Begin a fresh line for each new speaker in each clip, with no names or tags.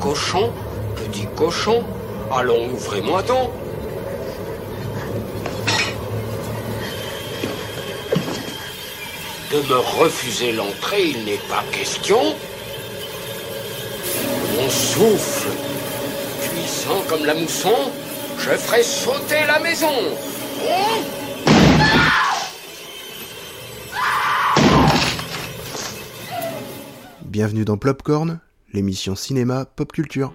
cochon, petit cochon, allons, ouvrez-moi donc. De me refuser l'entrée, il n'est pas question. Mon souffle, puissant comme la mousson, je ferai sauter la maison. Hein
Bienvenue dans Plopcorn, l'émission cinéma pop culture.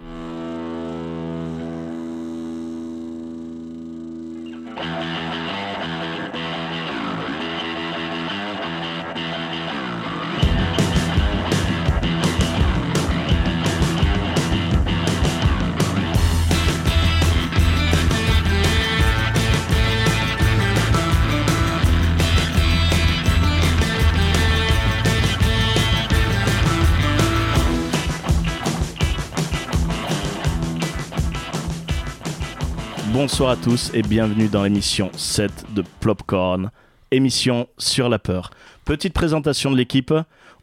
Bonsoir à tous et bienvenue dans l'émission 7 de Plopcorn, émission sur la peur. Petite présentation de l'équipe,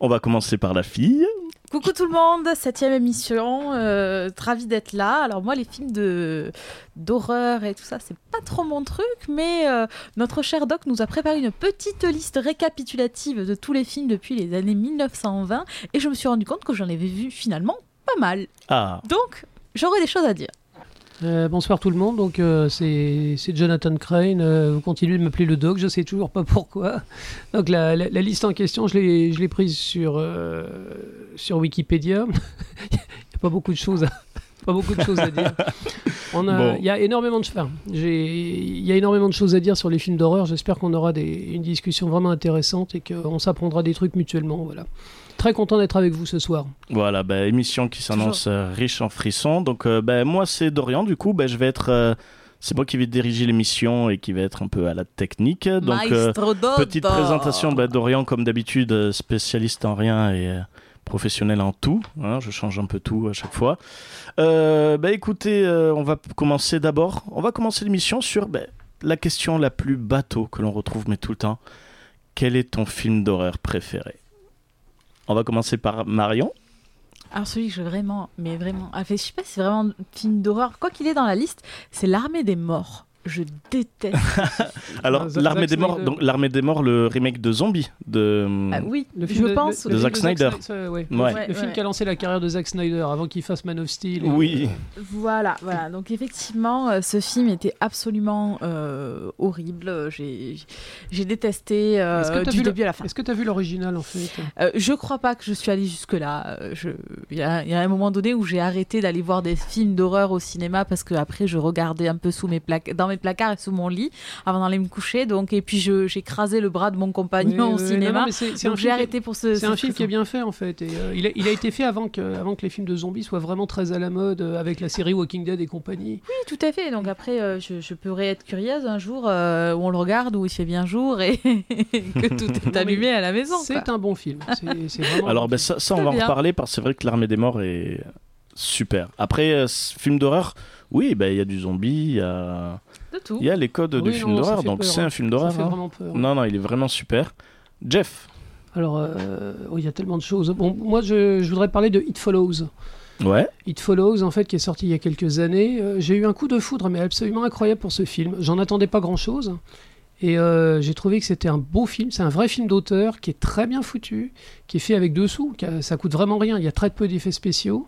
on va commencer par la fille.
Coucou tout le monde, septième émission, euh, ravi d'être là. Alors moi les films de d'horreur et tout ça, c'est pas trop mon truc, mais euh, notre cher Doc nous a préparé une petite liste récapitulative de tous les films depuis les années 1920 et je me suis rendu compte que j'en avais vu finalement pas mal.
Ah,
Donc j'aurais des choses à dire.
Euh, bonsoir tout le monde, donc euh, c'est c'est Jonathan Crane, euh, vous continuez de m'appeler le doc, je sais toujours pas pourquoi. Donc la, la- la liste en question, je l'ai je l'ai prise sur, euh, sur Wikipédia. Il n'y a pas beaucoup de choses à, pas beaucoup de choses à dire. On a- Il
Bon.
y a énormément de enfin, j'ai- il y a énormément de choses à dire sur les films d'horreur, j'espère qu'on aura des, une discussion vraiment intéressante et qu'on s'apprendra des trucs mutuellement. Voilà. Très content d'être avec vous ce soir.
voilà, bah, émission qui s'annonce euh, riche en frissons. Donc euh, bah, moi c'est Dorian, du coup bah, je vais être... euh, c'est moi qui vais diriger l'émission et qui vais être un peu à la technique. Donc euh,
Maestro Doc.
petite présentation bah, Dorian comme d'habitude, euh, spécialiste en rien et... euh, professionnel en tout, hein, je change un peu tout à chaque fois. Euh, bah écoutez, euh, on va p- commencer d'abord, on va commencer l'émission sur bah, la question la plus bateau que l'on retrouve mais tout le temps. Quel est ton film d'horreur préféré On va commencer par Marion.
Alors celui que j'ai vraiment, mais vraiment, ah, fait, je sais pas si c'est vraiment un film d'horreur, quoi qu'il est dans la liste, c'est L'Armée des Morts. Je déteste. Ah,
Alors
Zack
l'armée des
Snyder.
morts, donc l'armée des morts, le remake de Zombie de
Ah oui,
Le film
je pense.
de Zack Snyder.
Snyder, ouais.
Ouais.
Ouais,
le film
ouais.
qui a lancé la carrière de Zack Snyder avant qu'il fasse Man of Steel.
oui.
Voilà, voilà. Donc effectivement, euh, ce film était absolument euh, horrible. J'ai j'ai détesté euh,
Est-ce que t'as
du
vu le-
début à la fin.
Est-ce que tu as vu l'original en fait
Euh, je crois pas que je suis allée jusque-là. Euh, je- Il y, a il y a un moment donné où j'ai arrêté d'aller voir des films d'horreur au cinéma parce que après je regardais un peu sous mes placa- dans mes placards et sous mon lit avant d'aller me coucher. Donc et puis je- j'ai écrasé le bras de mon
Oui, oui,
compagnon Ah, au
oui.
cinéma.
Non, non, mais c'est c'est un
donc j'ai
film qui-
arrêté pour ce.
C'est
ce
un film qui est
truc.
bien fait en fait. Et, euh, il, a, il a été fait avant que, avant que les films de zombies soient vraiment très à la mode euh, avec la série Walking Dead et compagnie.
Oui, tout à fait. Donc après, euh, je, je pourrais être curieuse un jour euh, où on le regarde, où il fait bien jour et que tout est
mais
allumé à la maison. quoi.
C'est un bon film. C'est- c'est vraiment-
Alors ben, ça, ça, on
Très
va en
bien.
reparler parce que c'est vrai que l'armée des morts est super. Après euh, ce film d'horreur, oui ben il y a du zombie, il y a
De tout.
Il y a les codes
Oui,
du
non,
film
ça
d'horreur,
fait
donc
peur,
c'est
hein.
un film
ça
d'horreur.
fait
hein.
vraiment peur.
Non, non, il est vraiment super. Jeff.
Alors, euh, oh, il y a tellement de choses. Bon, moi, je, je voudrais parler de It Follows.
Ouais.
It Follows, en fait, qui est sorti il y a quelques années. Euh, j'ai eu un coup de foudre, mais absolument incroyable pour ce film. J'en attendais pas grand-chose. Et euh, j'ai trouvé que c'était un beau film. C'est un vrai film d'auteur qui est très bien foutu, qui est fait avec deux sous. qui a- ça coûte vraiment rien. Il y a très peu d'effets spéciaux.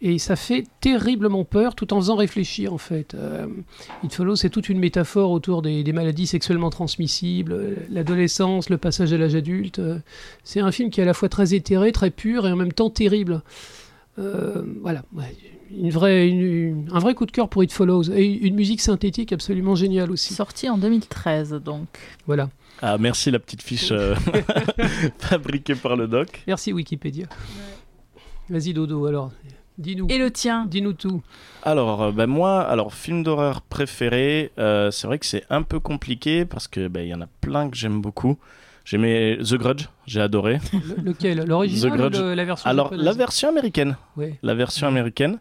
Et ça fait terriblement peur tout en faisant réfléchir, en fait. Euh, It Follows, c'est toute une métaphore autour des, des maladies sexuellement transmissibles, euh, l'adolescence, le passage à l'âge adulte. Euh, c'est un film qui est à la fois très éthéré, très pur et en même temps terrible. Euh, voilà, ouais, une vraie, une- une- un vrai coup de cœur pour It Follows et une musique synthétique absolument géniale aussi.
Sorti en 2013, donc.
Voilà,
Ah, merci la petite fiche euh, fabriquée par le doc.
merci Wikipédia. Vas-y Dodo, alors dis-nous,
Et le tien
dis-nous tout.
Alors, euh, ben moi, alors film d'horreur préféré, euh, c'est vrai que c'est un peu compliqué parce que ben, il y en a plein que j'aime beaucoup. J'aimais The Grudge, j'ai adoré.
Le- lequel, l'original
The
ou
Grudge.
le- la version
Alors la
japonaise
version américaine,
Ouais.
la version américaine.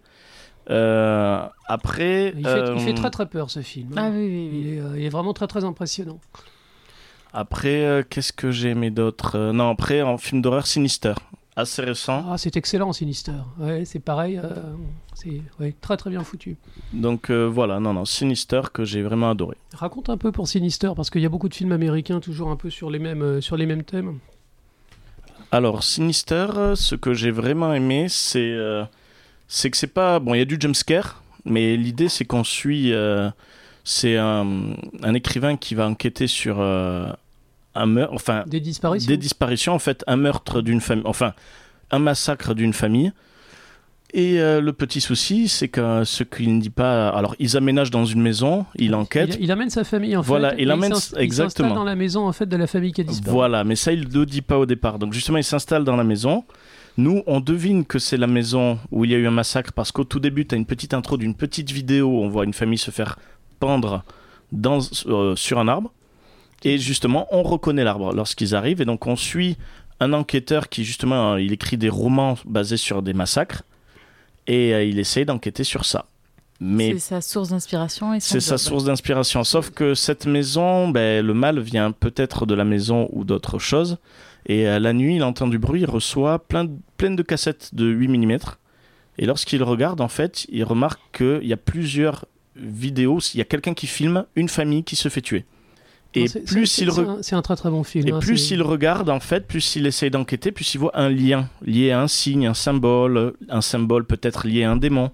Euh, après,
Il, fait, il
euh,
fait très très peur ce film.
Ah oui, oui, oui.
Il est, euh, il est vraiment très très impressionnant.
après, euh, qu'est-ce que j'ai aimé d'autre Euh, Non, après en film d'horreur Sinister. assez récent.
Ah, c'est excellent, Sinister. Ouais, c'est pareil. euh, c'est ouais, très très bien foutu.
Donc euh, voilà, non, non, Sinister que j'ai vraiment adoré.
Raconte un peu pour Sinister, parce qu'il y a beaucoup de films américains toujours un peu sur les mêmes, euh, sur les mêmes thèmes.
Alors, Sinister, euh, ce que j'ai vraiment aimé, c'est euh, c'est que c'est pas. Bon, il y a du jumpscare, mais l'idée, c'est qu'on suit. euh, c'est un, un écrivain qui va enquêter sur euh, un meurtre. Enfin,
Des disparitions.
Ah. des disparitions, en fait, un meurtre d'une famille, enfin, un massacre d'une famille. Et euh, le petit souci, c'est que ce qu'il ne dit pas. Alors, ils aménagent dans une maison, ils enquêtent.
Il, il amène sa famille en
Voilà,
fait.
il
et
amène-
s'ins- il
exactement.
s'installe dans la maison en fait de la famille qui a disparu.
Voilà, mais ça, il ne le dit pas au départ. Donc, justement, il s'installe dans la maison. Nous, on devine que c'est la maison où il y a eu un massacre parce qu'au tout début, tu as une petite intro d'une petite vidéo. On voit une famille se faire pendre dans, euh, sur un arbre. Et justement, on reconnaît l'arbre lorsqu'ils arrivent. Et donc, on suit un enquêteur qui, justement, euh, il écrit des romans basés sur des massacres. Et euh, il essaye d'enquêter sur ça. Mais
C'est sa source d'inspiration et son
c'est sa
job.
source d'inspiration. Sauf que cette maison, ben, le mal vient peut-être de la maison ou d'autre chose. Et euh, la nuit, il entend du bruit, il reçoit plein de, plein de cassettes de 8 mm. Et lorsqu'il regarde, en fait, il remarque qu'il y a plusieurs vidéos. Il y a quelqu'un qui filme une famille qui se fait tuer. Et
Non, c'est-
plus
c'est-
il
c'est
re-
un- C'est un très très bon film.
et
hein,
plus
c'est-
il regarde, en fait, plus il essaye d'enquêter, plus il voit un lien lié à un signe, un symbole, euh, un symbole peut-être lié à un démon.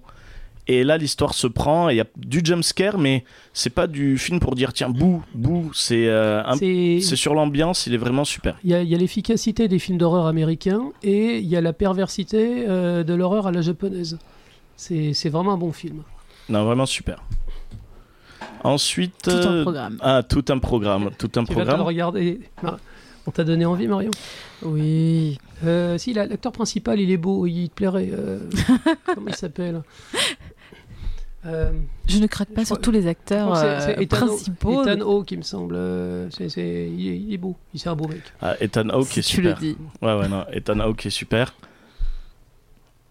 Et là, l'histoire se prend, et il y a du jumpscare, mais c'est pas du film pour dire tiens, bouh, bouh, c'est euh, un-
c'est-
c'est sur l'ambiance, il est vraiment super.
Il y a, il y a l'efficacité des films d'horreur américains et il y a la perversité euh, de l'horreur à la japonaise. C'est c'est vraiment un bon film.
Non, vraiment super. Ensuite.
Tout un
euh,
programme.
Ah, tout un programme, tout un
Tu vas te le
programme.
regarder. Mar- On t'a donné envie, Marion
Oui.
Euh, Si, la- l'acteur principal, il est beau, il te plairait. euh, comment il s'appelle Euh,
Je ne craque pas
Je
sur
crois-
tous les
je
acteurs
crois que c'est-
euh,
c'est Ethan Hawke-
principaux.
Ethan Hawke, il me semble. euh, c'est- c'est- il, est, il est beau, il c'est un beau mec.
Ah, Ethan Hawke
si
est
tu le
super.
dis.
Ouais, ouais, non, Ethan Hawke est super.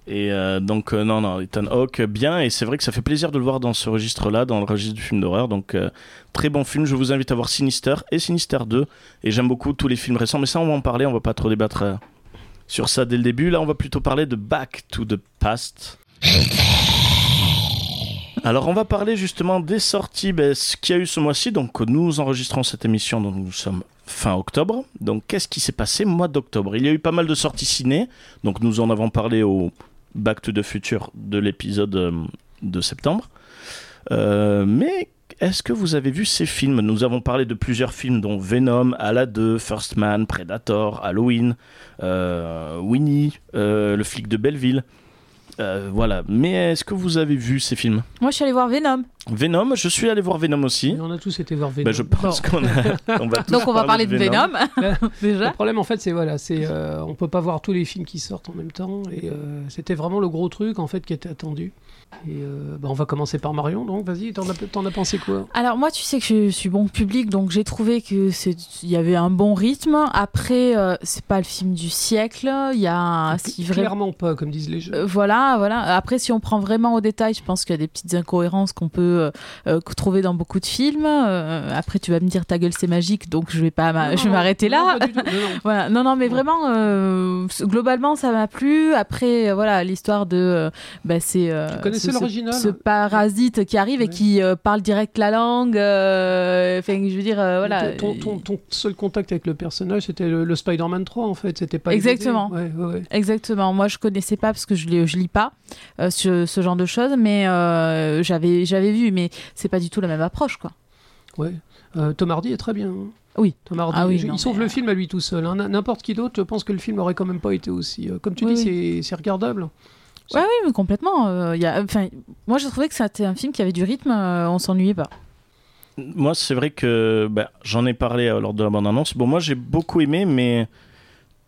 Et euh, donc, euh, non, non, Ethan Hawke, bien, et c'est vrai que ça fait plaisir de le voir dans ce registre-là, dans le registre du film d'horreur. Donc, euh, très bon film, je vous invite à voir Sinister et Sinister 2, et j'aime beaucoup tous les films récents, mais ça, on va en parler, on va pas trop débattre euh, sur ça dès le début. Là, on va plutôt parler de Back to the Past. Alors, on va parler justement des sorties, ben, ce qu'il y a eu ce mois-ci. Donc, nous enregistrons cette émission, donc nous sommes fin octobre. Donc, qu'est-ce qui s'est passé mois d'octobre Il y a eu pas mal de sorties ciné. Donc, nous en avons parlé au Back to the Future de l'épisode euh, de septembre. Euh, mais est-ce que vous avez vu ces films Nous avons parlé de plusieurs films, dont Venom, Ala 2, First Man, Predator, Halloween, euh, Winnie, euh, le flic de Belleville. Euh, voilà. Mais est-ce que vous avez vu ces films
Moi, je suis allée voir Venom.
Venom, je suis allé voir Venom aussi.
Et on a tous été voir Venom.
Bah, je pense qu'on a- on va tous
Donc, on va parler de Venom,
Le
déjà.
problème, en fait, c'est voilà, c'est euh, on peut pas voir tous les films qui sortent en même temps, et euh, c'était vraiment le gros truc en fait qui était attendu. Et euh, bah, on va commencer par Marion, donc vas-y, t'en as, t'en as pensé quoi
Alors moi, tu sais que je suis bon public, donc j'ai trouvé que c'est- il y avait un bon rythme. Après, euh, c'est pas le film du siècle. Il y a un, Ah, si vraiment
Ah, Clairement pas, comme disent les jeux.
Euh, Voilà, voilà. Après, si on prend vraiment au détail, je pense qu'il y a des petites incohérences qu'on peut euh, euh, trouver dans beaucoup de films. Euh, après, tu vas me dire ta gueule, c'est magique, donc je vais pas, m'a- bah, je vais m'arrêter là.
Non, pas du tout, non, non.
Voilà. Non, non, mais
Non.
vraiment, euh, c- globalement, ça m'a plu. Après, euh, voilà, l'histoire de, euh, bah, c'est euh,
Tu connaissais
ce- ce-
l'original
ce parasite qui arrive et
Ouais.
qui euh, parle direct la langue. euh, Enfin, je veux dire, euh, voilà.
ton, ton- ton- ton seul contact avec le personnage, c'était le, le Spider-Man 3, en fait. C'était pas les
Exactement.
BD. Ouais, ouais, ouais.
Exactement. Moi, je connaissais pas parce que je, lis- je lis pas euh, ce, ce genre de choses, mais euh, j'avais j'avais vu, mais c'est pas du tout la même approche, quoi.
ouais. Euh, Tom Hardy est très bien. hein.
Oui.
Tom Hardy,
Ah oui,
je-
non,
il sauve
mais,
le film à lui tout seul. hein. N- N'importe qui d'autre, je pense que le film aurait quand même pas été aussi. euh, comme tu
Oui,
dis,
oui.
c'est- c'est regardable.
Ouais, oui, mais complètement. euh, y a, enfin, moi, j'ai trouvé que c'était un film qui avait du rythme. euh, on s'ennuyait pas.
Moi, c'est vrai que bah, j'en ai parlé euh, lors de la bande-annonce. Bon, moi, j'ai beaucoup aimé, mais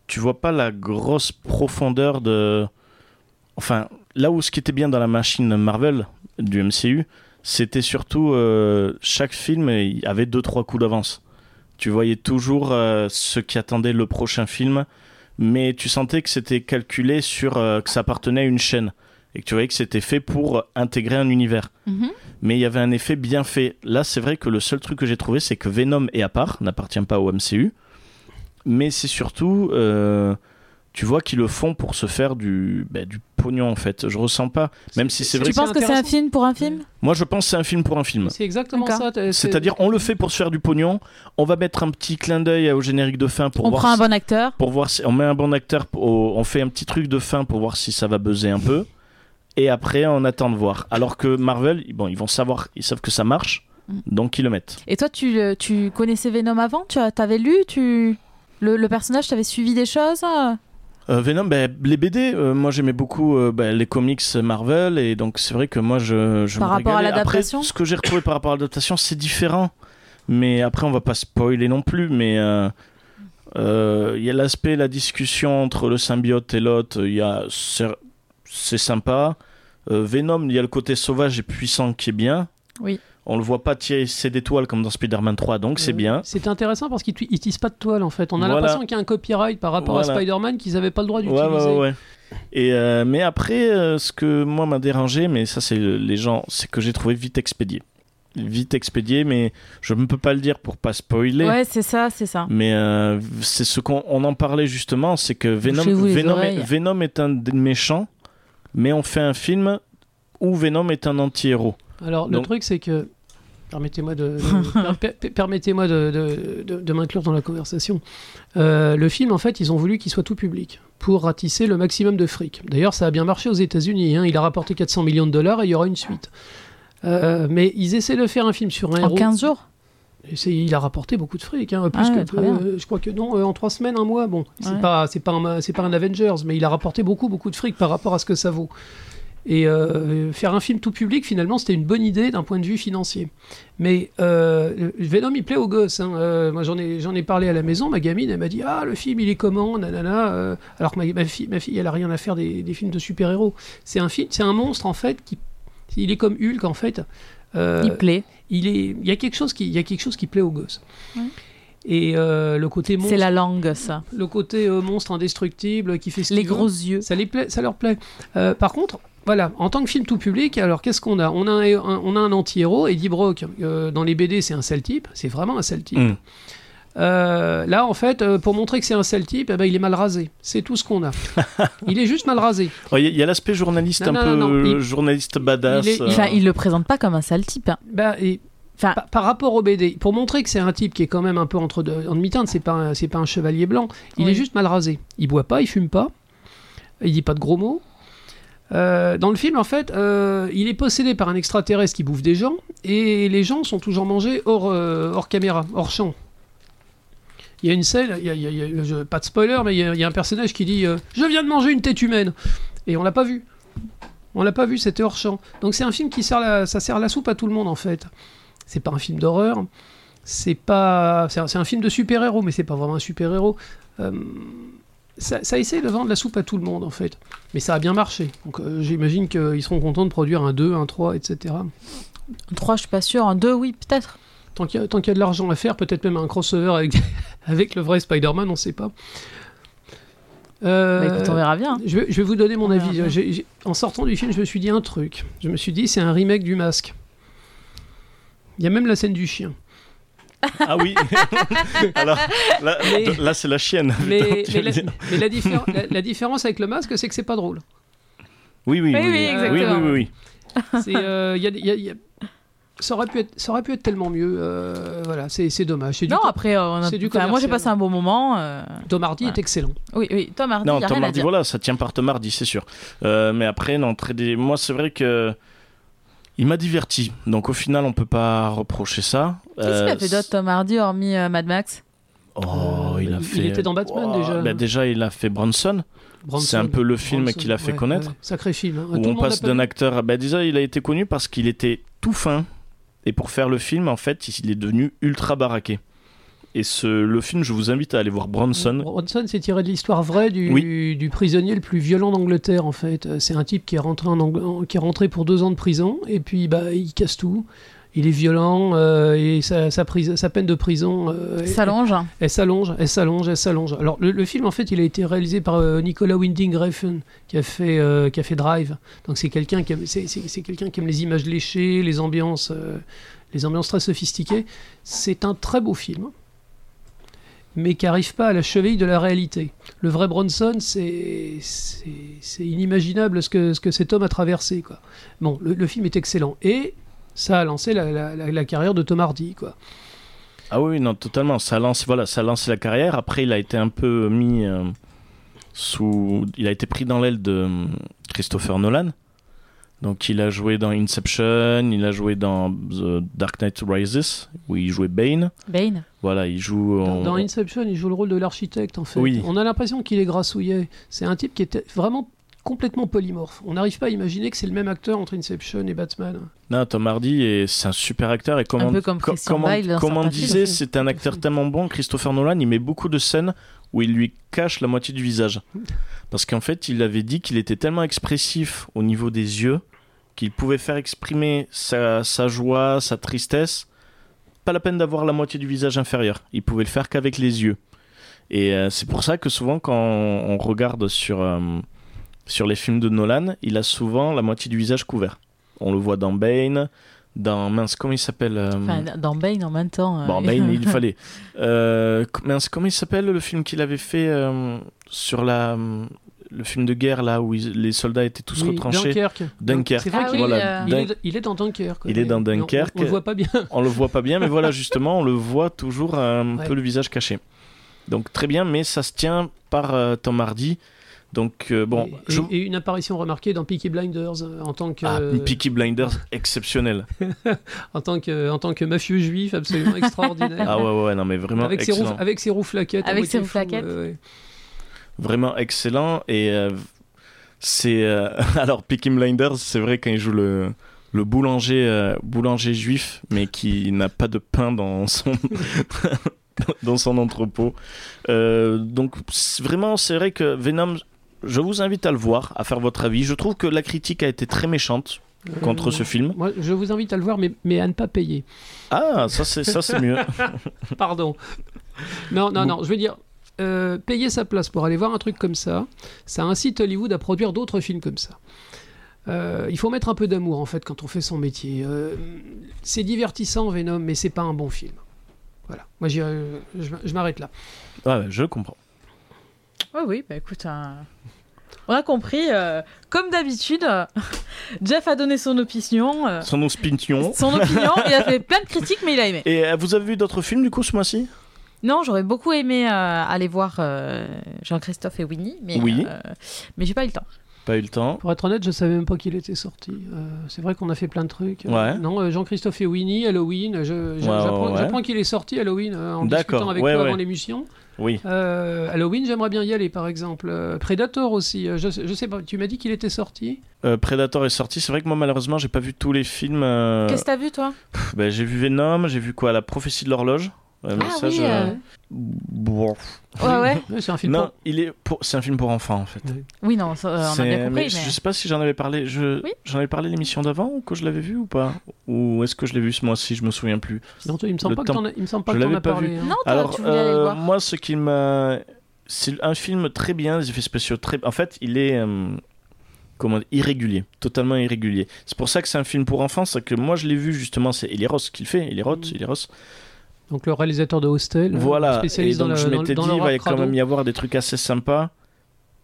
tu vois pas la grosse profondeur de. Enfin, là où ce qui était bien dans la machine Marvel du MCU, c'était surtout euh, chaque film euh, il avait deux trois coups d'avance. Tu voyais toujours euh, ce qui attendait le prochain film, mais tu sentais que c'était calculé sur euh, que ça appartenait à une chaîne et que tu voyais que c'était fait pour intégrer un univers mais il y avait un effet bien fait. Là, c'est vrai que le seul truc que j'ai trouvé, c'est que Venom est à part, n'appartient pas au MCU. Mais c'est surtout, euh, tu vois qu'ils le font pour se faire du, bah, du pognon en fait. Je ressens pas, même si c'est vrai.
Tu
C'est
penses que c'est un
intéressant.
film pour un film
Moi, je pense que c'est un film pour un film.
C'est exactement
D'accord.
ça. t'as- c'est-
C'est-à-dire, on le fait pour se faire du pognon. On va mettre un petit clin d'œil au générique de fin pour
On
voir.
prend un
si-
bon acteur.
pour voir si on met un bon acteur, au- on fait un petit truc de fin pour voir si ça va buzzer un peu. Et après, on attend de voir. Alors que Marvel, bon, ils vont savoir, ils savent que ça marche,
Mm.
donc ils le mettent.
Et toi, tu, euh, tu connaissais Venom avant Tu as- t'avais lu tu... le, le personnage, t'avais suivi des choses hein
Euh, Venom, ben, les BD, euh, moi j'aimais beaucoup euh, ben, les comics Marvel, et donc c'est vrai que moi je. je
Par
me
rapport à
régalais. Après,
l'adaptation
Ce que j'ai retrouvé par rapport à l'adaptation, c'est différent. Mais après, on va pas spoiler non plus, mais. euh, euh, Il y a l'aspect, la discussion entre le symbiote et l'autre, il y a c'est c'est sympa. Euh, Venom, il y a le côté sauvage et puissant qui est bien.
Oui.
On le voit pas tirer ses d'étoiles comme dans Spider-Man 3, donc c'est
Euh,
bien.
C'est intéressant parce qu'ils tu- ils tissent pas de toile en fait. On a
Voilà.
l'impression qu'il y a un copyright par rapport à
Voilà.
Spider-Man qu'ils n'avaient pas le droit
Ouais,
d'utiliser.
ouais, ouais, ouais. Et euh, mais après, euh, ce que moi m'a dérangé, mais ça c'est le- les gens, c'est que j'ai trouvé vite expédié, vite expédié, mais je ne peux pas le dire pour pas spoiler.
Ouais, c'est ça, c'est ça.
Mais euh, c'est ce qu'on on en parlait justement, c'est que Venom,
Bouchez-vous les
Venom, est,
oreilles.
Venom est un des méchants, mais on fait un film où Venom est un anti-héros.
Alors le
Donc-
truc c'est que permettez-moi de, de- per- per- permettez-moi de, de- de- de m'inclure dans la conversation. Euh, le film en fait ils ont voulu qu'il soit tout public pour ratisser le maximum de fric. D'ailleurs ça a bien marché aux États-Unis. hein. Il a rapporté 400 millions de dollars et il y aura une suite. Euh, mais ils essaient de faire un film sur un
En
héros.
15 jours
Et c'est- il a rapporté beaucoup de fric, hein, plus
Ah ouais,
que
très
peu,
bien.
euh, je crois que non, euh, en trois semaines, un mois, bon,
Ouais.
c'est pas, c'est pas, un, c'est pas un Avengers, mais il a rapporté beaucoup, beaucoup de fric par rapport à ce que ça vaut. Et euh, faire un film tout public, finalement, c'était une bonne idée d'un point de vue financier. Mais euh, Venom, il plaît aux gosses. hein. Euh, moi, j'en ai, j'en ai parlé à la maison. Ma gamine, elle m'a dit Ah, le film, il est comment nanana, euh, Alors que ma, ma fille, ma fille, elle a rien à faire des, des films de super-héros. C'est un film, c'est un monstre, en fait, qui. Il est comme Hulk, en fait. Euh,
Il plaît.
il est, il y a quelque chose qui, il y a quelque chose qui plaît aux gosses.
Ouais.
Et euh, le côté monstre,
C'est la langue, ça.
le côté euh, monstre indestructible qui fait ce
Les
qu'il veut,
gros yeux.
ça les plaît, ça leur plaît. Euh, par contre, voilà, en tant que film tout public, alors qu'est-ce qu'on a On a un, un- on a un anti-héros, Eddie Brock. euh, dans les BD, c'est un sale type, c'est vraiment un sale type.
Mm.
Euh, là, en fait, euh, pour montrer que c'est un sale type, eh ben, il est mal rasé. C'est tout ce qu'on a. il est juste mal rasé.
Oh, Il y a- il y a, l'aspect journaliste
Non,
un
non,
peu euh,
non, non, il-
journaliste badass.
il est-
euh,
Enfin, il le présente pas comme un sale type. hein.
Bah, et
Enfin,
par, par rapport au BD, pour montrer que c'est un type qui est quand même un peu entre deux, en demi-teinte, c'est pas, un- c'est pas un chevalier blanc. Il
Oui.
est juste mal rasé. Il boit pas, il fume pas, il dit pas de gros mots. Euh, dans le film, en fait, euh, il est possédé par un extraterrestre qui bouffe des gens et les gens sont toujours mangés hors, euh, hors caméra, hors champ. Il y a une scène, il y a- il y a- il y a- je- pas de spoiler, mais il y a, il y a un personnage qui dit euh, Je viens de manger une tête humaine. Et on l'a pas vu. On l'a pas vu, c'était hors champ. Donc c'est un film qui sert la, ça sert la soupe à tout le monde en fait. C'est pas un film d'horreur, c'est pas, c'est un, c'est un film de super-héros, mais c'est pas vraiment un super-héros. Euh, ça, ça essaie de vendre la soupe à tout le monde en fait, mais ça a bien marché. Donc euh, j'imagine qu'ils seront contents de produire un 2, un 3, etc.
un 3, je suis pas sûre. Un 2, oui, peut-être.
Tant qu'il y, a- tant qu'il y a de l'argent à faire, peut-être même un crossover avec, avec le vrai Spider-Man, on sait pas. Euh,
Bah, écoute, on verra bien.
je vais, je vais vous donner mon
On verra
avis.
bien.
J'ai- j'ai- en sortant du film, je me suis dit un truc. Je me suis dit, c'est un remake du masque. Il y a même la scène du chien.
Ah oui. Alors là,
Mais-
là, c'est la chienne.
Mais,
tu
mais
veux
la,
dire.
mais la diffé- la- la différence avec le masque, c'est que c'est pas drôle.
Oui, oui,
Oui, oui,
oui, oui,
exactement.
oui, oui.
C'est, euh, il y a- il y a- il y a- ça, aurait pu être, ça aurait pu être tellement mieux. euh, voilà, c'est, c'est dommage. C'est du
Non,
tout-
après, euh, on a-
c'est du
enfin, moi j'ai
commercial.
passé un bon moment. euh,
Tom Hardy
Voilà.
est excellent.
Oui, oui, Tom Hardy,
Non,
Ah y a
Tom
rien à
Hardy,
dire.
voilà, ça tient par Tom Hardy, c'est sûr. Euh, mais après, non, très dé- moi, c'est vrai que. Il m'a diverti. Donc, au final, on peut pas reprocher ça.
Qu'est-ce qu'il
Euh,
a fait d'autre, Tom Hardy, hormis euh, Mad Max
Oh, il a
Il
fait.
était dans Batman,
Ouah,
déjà.
bah, déjà, il a fait Bronson.
Bronson.
C'est un peu le film
Bronson,
qui l'a fait
ouais,
connaître.
ouais, sacré film. hein. Tout
Où
le
on
monde
passe
l'a pas
d'un
vu.
acteur. Bah, déjà, il a été connu parce qu'il était tout fin. Et pour faire le film, en fait, il est devenu ultra baraqué. Et ce, le film, je vous invite à aller voir Bronson.
Bronson, c'est tiré de l'histoire vraie du, du prisonnier le plus violent d'Angleterre, en fait. Euh, C'est un type qui est, rentré en Ang- en- qui est rentré pour deux ans de prison, et puis bah, il casse tout. Il est violent, euh, et sa, sa prise- sa peine de prison, euh, elle-
S'allonge. hein.
elle s'allonge, elle s'allonge, elle s'allonge. Alors, le, le film, en fait, il a été réalisé par euh, Nicolas Winding Refn, qui a fait, euh, qui a fait Drive. Donc, c'est quelqu'un qui, aime- c'est- c'est- c'est quelqu'un qui aime les images léchées, les ambiances, euh, les ambiances très sophistiquées. C'est un très beau film. mais qui n'arrive pas à la cheville de la réalité. Le vrai Bronson, c'est c'est- c'est inimaginable ce que, ce que cet homme a traversé. Quoi. Bon, le, le film est excellent. Et ça a lancé la, la- la- la carrière de Tom Hardy. Quoi.
Ah oui, non, totalement. Ça lance, voilà, ça lance la carrière. Après, il a été un peu mis euh, sous. Il a été pris dans l'aile de euh, Christopher Nolan. Donc, il a joué dans Inception, il a joué dans The Dark Knight Rises, où il jouait Bane.
Bane.
Voilà, il joue.
Dans,
on-
dans Inception, il joue le rôle de l'architecte, en fait.
Oui.
On a l'impression qu'il est grassouillet. C'est un type qui était vraiment complètement polymorphe. On n'arrive pas à imaginer que c'est le même acteur entre Inception et Batman.
Non, Tom Hardy, est- c'est un super acteur. Et comme
Un
on-
peu comme
co-
Christian
comme on-
Bale hein, dans
comme on
certains
disait,
films.
c'est un acteur
Tout à fait.
tellement bon. Christopher Nolan, il met beaucoup de scènes où il lui cache la moitié du visage. Parce qu'en fait, il avait dit qu'il était tellement expressif au niveau des yeux qu'il pouvait faire exprimer sa, sa joie, sa tristesse. Pas la peine d'avoir la moitié du visage inférieur. Il pouvait le faire qu'avec les yeux. Et euh, c'est pour ça que souvent, quand on regarde sur, euh, sur les films de Nolan, il a souvent la moitié du visage couvert. On le voit dans Bane, dans. Mince, comment il s'appelle euh,
Enfin, dans Bane en même temps. euh,
Bon, Bane, il fallait. Euh, co- mince, comment il s'appelle le film qu'il avait fait euh, sur la. Le film de guerre, là, où ils- les soldats étaient tous
Oui,
retranchés.
Dunkerque.
Dunkerque.
C'est vrai
Ah
qu'il
oui,
voilà,
euh,
Il
Dun-
est, il est dans Dunkerque.
Il est dans
Mais on-
Dunkerque.
On, on le voit pas bien.
on le voit pas bien, mais voilà, justement, on le voit toujours un
Ouais.
peu le visage caché. Donc très bien, mais ça se tient par euh, Tom Hardy. Donc euh, bon,
et,
je-
et- et une apparition remarquée dans Peaky Blinders euh, en tant que,
Ah, Peaky Blinders exceptionnel.
en tant que, en tant que mafieux juif absolument extraordinaire.
Ah ouais ouais, non mais vraiment
avec, ses
excellent.
roues, avec ses roues flaquettes. à
Avec
moitié
ses roues
fou,
flaquettes.
ouais, ouais.
vraiment excellent et euh, c'est euh, alors Peaky Blinders c'est vrai quand il joue le le boulanger euh, boulanger juif mais qui n'a pas de pain dans son dans son entrepôt Euh, donc c'est- vraiment c'est vrai que Venom je vous invite à le voir à faire votre avis je trouve que la critique a été très méchante contre
Euh,
ce film
Moi, je vous invite à le voir, mais, mais à ne pas payer.
ah ça c'est ça c'est mieux
Pardon. Non, non, non, je veux dire, euh, payer sa place pour aller voir un truc comme ça, ça incite Hollywood à produire d'autres films comme ça. Euh, il faut mettre un peu d'amour en fait quand on fait son métier. Euh, c'est divertissant Venom, mais c'est pas un bon film. Voilà, moi j'irai- je, je m'arrête là.
Ouais, ouais, Ah, je comprends
Oui, oui, bah écoute, un- on a compris. euh, comme d'habitude, euh, Jeff a donné son opinion. euh,
son spignon
son opinion, il a fait plein de critiques, mais il a aimé.
et euh, vous avez vu d'autres films du coup ce mois-ci
Non, j'aurais beaucoup aimé euh, aller voir euh, Jean-Christophe et Winnie, mais,
Oui. Euh,
euh, mais j'ai pas eu le temps.
pas eu le temps
Pour être honnête, je savais même pas qu'il était sorti. Euh, c'est vrai qu'on a fait plein de trucs. Euh,
Ouais.
Non, euh, Jean-Christophe et Winnie, Halloween. Je, je-
Ouais, ouais,
j'apprends,
ouais.
j'apprends qu'il est sorti Halloween euh, en
D'accord,
discutant avec
ouais,
toi
ouais.
avant l'émission.
oui
Euh, Halloween, j'aimerais bien y aller, par exemple. Euh, Predator aussi. euh, je, je sais pas. Tu m'as dit qu'il était sorti.
Euh, Predator est sorti. C'est vrai que moi, malheureusement, j'ai pas vu tous les films. euh,
Qu'est-ce que t'as vu, toi
pff, ben, j'ai vu Venom, j'ai vu quoi La prophétie de l'horloge. Euh, mais ça, je-
euh,
Bon.
Ouais, ouais.
Ouais, c'est un film.
Non,
pour-
il est pour... c'est un film pour enfants en fait.
Oui, non, ça, euh, on a
C'est-
bien compris,
mais
mais...
Je sais pas si j'en avais parlé. Je...
Oui.
J'en avais parlé l'émission d'avant ou que je l'avais vu ou pas. Ou est-ce que je l'ai vu ce mois-ci Je me souviens plus.
Non, toi, il me semble
Le
pas que
temps.
t'en as, il me semble pas
Je
que t'en
l'avais
as
pas
parlé.
vu.
hein.
Non, toi,
Alors,
tu voulais aller
euh,
le voir.
moi, ce qui m'a. C'est un film très bien, les effets spéciaux très. En fait, il est. euh, Comment dire, irrégulier, totalement irrégulier. C'est pour ça que c'est un film pour enfants, c'est que moi je l'ai vu justement, c'est Eli Roth qui le fait, Eli Roth,
Mm.
Eli Roth.
Donc le réalisateur de Hostel, euh,
Voilà, et
spécialiste
donc
dans
je
la, dans,
m'étais
dans
dit, il
l'horreur
va y quand
crado.
même y avoir des trucs assez sympas.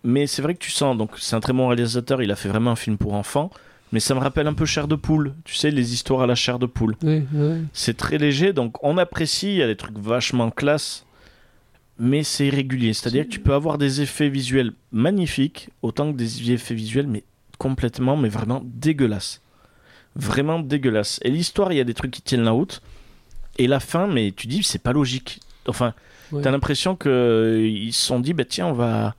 Mais c'est vrai que tu sens, donc c'est un très bon réalisateur, il a fait vraiment un film pour enfants, mais ça me rappelle un peu Chair de Poule, tu sais, les histoires à la chair de poule.
Oui, oui.
C'est très léger, donc on apprécie, il y a des trucs vachement classe, mais c'est irrégulier. C'est-à-dire que tu peux avoir des effets visuels magnifiques, autant que des effets visuels, mais complètement, mais vraiment dégueulasses. Vraiment dégueulasses. Et l'histoire, il y a des trucs qui tiennent la route, et la fin, mais tu dis, c'est pas logique. Enfin,
Ouais.
t'as l'impression qu'ils se sont dit, bah tiens, on va.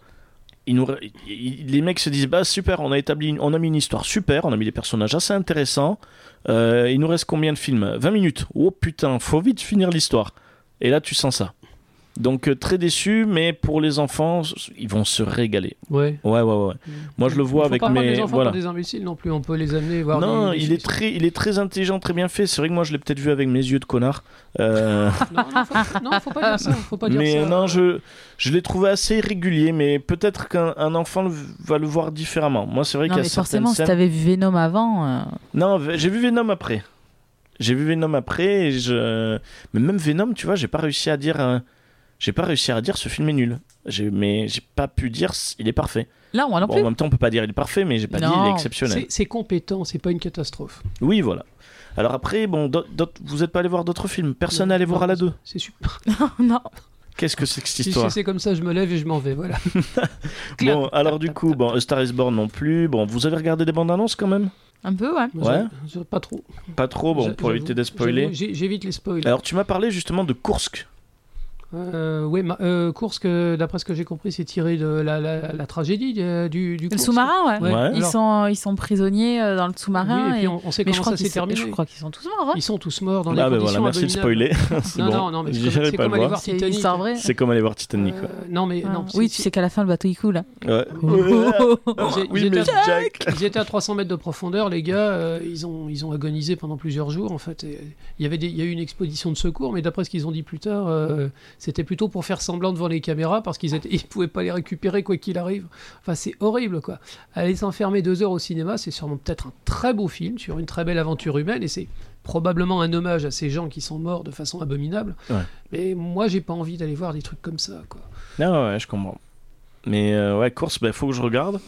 ils nous- ils- les mecs se disent bah super on a établi une- on a mis une histoire super on a mis des personnages assez intéressants euh, il nous reste combien de films 20 minutes. Oh putain, faut vite finir l'histoire. Et là, tu sens ça. Donc euh, très déçu, mais pour les enfants, s- ils vont se régaler.
Ouais.
Ouais, ouais, ouais. Moi, je le vois
Faut
avec
pas prendre
mes-
les enfants pour
voilà.
des imbéciles non plus. On peut les amener voir.
non,
des- des-
il est très, il est très intelligent, très bien fait. C'est vrai que moi, je l'ai peut-être vu avec mes yeux de connard. Euh,
Non, non, faut, non, faut pas dire ça. Faut pas dire
mais
ça.
euh, non, je, je l'ai trouvé assez irrégulier, mais peut-être qu'un un enfant le- va le voir différemment. Moi, c'est vrai
Non,
qu'il y a
mais
certaines
forcément, si
scènes.
t'avais vu Venom avant... euh,
Non, v- j'ai vu Venom après. J'ai vu Venom après et je. Mais même Venom, tu vois, j'ai pas réussi à dire. euh, j'ai pas réussi à dire ce film est nul. J'ai- Mais j'ai pas pu dire s- il est parfait.
Là, moi non
Bon,
plus.
en même temps, on peut pas dire il est parfait, mais j'ai pas dit
Non.
il est exceptionnel.
C'est- C'est compétent, c'est pas une catastrophe.
Oui, voilà. Alors après, bon, d'autres- d'autres- vous êtes pas allé voir d'autres films. Personne n'est allé voir à la 2.
C'est super.
bah.
non.
Qu'est-ce que c'est que cette
Si
histoire
si c'est comme ça, je me lève et je m'en vais. Voilà. Clap.
Bon, alors du coup, bon, A Star is Born non plus. Bon, vous avez regardé les bandes annonces quand même
Un peu, ouais.
Moi,
Ouais.
j'ai- j'ai Pas trop.
Pas trop, bon,
J'a-
pour éviter
j'avoue-
de spoiler.
j'avoue, j'ai- J'évite les spoils.
Alors tu m'as parlé justement de Kursk.
Euh, ouais, ma, euh, Kursk, euh, d'après ce que j'ai compris, c'est tiré de la, la- la tragédie euh, du, du
Le
Kursk.
sous-marin, ouais.
Ouais.
Ouais.
Ils,
alors-
sont, ils sont prisonniers euh, dans le sous-marin.
Oui, et
et-
puis on, on sait
Mais je
comment
crois
ça
qu'ils
s'est
sont-
terminé.
je crois qu'ils sont tous morts. hein.
Ils sont tous morts dans
ah
des
ben
conditions
voilà, merci de
abominables.
spoiler. C'est
Non,
bon.
non, non, mais c'est
J'irai
comme, c'est
pas
comme
le
aller
voir.
voir
C'est une
Titanic.
histoire vraie.
C'est comme aller voir Titanic. quoi.
Euh, non, mais
Ah.
non.
oui,
c'est-
tu sais qu'à la fin, le bateau il coule.
Euh,
Ouais.
Oh, oh, oh.
Ils étaient-
oui,
ils
mais
étaient à-
Jack.
Ils étaient à 300 mètres de profondeur, les gars. euh, ils, ont, ils ont agonisé pendant plusieurs jours, en fait. Et, euh, Il y, avait des- il y a eu une exposition de secours, mais d'après ce qu'ils ont dit plus tard, euh, c'était plutôt pour faire semblant devant les caméras parce qu'ils ne pouvaient pas les récupérer quoi qu'il arrive. Enfin, c'est horrible, quoi. Aller s'enfermer deux heures au cinéma, c'est sûrement peut-être un très beau film sur une très belle aventure humaine et c'est probablement un hommage à ces gens qui sont morts de façon abominable.
Ouais.
Mais moi, j'ai pas envie d'aller voir des trucs comme ça, quoi.
Non, ouais, je comprends. Mais euh, ouais, course, il faut que je regarde.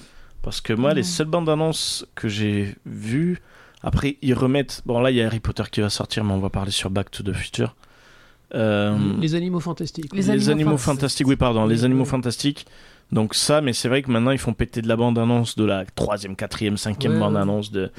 Parce que moi, les
Mm.
seules bandes annonces que j'ai vues, après, ils remettent. Bon, là, il y a Harry Potter qui va sortir, mais on va parler sur Back to the Future. Euh, les,
Les animaux fantastiques. Euh,
Les animaux
animaux
fant-
fantastiques, oui, pardon, les
Oui,
animaux
oui.
fantastiques. Donc, ça, mais c'est vrai que maintenant, ils font péter de la bande annonce de la 3ème, 4ème, 5ème
Ouais,
bande
ouais.
annonce. De...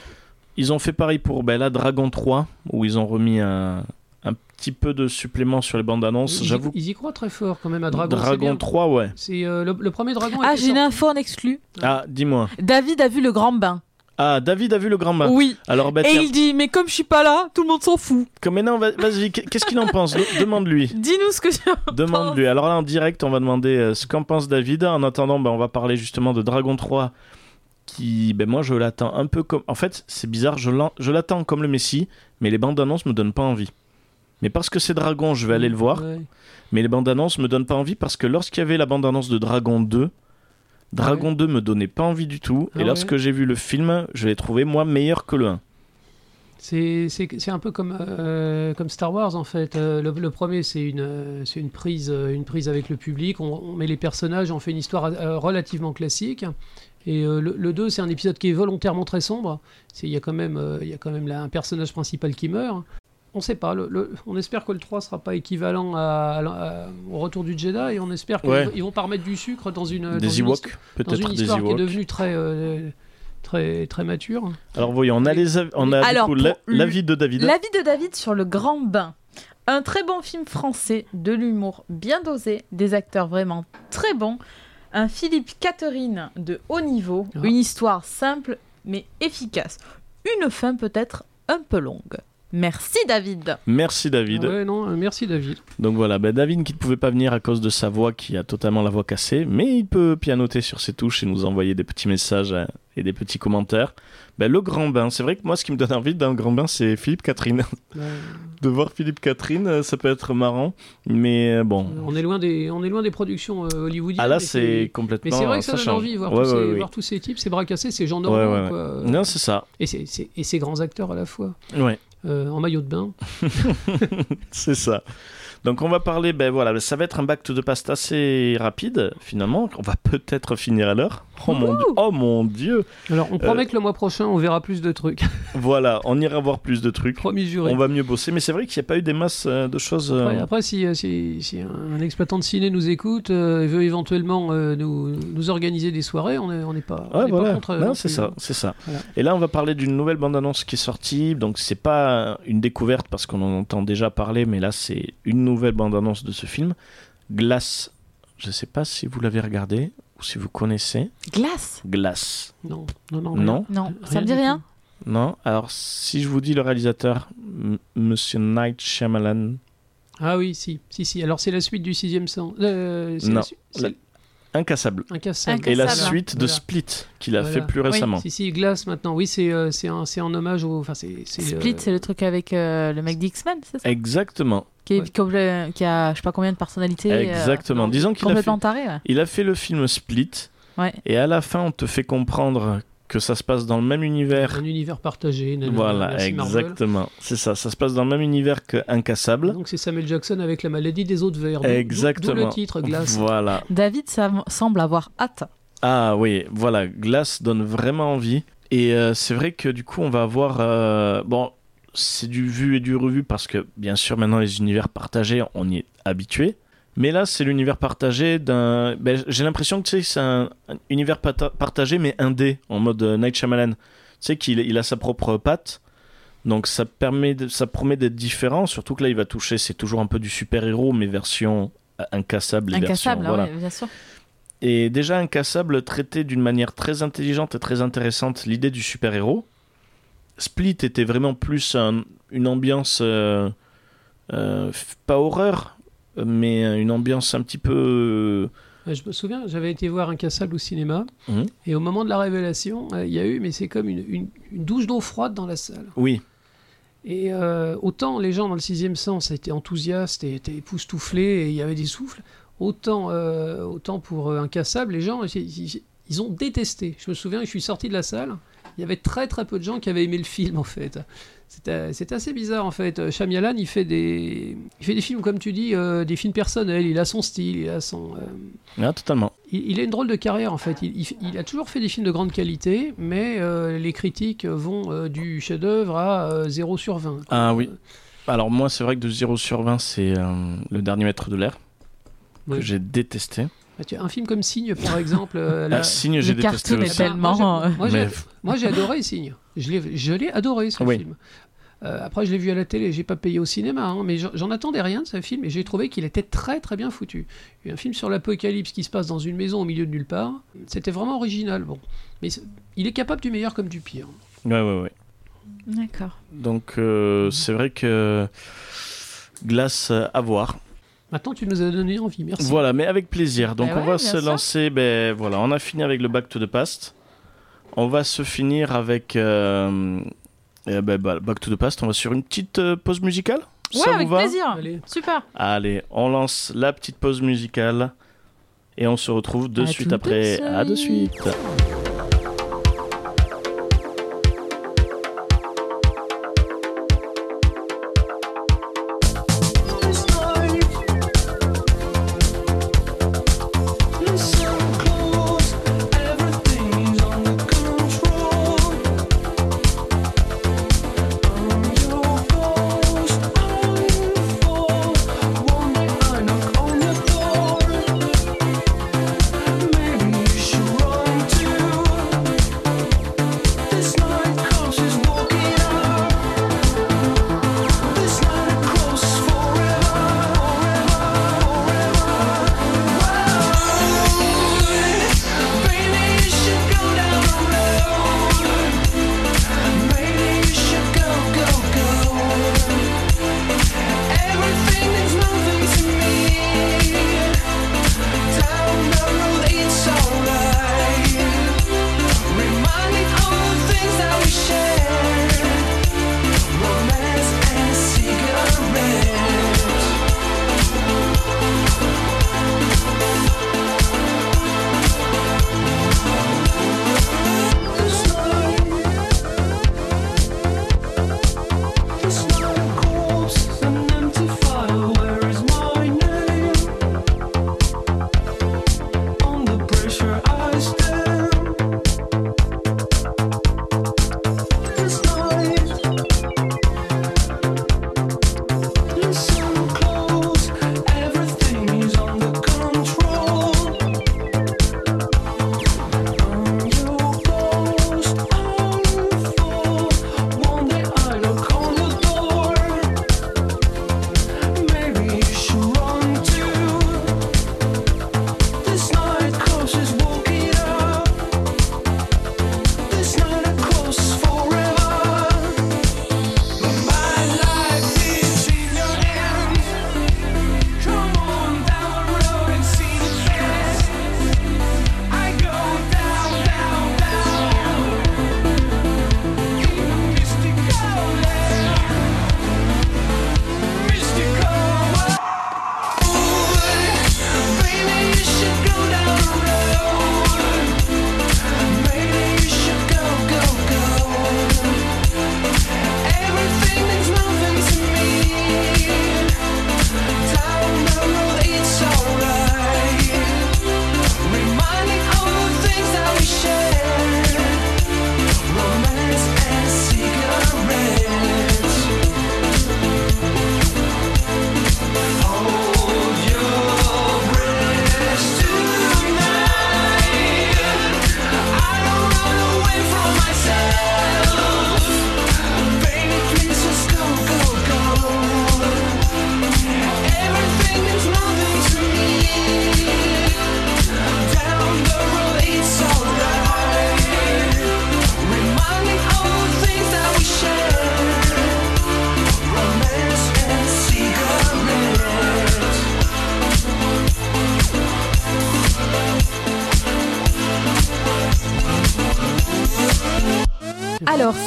Ils ont fait pareil pour ben, là, Dragon 3, où ils ont remis un, un petit peu de supplément sur les bandes annonces.
Ils y-
J'avoue.
Ils y croient très fort quand même à Dragon. c'est bien.
3, ouais.
C'est euh, le, le premier dragon.
Ah,
était
j'ai une
sorti-
info en exclu.
Ah, dis-moi.
David a vu le grand bain.
Ah, David a vu le grand bain.
Oui.
Alors, bah,
Et
tiens,
il dit, mais comme je suis pas là, tout le monde s'en fout.
comme- mais non, va- vas-y, qu- qu'est-ce qu'il en pense De- Demande-lui.
Dis-nous ce que tu
Demande-lui. Alors là, en direct, on va demander euh, ce qu'en pense David. En attendant, bah, on va parler justement de Dragon 3, qui, ben moi, je l'attends un peu comme. En fait, c'est bizarre, je l'en- je l'attends comme le Messi, mais les bandes annonces me donnent pas envie. Mais parce que c'est Dragon, je vais aller le voir.
Ouais.
Mais les bandes annonces me donnent pas envie parce que lorsqu'il y avait la bande annonce de Dragon 2, Dragon 2 me donnait pas envie du tout.
Ah
et
ouais.
lorsque j'ai vu le film, je l'ai trouvé moi meilleur que le 1.
C'est c'est- c'est un peu comme, euh, comme Star Wars en fait. Euh, le, le premier c'est une, euh, c'est une, prise, euh, une prise avec le public, on, on met les personnages, on fait une histoire euh, relativement classique. Et euh, le, le 2 c'est un épisode qui est volontairement très sombre. C'est- Il y a quand même, euh, il y a quand même là, un personnage principal qui meurt. On sait pas, le- le- on espère que le 3 sera pas équivalent à, à- au retour du Jedi et on espère qu'ils
Ouais.
vont- ils vont pas remettre du sucre dans une, dans
des
une histo-
Ewoks,
dans une
peut-être des
histoire qui est
Ewoks.
devenue très, euh, très, très mature.
Alors voyons, on a, les av- on a du
Alors,
coup la-
pour lui-
l'avis de David.
L'avis de David sur le grand bain. Un très bon film français, de l'humour bien dosé, des acteurs vraiment très bons, un Philippe Catherine de haut niveau,
Ah.
une histoire simple mais efficace, une fin peut-être un peu longue. Merci David.
Merci David.
Ah ouais, non, euh, merci David.
Donc voilà, bah, David qui ne pouvait pas venir à cause de sa voix qui a totalement la voix cassée, mais il peut pianoter sur ses touches et nous envoyer des petits messages euh, et des petits commentaires. Bah, le grand bain, c'est vrai que moi ce qui me donne envie d'un grand bain c'est Philippe Catherine.
Euh,
de voir Philippe Catherine, euh, ça peut être marrant, mais euh, bon.
on est loin des, on est loin des productions euh, hollywoodiennes.
Ah là,
mais
c'est
Mais
complètement.
c'est vrai que ça, donne
change.
envie voir,
Ouais,
tous
ouais,
ces,
ouais.
voir tous ces types, ces bras cassés, ces gens
Ouais,
normaux,
ouais, ouais.
quoi. Euh,
Non, c'est ça.
Et, ces- ces- et ces grands acteurs à la fois,
Ouais,
euh, en maillot de bain.
c'est ça. Donc on va parler, ben voilà, ça va être un back to the past assez rapide finalement. On va peut-être finir à l'heure. Oh mon,
Ouh.
dieu, oh mon dieu.
Alors, on promet que le mois prochain, on verra plus de trucs.
Voilà, on ira voir plus de trucs.
Promis juré.
On va mieux bosser, mais c'est vrai qu'il n'y a pas eu des masses euh, de choses. euh,
Après, après, si, euh, si, si un exploitant de ciné nous écoute euh, et veut éventuellement euh, nous, nous organiser des soirées, on n'est on n'est pas, on
Ouais,
n'est pas
voilà.
contre. euh,
Non,
non
c'est
plus.
ça, c'est ça.
Voilà.
Et là, on va parler d'une nouvelle bande-annonce qui est sortie. Donc, c'est pas une découverte parce qu'on en entend déjà parler, mais là, c'est une nouvelle bande-annonce de ce film. Glace. Je sais pas si vous l'avez regardé ou si vous connaissez.
Glace
Glace.
Non, non, non.
Non
Non, ça
Rien
me dit
du
rien.
tout.
Non Alors, si je vous dis le réalisateur, M- Monsieur Night Shyamalan.
Ah oui, si, si, si. Alors, c'est la suite du sixième sens. Euh, c'est
Non.
la su-
La-
c'est
Incassable.
incassable.
Incassable.
Et la
Voilà.
suite de
Voilà.
Split qu'il a
Voilà.
fait plus récemment.
Si, si, Glace maintenant, oui, c'est euh, c'est un, c'est en hommage au. Enfin, c'est. c'est, euh,
Split, c'est le truc avec euh, le mec d'X-Men, c'est ça
Exactement.
qui, est
ouais.
complet- qui a je sais pas combien de personnalités. euh,
Exactement. Disons qu'il a fait
complètement taré, ouais.
Il a fait le film Split.
Ouais.
Et à la fin, on te fait comprendre que ça se passe dans le même univers.
Un univers partagé. nanana,
voilà,
merci Marvel.
exactement. C'est ça, ça se passe dans le même univers que Incassable.
Donc c'est Samuel Jackson avec la maladie des autres verts. D'où- d'où- D'où
Exactement.
le titre, Glace.
Voilà.
David sam- semble avoir hâte.
Ah oui, voilà, Glace donne vraiment envie. Et euh, c'est vrai que du coup, on va avoir. euh, bon, c'est du vu et du revu parce que, bien sûr, maintenant, les univers partagés, on y est habitué. Mais là, c'est l'univers partagé d'un. ben, J'ai l'impression que tu sais, c'est un, un univers pata- partagé, mais indé, en mode euh, Night Shyamalan. Tu sais qu'il il a sa propre patte. Donc ça, permet de- ça promet d'être différent, surtout que là il va toucher, c'est toujours un peu du super-héros, mais version euh, incassable. et version-
Incassable, hein,
voilà.
ouais, bien sûr.
Et déjà incassable traité d'une manière très intelligente et très intéressante l'idée du super-héros. Split était vraiment plus un- une ambiance, euh, euh, f- pas horreur, mais une ambiance un petit peu...
Ouais, Euh, Je me souviens, j'avais été voir Incassable au cinéma.
Mhm.
Et au moment de la révélation, euh, il y a eu, mais c'est comme une, une- une douche d'eau froide dans la salle.
Oui,
Et euh, autant les gens dans le sixième sens étaient enthousiastes et étaient époustouflés et il y avait des souffles, autant, euh, autant pour euh, Incassable, les gens, ils, ils- ils ont détesté. Je me souviens, je suis sorti de la salle, il y avait très très peu de gens qui avaient aimé le film en fait. C'est euh, c'est assez bizarre en fait. Euh, Shyamalan, il fait des, il fait des films, comme tu dis, euh, des films personnels, il a son style, il a son... euh,
Ah, totalement.
il, il a une drôle de carrière en fait. Il, il- il a toujours fait des films de grande qualité, mais euh, les critiques vont euh, du chef-d'œuvre à euh, 0 sur 20.
Ah oui. Alors moi c'est vrai que de 0 sur 20 c'est euh, le dernier maître de l'air
Oui.
que j'ai détesté.
Bah, tu as un film comme Signe, par exemple. euh,
Ah,
là-
signe j'ai
le
détesté
cartoon est
aussi.
Ah bah, moi,
tellement,
j'ai-
euh,
Moi, j'ai-
Mais-
moi, j'ai adoré Signe. Je l'ai, je l'ai adoré ce
Oui.
film. Euh, après, je l'ai vu à la télé, j'ai pas payé au cinéma, hein, mais j'en- j'en attendais rien de ce film et j'ai trouvé qu'il était très très bien foutu. Et un film sur l'apocalypse qui se passe dans une maison au milieu de nulle part, c'était vraiment original. Bon, mais c'est- il est capable du meilleur comme du pire.
Ouais, ouais, ouais.
D'accord.
Donc euh, c'est vrai que glace euh, à voir.
Maintenant, tu nous as donné envie, merci.
Voilà, mais avec plaisir. Donc
Ben
on
ouais, bien
va se
sûr.
lancer. Ben voilà, on a fini avec le Back to the Past. On va se finir avec euh, eh ben, bah, Back to the Past. On va sur une petite euh, pause musicale.
Ouais,
Ça
avec
vous va
plaisir.
Allez.
Super.
Allez, on lance la petite pause musicale et on se retrouve de
À
suite
tout de
après. À de
suite.
suite.
Maybe you should run too.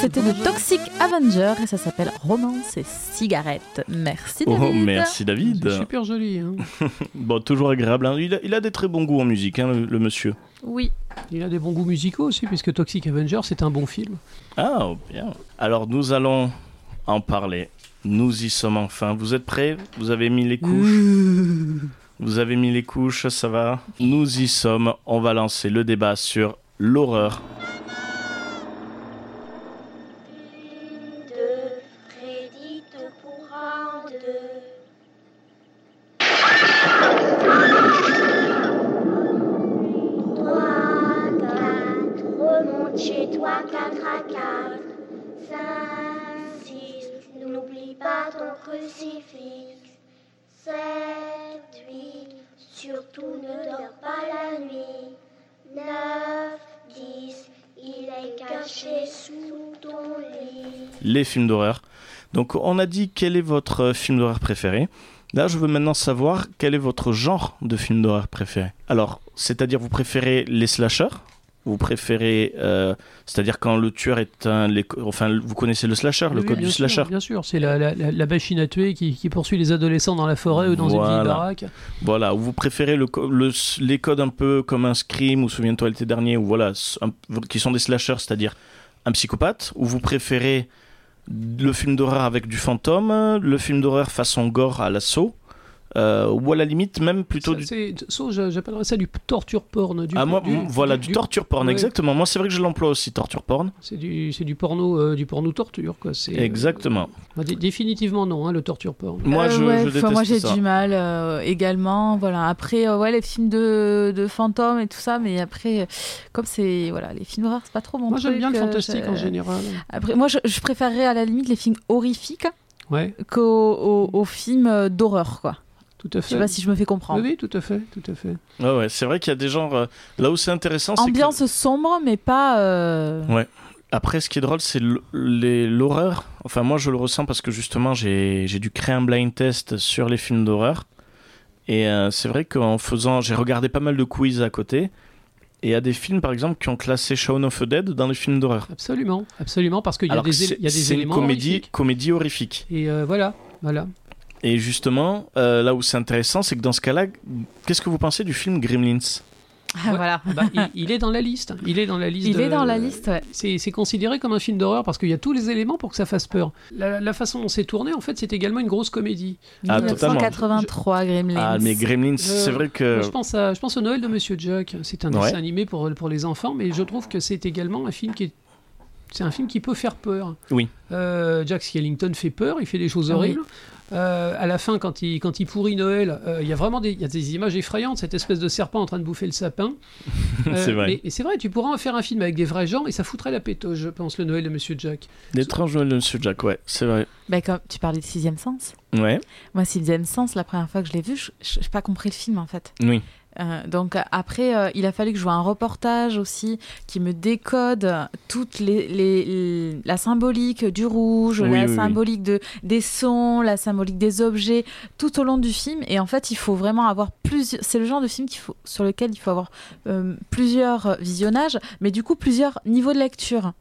c'était de Toxic Avenger et ça s'appelle Romance et cigarette. Merci David.
Oh, merci David.
C'est super joli. hein.
Bon, toujours agréable. hein. Il, a, il a des très bons goûts en musique, hein, le, le monsieur.
Oui,
Il a des bons goûts musicaux aussi, puisque Toxic Avenger, c'est un bon film.
Ah, oh, bien. Alors, nous allons en parler. Nous y sommes enfin. Vous êtes prêts Vous avez mis les couches Vous avez mis les couches, ça va Nous y sommes. On va lancer le débat sur l'horreur.
deux, Freddy te courant en deux. Trois, quatre, remonte chez toi, quatre à quatre. Cinq, six, n'oublie pas ton crucifix. Sept, huit, surtout ne dors pas la nuit. Neuf, dix, il est caché sous ton lit.
les films d'horreur. Donc on a dit quel est votre euh, film d'horreur préféré. Là, je veux maintenant savoir quel est votre genre de film d'horreur préféré. Alors, c'est-à-dire vous préférez les slashers Vous préférez, euh, c'est-à-dire quand le tueur est un, les- enfin vous connaissez le slasher, le
Oui,
code
bien
du
sûr,
slasher.
Bien sûr, c'est la, la, la- la machine à tuer qui, qui poursuit les adolescents dans la forêt ou dans une
Voilà.
vieille baraque.
Voilà, ou vous préférez le, co- le- les codes un peu comme un scream ou souviens-toi l'été dernier ou voilà, s- un- qui sont des slashers, c'est-à-dire un psychopathe, ou vous préférez le film d'horreur avec du fantôme, le film d'horreur façon gore à l'assaut, euh, ou à la limite même plutôt
Ça,
du
c'est- so, je- j'appellerais ça du torture porn. Du,
ah, moi,
du-
voilà, du, torture porn,
ouais.
exactement. Moi, c'est vrai que je l'emploie aussi, torture porn.
C'est du, c'est du porno, euh, du porno torture quoi. C'est, euh,
exactement.
bah, dé- définitivement non, hein, le torture porn.
Moi,
Euh,
je,
ouais,
je
enfin,
déteste
moi j'ai
ça.
du mal euh, également. Voilà. Après, euh, ouais, les films de, de fantômes et tout ça, mais après, euh, comme c'est voilà, les films d'horreur, c'est pas trop mon
Moi j'aime
truc,
bien le
euh,
fantastique
je-
en général.
Après, moi, je, je préférerais à la limite les films horrifiques
Ouais,
qu'aux aux- aux films euh, d'horreur, quoi.
tout à
Je
fait.
sais pas si je me fais comprendre.
Oui, oui, tout à fait, tout à fait.
Ouais, ouais, c'est vrai qu'il y a des genres. euh, là où c'est intéressant, c'est. que-
Ambiance sombre, mais pas. euh,
Après, ce qui est drôle, c'est l- les- l'horreur. Enfin, moi, je le ressens parce que justement, j'ai j'ai dû créer un blind test sur les films d'horreur. Et euh, c'est vrai qu'en faisant. J'ai regardé pas mal de quiz à côté. Et il y a des films, par exemple, qui ont classé Shaun of the Dead dans les films d'horreur.
Absolument, absolument, parce qu'il y a
Alors que
des, éle-
c'est
il y a des
c'est une
éléments.
comédie,
horrifiques.
comédie horrifique.
Et euh, voilà, voilà.
Et justement, euh, là où c'est intéressant, c'est que dans ce cas-là, qu'est-ce que vous pensez du film Gremlins
Ah, Voilà.
Bah, il, il est dans la liste. Il est dans la liste.
Il
de-
est dans la liste, ouais.
C'est c'est considéré comme un film d'horreur parce qu'il y a tous les éléments pour que ça fasse peur. La, la façon dont c'est tourné, en fait, c'est également une grosse comédie.
Ah, totalement.
1983, Gremlins.
Ah, mais Gremlins, c'est vrai que.
Euh, Moi, je, pense à, je pense au Noël de Monsieur Jack. C'est un
Euh, Ouais.
dessin animé pour, pour les enfants, mais je trouve que c'est également un film qui est. C'est un film qui peut faire peur.
Oui.
Euh, Jack Skellington fait peur, il fait des choses
Ah oui.
horribles. Euh, à la fin, quand il, quand il pourrit Noël, euh, il y a vraiment des, il y a des images effrayantes, cette espèce de serpent en train de bouffer le sapin. Euh,
C'est vrai.
Mais, mais c'est vrai, tu pourras en faire un film avec des vrais gens et ça foutrait la pétoche, je pense, le Noël de Monsieur Jack.
L'étrange Noël de Monsieur Jack, ouais, c'est vrai.
Bah, comme tu parlais de Sixième Sens.
Ouais,
Moi, Sixième Sens, la première fois que je l'ai vu, je je- j'ai pas compris le film en fait.
oui.
Euh, donc euh, après, euh, il a fallu que je vois un reportage aussi qui me décode euh, toute les, les- les- la symbolique du rouge,
Oui,
la
oui, oui.
symbolique de, des sons, la symbolique des objets, tout au long du film. Et en fait, il faut vraiment avoir plusieurs... C'est le genre de film qu'il faut, sur lequel il faut avoir euh, plusieurs euh, visionnages, mais du coup plusieurs niveaux de lecture.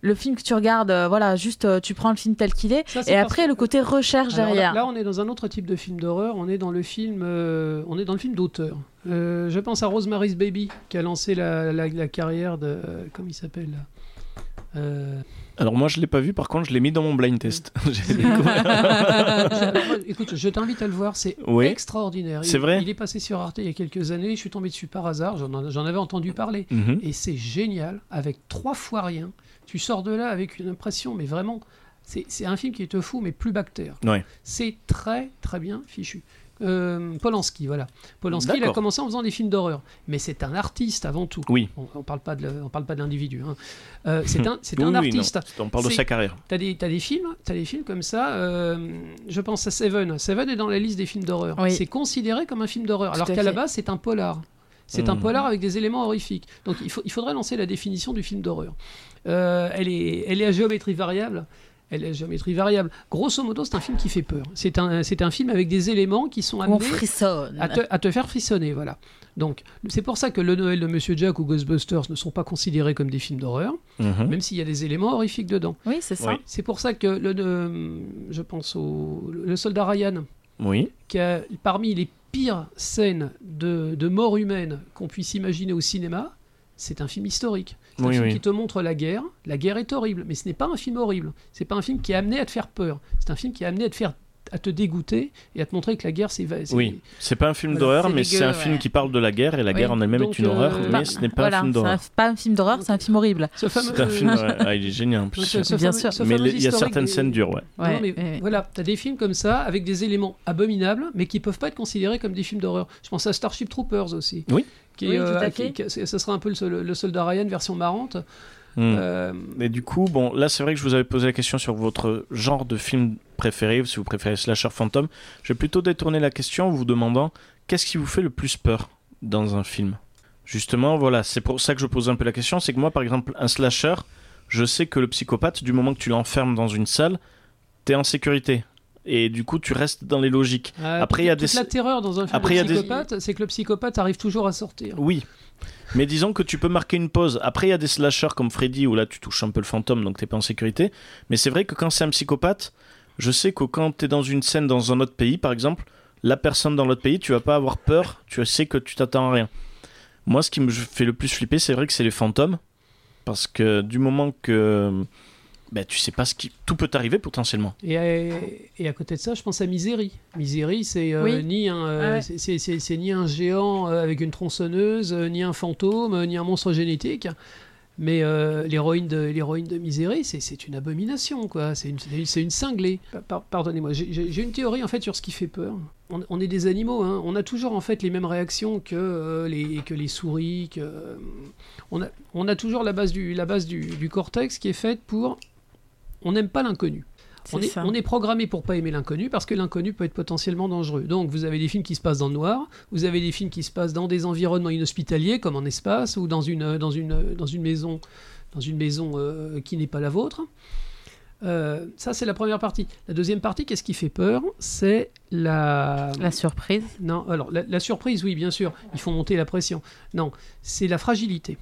Le film que tu regardes, euh, voilà, juste euh, tu prends le film tel qu'il est,
Ça, c'est
et
parce
après
que-
le côté recherche
Alors
derrière.
Là, là, on est dans un autre type de film d'horreur. On est dans le film, euh, on est dans le film d'auteur. Euh, je pense à Rosemary's Baby qui a lancé la, la- la carrière de, euh, comment il s'appelle là Euh,
Alors moi, je l'ai pas vu, par contre, je l'ai mis dans mon blind test. J'ai-
je- Écoute, je t'invite à le voir. C'est
Oui.
extraordinaire. Il-
C'est vrai
Il est passé sur Arte il y a quelques années. Je suis tombé dessus par hasard. J'en en- j'en avais entendu parler.
Mhm.
Et c'est génial, avec trois fois rien, tu sors de là avec une impression, mais vraiment, c'est c'est un film qui te fout, mais plus bactère.
Ouais.
C'est très, très bien fichu. Euh, Polanski, voilà. Polanski, il a
D'accord.
commencé en faisant des films d'horreur, mais c'est un artiste avant tout.
Oui. Hmm.
On on parle pas de, la- on parle pas de l'individu. hein. Euh, c'est un, c'est
Oui,
un
oui,
artiste.
non. On parle de
C'est-
sa carrière.
T'as des, t'as des films, t'as des films comme ça. euh, je pense à Seven. Seven est dans la liste des films d'horreur.
Oui.
C'est considéré comme un film d'horreur,
Tout
alors
à
qu'à la
fait.
base c'est un polar. C'est un
Mhm.
polar avec des éléments horrifiques. Donc il, faut- il faudrait lancer la définition du film d'horreur. Euh, elle est, elle est à géométrie variable. elle est à géométrie variable. Grosso modo, c'est un film qui fait peur. C'est un, c'est un film avec des éléments qui sont
On
amenés
frissonne.
à te, à te faire frissonner, voilà. Donc, c'est pour ça que Le Noël de Monsieur Jack ou Ghostbusters ne sont pas considérés comme des films d'horreur,
Mhm.
même s'il y a des éléments horrifiques dedans.
Oui, c'est ça.
Oui.
C'est pour ça que, le, le- je pense au le soldat Ryan,
Oui.
qui a parmi les pires scènes de, de mort humaine qu'on puisse imaginer au cinéma, c'est un film historique. C'est un
Oui,
film
oui.
qui te montre la guerre. La guerre est horrible, mais ce n'est pas un film horrible. C'est pas un film qui est amené à te faire peur. C'est un film qui est amené à te faire à te dégoûter et à te montrer que la guerre c'est va- c'est-
Oui, c'est pas un film
Voilà,
d'horreur,
c'est
mais
dégueu,
c'est un
ouais.
film qui parle de la guerre et la
Oui,
guerre en elle-même
donc,
est une
euh,
horreur,
c'est
mais
pas-
ce n'est pas
bah, Voilà,
un film
c'est
d'horreur.
pas un film d'horreur, c'est un film horrible.
Ce fameux
C'est un film, ouais. Ah, il est génial en
Ouais,
plus.
ce- ce
Bien
fameux-
sûr.
ce
Mais
fameux
il y a
historique
certaines
des-
scènes dures, ouais.
Non,
Ouais,
mais
ouais.
voilà, t'as des films comme ça avec des éléments abominables, mais qui peuvent pas être considérés comme des films d'horreur. Je pense à Starship Troopers aussi.
Oui.
Qui
Oui,
est,
tout à
euh, qui-
fait.
qui- c'est- ce sera un peu le, le- le soldat Ryan version marrante.
Hmm.
Euh,
Mais du coup, bon, là, c'est vrai que je vous avais posé la question sur votre genre de film préféré, si vous préférez slasher fantôme. Je vais plutôt détourner la question en vous demandant qu'est-ce qui vous fait le plus peur dans un film Justement, voilà, c'est pour ça que je pose un peu la question. C'est que moi, par exemple, un slasher, je sais que le psychopathe, du moment que tu l'enfermes dans une salle, t'es en sécurité. Et du coup, tu restes dans les logiques.
euh,
Après, il y a
toute
des-
la terreur dans un film
Après, il y
de
a des-
psychopathe, c'est que le psychopathe arrive toujours à sortir.
Oui. Mais disons que tu peux marquer une pause. Après, il y a des slashers comme Freddy où là tu touches un peu le fantôme donc t'es pas en sécurité. Mais c'est vrai que quand c'est un psychopathe, je sais que quand t'es dans une scène dans un autre pays par exemple, la personne dans l'autre pays, tu vas pas avoir peur, tu sais que tu t'attends à rien. Moi, ce qui me fait le plus flipper, c'est vrai que c'est les fantômes. Parce que du moment que. Bah, tu sais pas ce qui. Tout peut t'arriver potentiellement.
Et, à- et à côté de ça, je pense à Misery. Misery, c'est euh,
Oui.
ni un, euh,
Ah ouais.
c'est- c'est- c'est- c'est ni un géant euh, avec une tronçonneuse, euh, ni un fantôme, euh, ni un monstre génétique. Mais euh, l'héroïne de l'héroïne de Misery, c'est- c'est une abomination, quoi. C'est une, c'est une- c'est une cinglée. Pa- par- Pardonnez-moi, j'ai- j'ai j'ai une théorie en fait sur ce qui fait peur. On, on est des animaux, hein. on a toujours en fait les mêmes réactions que euh, les que les souris. Que, euh, on a on a toujours la base du la base du, du cortex qui est faite pour on n'aime pas l'inconnu.
C'est
On est,
ça.
on est programmé pour pas aimer l'inconnu parce que l'inconnu peut être potentiellement dangereux. Donc vous avez des films qui se passent dans le noir, vous avez des films qui se passent dans des environnements inhospitaliers comme en espace ou dans une euh, dans une euh, dans une maison dans une maison euh, qui n'est pas la vôtre. Euh, ça c'est la première partie. La deuxième partie, qu'est-ce qui fait peur C'est la
La surprise.
non, alors la, la surprise, oui, bien sûr, il faut monter la pression. Non, c'est la fragilité.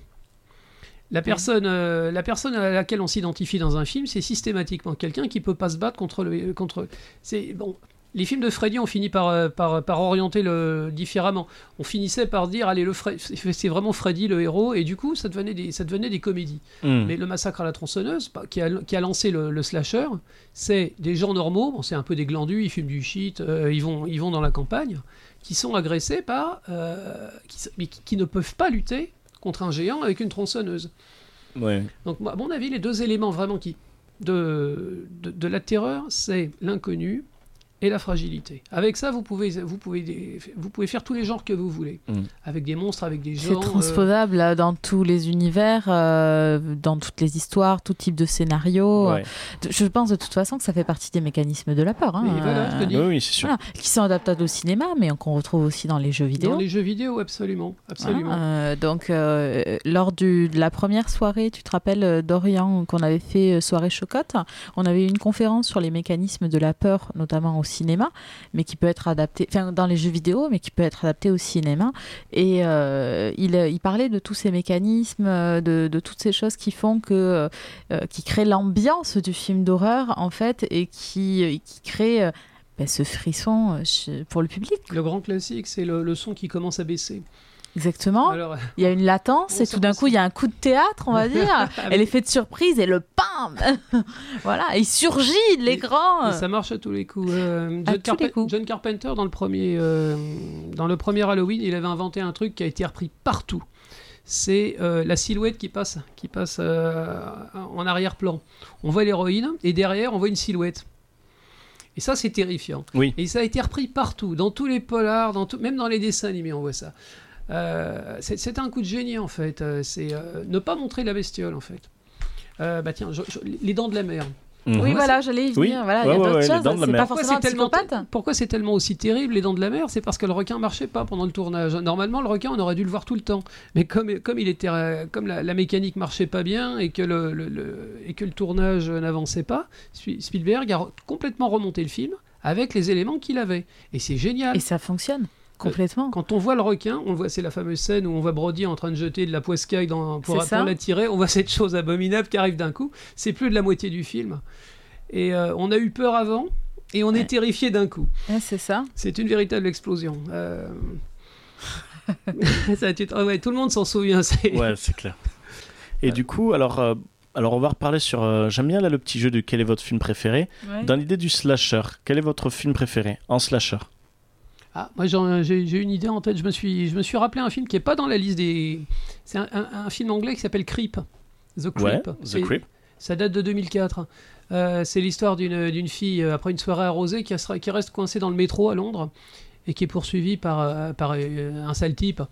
La personne, euh, la personne à laquelle on s'identifie dans un film, c'est systématiquement quelqu'un qui peut pas se battre contre le, contre. C'est bon. Les films de Freddy ont fini par, euh, par, par orienter le différemment. On finissait par dire allez le Fre- c'est vraiment Freddy le héros et du coup ça devenait des, ça devenait des comédies.
Hmm.
Mais le massacre à la tronçonneuse, bah, qui, a, qui a lancé le, le slasher, c'est des gens normaux, bon, c'est un peu des glandus, ils fument du shit, euh, ils, vont, ils vont dans la campagne, qui sont agressés par. euh, qui, s- mais qui, qui ne peuvent pas lutter contre un géant avec une tronçonneuse.
Ouais.
Donc, moi, à mon avis, les deux éléments vraiment qui. de, de, de la terreur, c'est l'inconnu et la fragilité. Avec ça, vous pouvez, vous pouvez, vous pouvez faire tous les genres que vous voulez.
Mm.
Avec des monstres, avec des gens.
C'est transposable euh, dans tous les univers, euh, dans toutes les histoires, tout type de scénario.
Ouais.
Je pense de toute façon que ça fait partie des mécanismes de la peur, hein,
Et voilà, je te
euh,
dis.
Oui, oui, c'est sûr.
voilà, qui sont adaptables au cinéma, mais qu'on retrouve aussi dans les jeux vidéo.
Dans les jeux vidéo, absolument. absolument.
Voilà, euh, donc, euh, lors du- de la première soirée, tu te rappelles, euh, Dorian, qu'on avait fait euh, soirée chocotte, on avait eu une conférence sur les mécanismes de la peur, notamment au cinéma, mais qui peut être adapté, enfin, dans les jeux vidéo, mais qui peut être adapté au cinéma. Et euh, il, euh, il parlait de tous ces mécanismes, euh, de, de toutes ces choses qui font que, euh, qui créent l'ambiance du film d'horreur, en fait, et qui, et qui créent euh, ben, ce frisson euh, chez- pour le public.
Le grand classique, c'est le, le son qui commence à baisser.
Exactement.
Alors,
Il y a une latence
On
et tout d'un
s'en-
coup il y a un coup de théâtre, Hein on va
Ah
dire. et l'effet de surprise et le pam Voilà, il surgit de l'écran.
ça marche à tous les coups. Euh,
À
John,
tous les coups.
John Carpenter, dans le, premier, euh, dans le premier Halloween, il avait inventé un truc qui a été repris partout. C'est euh, la silhouette qui passe, qui passe euh, en arrière-plan. On voit l'héroïne et derrière, on voit une silhouette. Et ça, c'est terrifiant.
Oui.
Et ça a été repris partout, dans tous les polars, dans tout- même dans les dessins animés, on voit ça. Euh, c'est c'est un coup de génie en fait. Euh, c'est euh, ne pas montrer la bestiole en fait. Euh, bah tiens, je- je- les dents de la mer.
Oui,
Mhm.
voilà, j'allais y
Oui.
venir. Voilà, il
Ouais,
y a
ouais,
d'autres
ouais, les
choses.
dents de la
C'est
mer.
pas
Pourquoi
forcément un
c'est tellement-
psychopathe.
Pourquoi c'est tellement aussi terrible les dents de la mer C'est parce que le requin marchait pas pendant le tournage. Normalement, le requin, on aurait dû le voir tout le temps. Mais comme, comme, il était, euh, comme la, la mécanique marchait pas bien et que le, le- le- et que le tournage n'avançait pas, Spi- Spielberg a re- complètement remonté le film avec les éléments qu'il avait. Et c'est génial.
Et ça fonctionne
Euh,
complètement.
Quand on voit le requin, on le voit, c'est la fameuse scène où on voit Brody en train de jeter de la poiscaille dans, pour,
C'est ça.
pour l'attirer. On voit cette chose abominable qui arrive d'un coup. C'est plus de la moitié du film. Et euh, on a eu peur avant et on
Ouais.
est terrifié d'un coup.
Ouais, c'est ça.
C'est une véritable explosion. Euh, ça, tu te- ah ouais, tout le monde s'en souvient. c'est-
Ouais, c'est clair. Et du coup, alors, euh, alors on va reparler sur. euh, J'aime bien là le petit jeu de quel est votre film préféré.
Ouais.
Dans l'idée du slasher, quel est votre film préféré en slasher
Ah, moi, j'en- j'ai j'ai une idée en tête. Je me suis, je me suis rappelé un film qui est pas dans la liste des. C'est un, un- un film anglais qui s'appelle Creep. The Creep.
Ouais,
C'est-
The Creep.
Ça date de 2004. Euh, c'est l'histoire d'une d'une fille, euh, après une soirée arrosée, qui, sera- qui reste coincée dans le métro à Londres et qui est poursuivie par, euh, par euh, un sale type.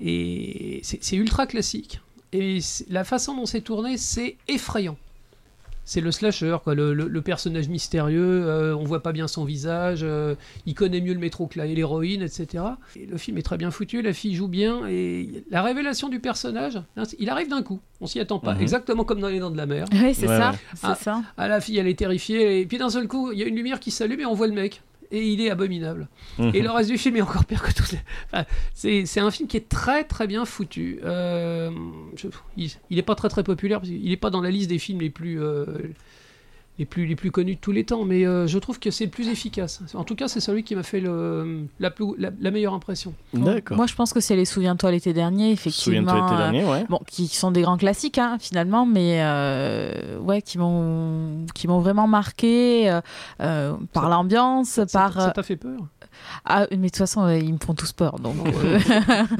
Et c'est c'est ultra classique. Et c'est- la façon dont c'est tourné, c'est effrayant. C'est le slasher, quoi, le, le- le personnage mystérieux, euh, on voit pas bien son visage, euh, il connaît mieux le métro que la- l'héroïne, etc. Et le film est très bien foutu, la fille joue bien, et la révélation du personnage, hein, il arrive d'un coup, on s'y attend pas,
Mhm.
exactement comme dans Les Dents de la Mer.
Ouais, c'est
Ouais,
ça.
ouais.
C'est
Ah.
ça.
Ah, la fille, elle est terrifiée. Et puis d'un seul coup, il y a une lumière qui s'allume et on voit le mec. Et il est abominable.
Mhm.
Et le reste du film est encore pire que tout. ça. Ah, C'est c'est un film qui est très très bien foutu. Euh, je- il, il est pas très très populaire parce qu'il est pas dans la liste des films les plus euh, les plus les plus connus de tous les temps. Mais euh, je trouve que c'est le plus efficace. En tout cas, c'est celui qui m'a fait le, la, plus, la, la meilleure impression.
D'accord.
Moi, je pense que c'est les Souviens-toi l'été dernier, effectivement.
Souviens-toi l'été
euh,
dernier, ouais.
Bon, qui sont des grands classiques hein, finalement, mais euh, ouais, qui m'ont qui m'ont vraiment marqué euh, euh, par
Ça-
l'ambiance,
Ça
par euh,
t'a- ça t'a fait peur
ah, mais de toute façon euh, ils me font tous peur donc euh,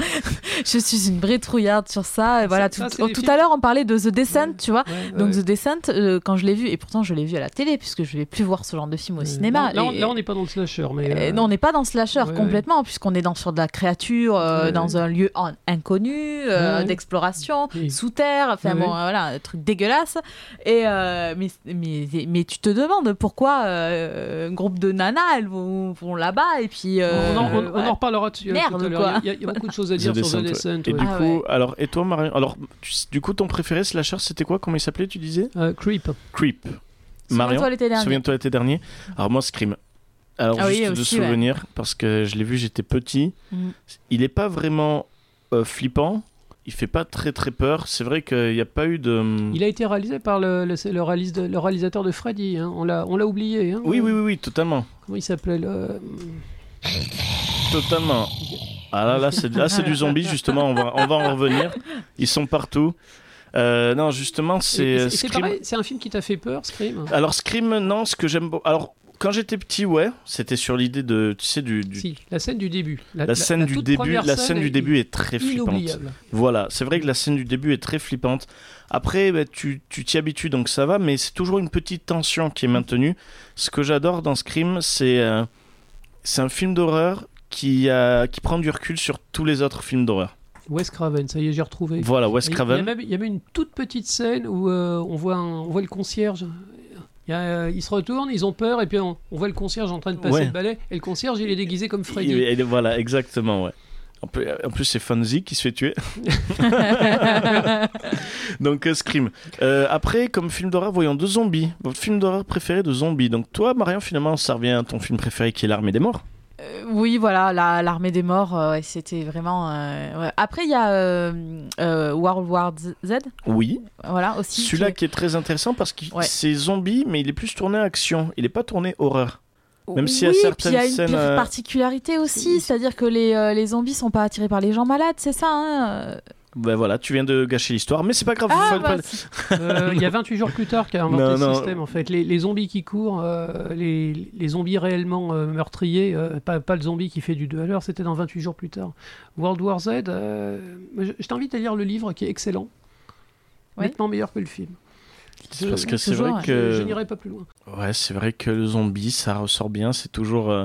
je suis une vraie trouillarde sur ça et voilà tout,
ça, c'est des
tout
films-
à l'heure on parlait de The Descent
Ouais.
tu vois
Ouais,
donc
ouais.
The Descent euh, quand je l'ai vu et pourtant je l'ai vu à la télé puisque je vais plus voir ce genre de film au cinéma
Euh, Là, là, on-
et-
là, on n'est pas dans le slasher, mais
euh,
euh,
non, on n'est pas dans slasher
ouais,
complètement, puisqu'on est dans, sur de la créature, euh,
Ouais.
dans un lieu en- inconnu, euh,
Ouais.
d'exploration,
Oui.
sous terre, enfin
Ouais.
bon, euh, voilà, un truc dégueulasse. Et, euh, mais, mais, mais tu te demandes pourquoi euh, un groupe de nanas, elles vont, vont là-bas, et puis. euh,
on, en, on- on
voilà.
en reparlera dessus. euh,
Merde,
tout à l'heure.
quoi.
Il y a, il y a beaucoup de choses à dire
The
sur The
Descent,
Descent.
Et
ouais.
du
Ah
coup, alors, et toi, Marion Alors, tu- du coup, ton préféré slasher, c'était quoi Comment il s'appelait Tu disais
Euh, creep.
Creep.
Souviens-toi
Marion,
l'été dernier.
souviens-toi l'été dernier. Alors moi, Scream. Alors
Ah oui,
juste de
aussi, ouais.
souvenir parce que je l'ai vu, j'étais petit.
Mm.
Il est pas vraiment euh, flippant. Il fait pas très très peur. C'est vrai qu'il n'y a pas eu de.
Il a été réalisé par le, le- c'est le réalis- le réalisateur de Freddy. hein. On l'a on l'a oublié. hein.
Oui, oui, oui, oui, totalement,
Comment il euh, s'appelait le...
totalement. Ah là là, c'est là, c'est du zombie justement. On va on va en revenir. Ils sont partout. Euh, non, justement, c'est euh,
Et- et C'est
Scream. Ah,
pareil, c'est un film qui t'a fait peur, Scream.
Alors Scream, non, ce que j'aime. beau- Alors quand j'étais petit, ouais, c'était sur l'idée de, tu sais, du, du-
Si, la scène du début.
la, scène du
toute
début.
première
La scène
est
du début est très flippante.
Inoubliable.
Voilà, c'est vrai que la scène du début est très flippante. Après, bah, tu tu t'y habitues, donc ça va, mais c'est toujours une petite tension qui est maintenue. Ce que j'adore dans Scream, c'est euh, c'est un film d'horreur qui, a- qui prend du recul sur tous les autres films d'horreur.
Wes Craven, ça y est, j'ai retrouvé.
Voilà, Wes
Il- Il y, a
Craven.
même, il y a même une toute petite scène où euh, on, voit un- on voit le concierge. Il, y a, euh, ils se retournent, ils ont peur, et puis on, on voit le concierge en train de passer
Ouais.
le balai. Et le concierge, il est déguisé comme Freddy.
Il- il- voilà, exactement, ouais. En plus, en plus, c'est Fonzie qui se fait tuer. donc, euh, Scream. Euh, après, comme film d'horreur, voyons deux zombies. Votre film d'horreur préféré de zombies. Donc, toi, Marion, finalement, ça revient à ton film préféré qui est L'Armée des Morts.
Euh, oui, voilà, la- l'armée des morts, euh, ouais, c'était vraiment. euh, ouais. Après, il y a euh, euh, World War Z,
Oui.
voilà aussi. qui-
Celui-là qui est très intéressant parce que
Ouais.
c'est zombie, mais il est plus tourné action. Il n'est pas tourné horreur. Même s'il y a
Oui,
certaines
puis il y a une
scènes,
pire
euh,
particularité aussi, c'est-à-dire que les, euh, les zombies sont pas attirés par les gens malades, c'est ça hein
Ben voilà, tu viens de gâcher l'histoire, mais c'est pas grave.
Ah,
faut-
bah,
faut-
c'est-
Euh, Il y a 28 jours plus tard qu'a inventé
Non,
ce
non.
système en fait. Les, les zombies qui courent, euh, les, les zombies réellement euh, meurtriers, euh, pas, pas le zombie qui fait du 2 à l'heure, c'était dans 28 jours plus tard. World War Z, euh, je, je t'invite à lire le livre qui est excellent.
Oui.
Nettement meilleur que le film.
c'est parce
je-
que c'est
toujours,
vrai
ouais.
Je, je
que
n'irai pas plus loin.
ouais, c'est vrai que le zombie, ça ressort bien. C'est toujours euh,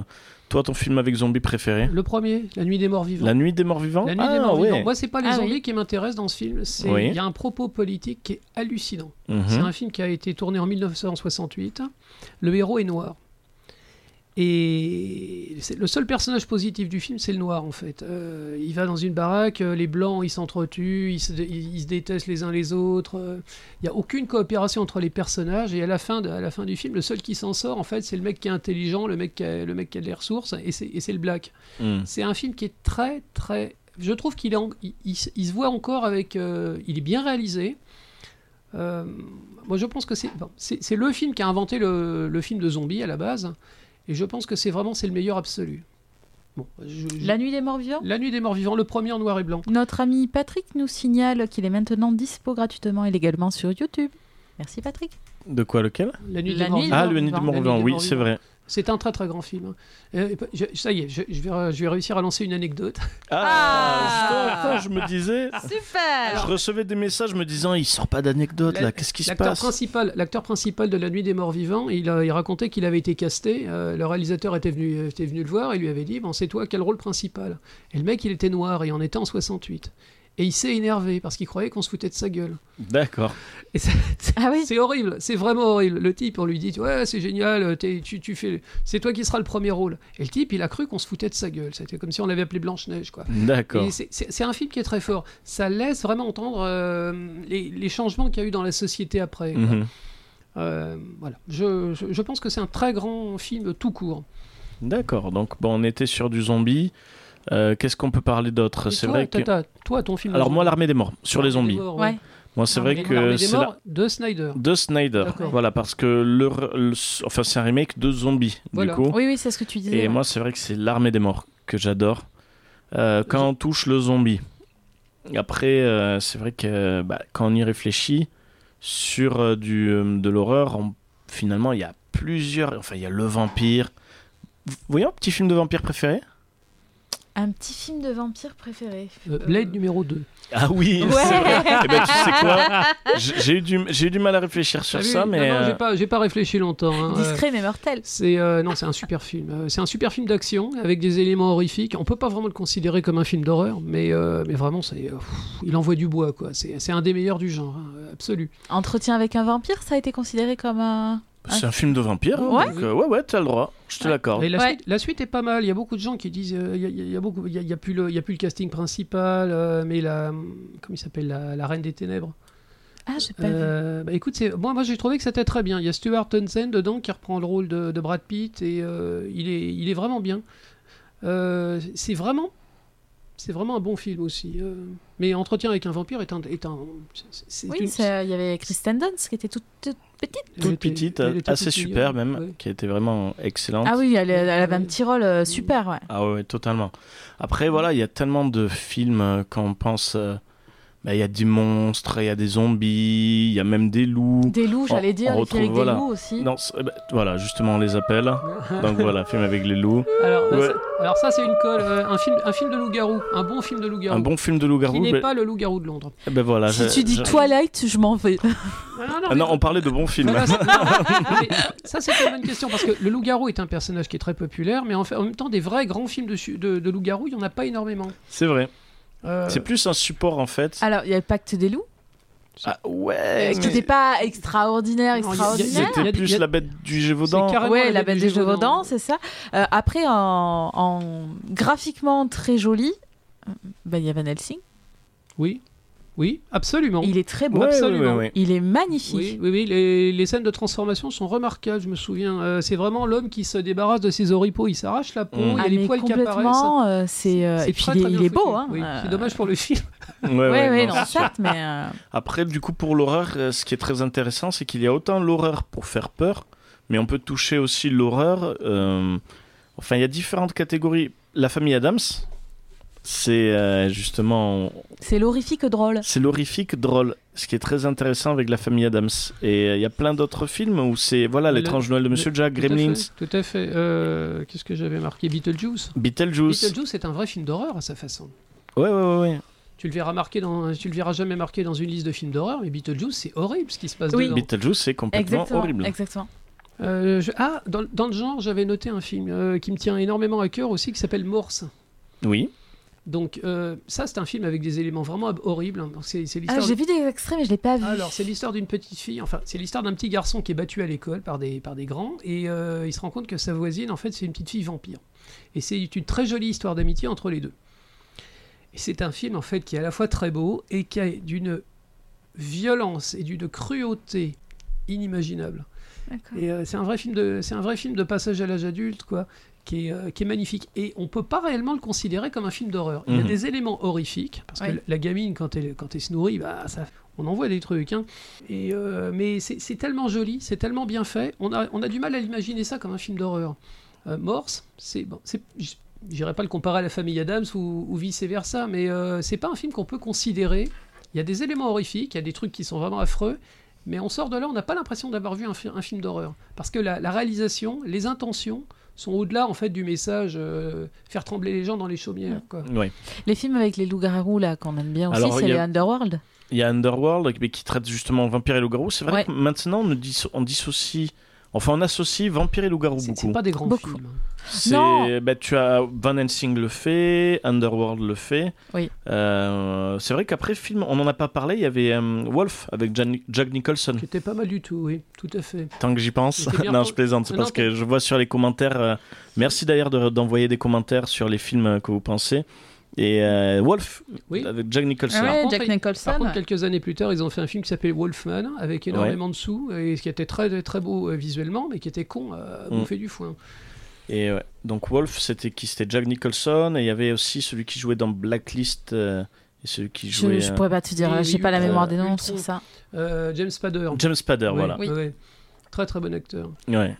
Toi, ton film avec zombie préféré
Le premier, La Nuit des Morts Vivants.
La nuit des morts vivants
La Nuit
Ah,
des Morts
ouais.
Vivants. Moi, c'est pas les
Ah oui.
zombies qui m'intéressent dans ce film. C'est il
Oui.
y a un propos politique qui est hallucinant.
Mhm.
C'est un film qui a été tourné en 1968. Le héros est noir. Et c'est- le seul personnage positif du film, c'est le noir en fait. Euh, il va dans une baraque, euh, les blancs ils s'entretuent, ils se, ils- ils se détestent les uns les autres. euh, Il n'y a aucune coopération entre les personnages. Et à la fin, de- à la fin du film, le seul qui s'en sort en fait, c'est le mec qui est intelligent, le mec qui a, le mec qui a des ressources, et c'est- et c'est le black.
Mhm.
C'est un film qui est très, très. Je trouve qu'il est, en- il, il se- il se voit encore avec. euh, Il est bien réalisé. Euh, moi, je pense que c'est, bon, c'est, c'est le film qui a inventé le, le film de zombie à la base, et je pense que c'est vraiment c'est le meilleur absolu. Bon, je- je-
La nuit des morts vivants
La nuit des morts vivants, le premier en noir et blanc.
Notre ami Patrick nous signale qu'il est maintenant dispo gratuitement et légalement sur YouTube. Merci Patrick.
De quoi lequel
La nuit
La
des morts
nuit-
vivants.
Ah,
morts
le nuit des
vivants.
morts
La nuit
vivants,
des
oui,
morts
c'est
vivants.
vrai.
C'est un très très grand film. Euh, je- ça y est, je, je vais, re- je vais réussir à lancer une anecdote.
Ah
justement, je me disais.
Super
Je recevais des messages me disant il sort pas d'anecdote
La-
là, qu'est-ce qui se
L'acteur
passe
principal, l'acteur principal de La Nuit des Morts Vivants, il, a- il racontait qu'il avait été casté. euh, le réalisateur était venu, était venu le voir et lui avait dit Bon, c'est toi, quel rôle principal Et le mec, il était noir et on était en 68. Et il s'est énervé parce qu'il croyait qu'on se foutait de sa gueule.
D'accord.
Et ça-
Ah oui
c'est horrible, c'est vraiment horrible. Le type, on lui dit Ouais, c'est génial, euh, t'es- tu, tu fais, c'est toi qui seras le premier rôle. Et le type, il a cru qu'on se foutait de sa gueule. C'était comme si on l'avait appelé Blanche-Neige, quoi.
D'accord.
Et c'est- C'est c'est un film qui est très fort. Ça laisse vraiment entendre euh, les, les changements qu'il y a eu dans la société après. quoi.
Mhm.
Euh, voilà. Je, je- je pense que c'est un très grand film tout court.
D'accord. Donc bon, on était sur du zombie. Euh, Qu'est-ce qu'on peut parler d'autre
Et
C'est
toi,
vrai que.
Tata, toi, ton film.
Alors moi, l'armée des morts sur les zombies.
Ouais.
Moi, c'est
L'armée des
vrai que c'est la...
de Snyder.
de Snyder.
D'accord.
Voilà, parce que le, le- enfin c'est un remake de zombie
Voilà.
du coup.
Oui, oui, c'est ce que tu disais.
Et
ouais.
moi, c'est vrai que c'est l'armée des morts que j'adore. Euh, quand on touche le zombie. Après, euh, c'est vrai que bah, quand on y réfléchit, sur euh, du, euh, de l'horreur, on- finalement, il y a plusieurs. Enfin, il y a le vampire. Vous voyez un petit film de vampire préféré
Un petit film de vampire préféré.
Euh, Blade numéro 2.
Ah oui,
Ouais.
c'est vrai. Eh ben, tu sais quoi J- J'ai eu, du- j'ai eu du mal à réfléchir sur
Ah oui,
ça,
non,
mais.
non,
euh,
j'ai pas, j'ai pas réfléchi longtemps. hein. Euh,
Discret mais mortel.
C'est euh, non, c'est un super film. Euh, C'est un super film d'action avec des éléments horrifiques. On peut pas vraiment le considérer comme un film d'horreur, mais euh, mais vraiment, c'est euh, pff, il envoie du bois quoi. C'est c'est un des meilleurs du genre, hein, absolu.
Entretien avec un vampire, ça a été considéré comme un.
C'est un film de vampire.
Ouais.
donc, euh, ouais, ouais, t'as le droit. Je te l'accorde.
Et la,
Ouais.
suite, la suite est pas mal. Il y a beaucoup de gens qui disent, euh, il y a- il y, a- il y a beaucoup, il y a, il y a plus le, il y a plus le casting principal, euh, mais la, comment il s'appelle, la, la Reine des Ténèbres.
Ah, j'ai pas vu.
Euh, bah, écoute, c'est, moi, moi j'ai trouvé que c'était très bien. Il y a Stuart Townsend dedans qui reprend le rôle de, de Brad Pitt et euh, il est, il est vraiment bien. Euh, c'est vraiment, c'est vraiment un bon film aussi. euh. mais Entretien avec un vampire est un, est un, c'est, c'est
Oui,
une-
c'est- il y avait Kristen Dunst qui était toute, toute petite.
elle
Toute
était-
petite,
elle était
assez
toute
super
mignonne.
même,
Ouais.
qui était vraiment excellente.
Ah oui, elle, elle avait un
Oui.
petit rôle euh, super, ouais.
Ah ouais, ouais, totalement. Après, voilà, il y a tellement de films euh, quand on pense. euh, bah, Il y a des monstres, il y a des zombies, il y a même des loups.
Des loups,
On-
j'allais dire,
on
les filles avec
retrouve,
des
voilà.
loups aussi.
Non, c'est- eh ben, voilà, justement, on les appelle. Donc voilà, film avec les loups.
Alors,
Ouais.
c'est- alors ça c'est une colle, euh, un film, un film de loup-garou, un bon film de loup-garou.
Un bon film de
qui
loup-garou.
n'est
ben-
pas le loup-garou de Londres.
eh ben voilà,
Si
je-
tu dis
je-
Twilight, je m'en vais.
Ah non, on parlait de bons films.
Voilà, c'est- non, mais ça c'est une bonne question parce que le loup-garou est un personnage qui est très populaire, mais en, fait, en même temps des vrais grands films de, su- de, de loup-garou, il n'y en a pas énormément.
C'est vrai.
Euh,
C'est plus un support en fait.
Alors, il y a le pacte des loups,
Ah, ouais.
Est-ce que
qui
mais-
n'était pas extraordinaire,
Non, il y a- il y a-
extraordinaire.
Il y
C'était
a- il y
plus
a-
la bête du
c'est
Gévaudan.
carrément
Ouais, la belle des
Gévaudan.
Gévaudan, c'est ça. Euh, après, en, en graphiquement très joli, euh, ben, il y a Van Helsing.
Oui, oui, absolument.
Il est très beau.
Ouais,
Absolument.
ouais, ouais,
Il est magnifique.
Oui, oui, oui, les, les scènes de transformation sont remarquables, je me souviens. Euh, c'est vraiment l'homme qui se débarrasse de ses oripeaux, il s'arrache la peau,
Mm.
il y a
Ah,
les
mais
poils qui apparaissent.
complètement, euh, c'est euh,
C'est
et puis
très,
il est,
très bien
il est beau,
foutu.
hein.
Oui,
Euh,
C'est dommage pour le film.
ouais.
Ouais, ouais,
non,
non,
c'est sûr.
certes, mais euh,
Après, du coup, pour l'horreur, euh, ce qui est très intéressant, c'est qu'il y a autant l'horreur pour faire peur, mais on peut toucher aussi l'horreur. euh, Enfin, il y a différentes catégories. La famille Adams, c'est euh, justement,
c'est l'horrifique drôle.
c'est l'horrifique drôle. Ce qui est très intéressant avec la famille Adams. Et euh, il y a plein d'autres films où c'est, voilà,
Le-
l'étrange Noël de Monsieur Jack,
Tout à
Gremlins,
fait, Tout à fait. Euh, Qu'est-ce que j'avais marqué Beetlejuice.
Beetlejuice.
Beetlejuice est un vrai film d'horreur à sa façon.
Ouais, ouais, ouais, ouais.
Tu le verras marqué dans, tu le verras jamais marqué dans une liste de films d'horreur, mais Beetlejuice c'est horrible ce qui se passe
Oui.
dedans.
Beetlejuice, c'est complètement
Exactement.
horrible.
Exactement.
Euh, je- Ah, dans, dans le genre, j'avais noté un film euh, qui me tient énormément à cœur aussi, qui s'appelle Morse.
Oui.
Donc euh, ça, c'est un film avec des éléments vraiment ab- horribles. hein. Donc, C'est c'est
Ah,
l'histoire
j'ai vu des extraits, mais je l'ai pas vu.
Alors, c'est l'histoire d'une petite fille, enfin, c'est l'histoire d'un petit garçon qui est battu à l'école par des, par des grands, et euh, il se rend compte que sa voisine, en fait, c'est une petite fille vampire. Et c'est une très jolie histoire d'amitié entre les deux. Et c'est un film, en fait, qui est à la fois très beau et qui est d'une violence et d'une cruauté inimaginable.
D'accord.
Et euh, c'est un vrai film de, c'est un vrai film de passage à l'âge adulte, quoi, qui est, euh, qui est magnifique. Et on peut pas réellement le considérer comme un film d'horreur. Il y a
Mhm.
des éléments horrifiques parce
Ouais.
que la gamine quand elle, quand elle se nourrit, bah ça. On en voit des trucs, hein. Et euh, mais c'est c'est tellement joli, c'est tellement bien fait. On a, on a du mal à l'imaginer ça comme un film d'horreur. Euh, Morse, c'est bon, c'est, j- j'irais pas le comparer à La Famille Adams ou, vice versa, mais euh, c'est pas un film qu'on peut considérer. Il y a des éléments horrifiques, il y a des trucs qui sont vraiment affreux, mais on sort de là, on n'a pas l'impression d'avoir vu un, fi- un film d'horreur. Parce que la, la réalisation, les intentions sont au-delà en fait du message euh, faire trembler les gens dans les
Mm.
chaumières. Quoi.
Oui.
Les films avec les loups-garous, là, qu'on aime bien aussi,
Alors,
c'est
il y a-
les Underworld.
Il y a Underworld mais qui traite justement vampire et loup-garou. C'est vrai
Ouais.
que maintenant on, ne disso- on dissocie. Enfin, on associe vampire et loup-garou
C'est-
beaucoup.
C'est pas des grands
Beaucoup.
films. hein.
C'est-
Non.
bah, tu as Van Helsing le fait, Underworld le fait.
Oui.
Euh, c'est vrai qu'après film, on n'en a pas parlé. Il y avait euh, Wolf avec Jan- Jack Nicholson.
Qui étaient pas mal du tout, oui, tout à fait.
Tant que j'y pense.
C'était bien
non,
pour-
je plaisante. C'est
Non,
parce
t'es-
que je vois sur les commentaires. euh, merci d'ailleurs de- d'envoyer des commentaires sur les films euh, que vous pensez. Et euh, Wolf
Oui.
avec Jack Nicholson.
ouais, Jack
Jack
Par
Nicholson.
contre, quelques années plus tard, ils ont fait un film qui s'appelait Wolfman, avec énormément de sous, et ce qui était très, très beau euh, visuellement, mais qui était con à
Mm.
bouffer du foin.
Et ouais. donc Wolf, c'était qui C'était Jack Nicholson. Et il y avait aussi celui qui jouait dans Blacklist euh, et celui qui
Je,
jouait
je
euh,
pourrais pas te dire, là,
et
j'ai pas la
Ultron.
mémoire des noms
Ultron.
sur ça.
Euh, James Spader.
James Spader.
Ouais,
Voilà.
Oui.
ouais. Très très bon acteur.
Ouais.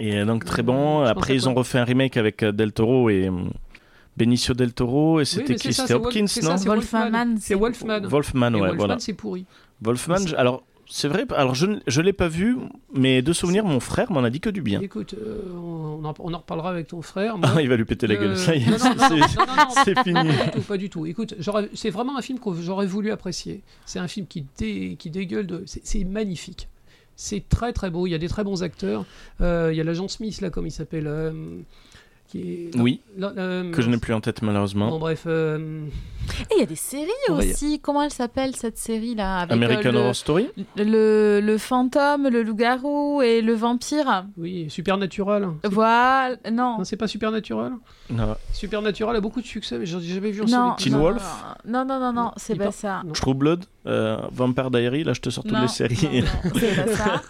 Et euh, donc
Je
très bon.
pense
Après
à
ils
quoi
ont refait un remake avec euh, Del Toro et hum, Benicio Del Toro et c'était
mais c'est
qui
ça, c'est
C'était
Wolf-
Hopkins,
c'est
non
ça, c'est
Wolfman,
Wolfman. C'est
c'est-
Wolfman.
Wolfman,
Et
ouais,
Wolfman,
voilà.
c'est pourri.
Wolfman, je- alors c'est vrai. Alors je ne je l'ai pas vu, mais de souvenir, mon frère m'en a dit que du bien.
Écoute, euh, on, on en, on en reparlera avec ton frère. moi.
Ah, il va lui péter la gueule.
Euh,
Ça y est,
non, non, non, non,
c'est-
non, non, non,
c'est fini.
Pas du tout, pas du tout. Écoute, j'aurais- c'est vraiment un film que j'aurais voulu apprécier. C'est un film qui, dé- qui dégueule de. C'est c'est magnifique. C'est très très beau. Il y a des très bons acteurs. Euh, il y a l'agent Smith, là, comme il s'appelle. euh, qui est...
Oui,
Non, euh,
que je n'ai plus hein. en tête malheureusement.
Bon, bref. euh,
Et il y a des séries
On va y-
aussi. Comment elle s'appelle cette série-là
bah,
avec, euh,
American
le-
Horror Story.
le, le, fantôme, le loup-garou et le vampire.
oui, Supernatural.
Voilà. Non.
Non, c'est pas Supernatural
Non.
Supernatural a beaucoup de succès, mais j'en ai jamais vu en
Non,
série.
Teen
non,
Wolf
non, non, non, non, non, c'est
Il
pas
par-
ça.
Non.
True Blood, euh, Vampire Diary. Là, je te sors toutes
non,
les séries.
non, non, c'est pas ça.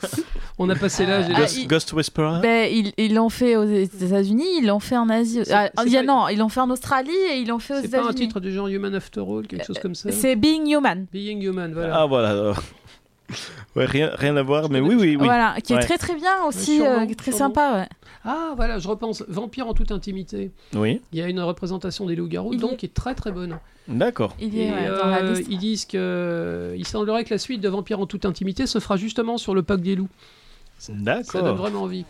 On a passé l'âge. et
Ah,
là-
Ghost,
il-
Ghost Whisperer.
Ben, ils ils l'ont fait aux États-Unis, ils l'ont fait en Asie.
C'est-
Ah,
c'est
il y a-
pas-
non, ils l'ont fait en Australie et ils l'ont fait aux
C'est pas un
États-Unis.
titre du genre Human After All, quelque chose comme ça
C'est Being Human.
Being Human, voilà.
Ah voilà. euh. Ouais, rien, rien à voir, mais oui, oui, oui.
Voilà, qui est
Ouais.
très très bien aussi,
Ouais, sûrement,
euh, qui est très
sûrement.
sympa. ouais.
Ah, voilà, je repense. Vampire en toute intimité.
Oui,
Il y a une représentation des loups-garous,
Il y
donc
est.
qui est très très bonne.
d'accord.
Il est
Et,
ouais, dans la
euh,
liste.
ils disent que euh, il semblerait que la suite de Vampire en toute intimité se fera justement sur le parc des loups. Ça donne
D'accord.
vraiment envie.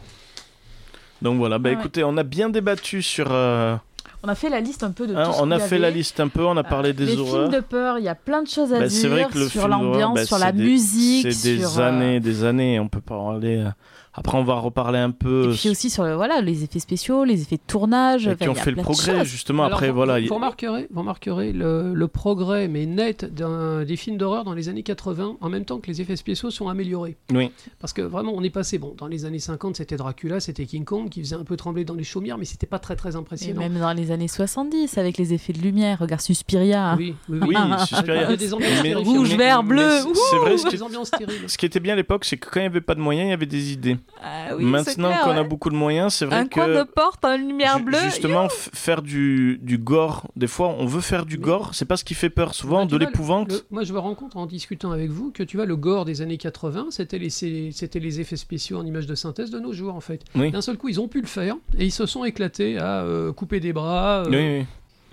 Donc voilà, bah
Ah ouais.
écoutez, on a bien débattu sur. euh,
On a fait la liste un peu de
hein,
tout ce
on a
qu'il y
fait la
avait.
liste un peu, on a parlé
les
des horreurs.
films de peur, il y a plein de choses à
Bah, c'est
dire
vrai que le
sur
film d'horreur,
l'ambiance,
bah,
sur
c'est
la
des-
musique,
C'est des
sur, euh,
années, des années. On peut parler. euh, Après, on va reparler un
Et
peu.
puis aussi sur le, voilà, les effets spéciaux, les effets de tournage.
et
enfin,
qui ont
il y a
fait le
plein de
progrès,
choses.
justement.
Alors,
après,
vous,
voilà.
Vous,
il-
vous remarquerez, vous remarquerez le, le progrès, mais net, d'un- des films d'horreur dans les années 80, en même temps que les effets spéciaux sont améliorés.
Oui.
Parce que vraiment, on est passé. Bon, dans les années 50, c'était Dracula, c'était King Kong qui faisait un peu trembler dans les chaumières, mais c'était pas très très
Et
impressionnant.
même dans les années 70, avec les effets de lumière, regarde Suspiria. hein.
Oui, oui, oui.
Oui,
Il y
Suspiria.
a des ambiances
Mais-
terrifiantes.
Ah, Rouge,
mais-
vert, bleu,
mais c'est- C'est vrai, ce qui,
des ambiances terribles.
ce qui était bien à l'époque, c'est que quand il n'y avait pas de moyens, il y avait des idées.
Ah oui, c'est
Maintenant
clair,
qu'on a
ouais.
beaucoup de moyens, c'est vrai
un
que.
coin de porte, hein, une lumière
Ju-
bleue.
Justement, f- faire du, du gore. Des fois, on veut faire du
Mais-
gore, c'est pas ce qui fait peur.
On
Souvent,
a
de
du mal.
l'épouvante.
Bah, Le- moi, je me rends compte en discutant avec vous que tu vois, le gore des années 80, c'était les, c'est- c'était les effets spéciaux en images de synthèse de nos jours, en fait.
Oui.
D'un seul coup, ils ont pu le faire et ils se sont éclatés à euh, couper des bras, euh,
Oui, oui, oui.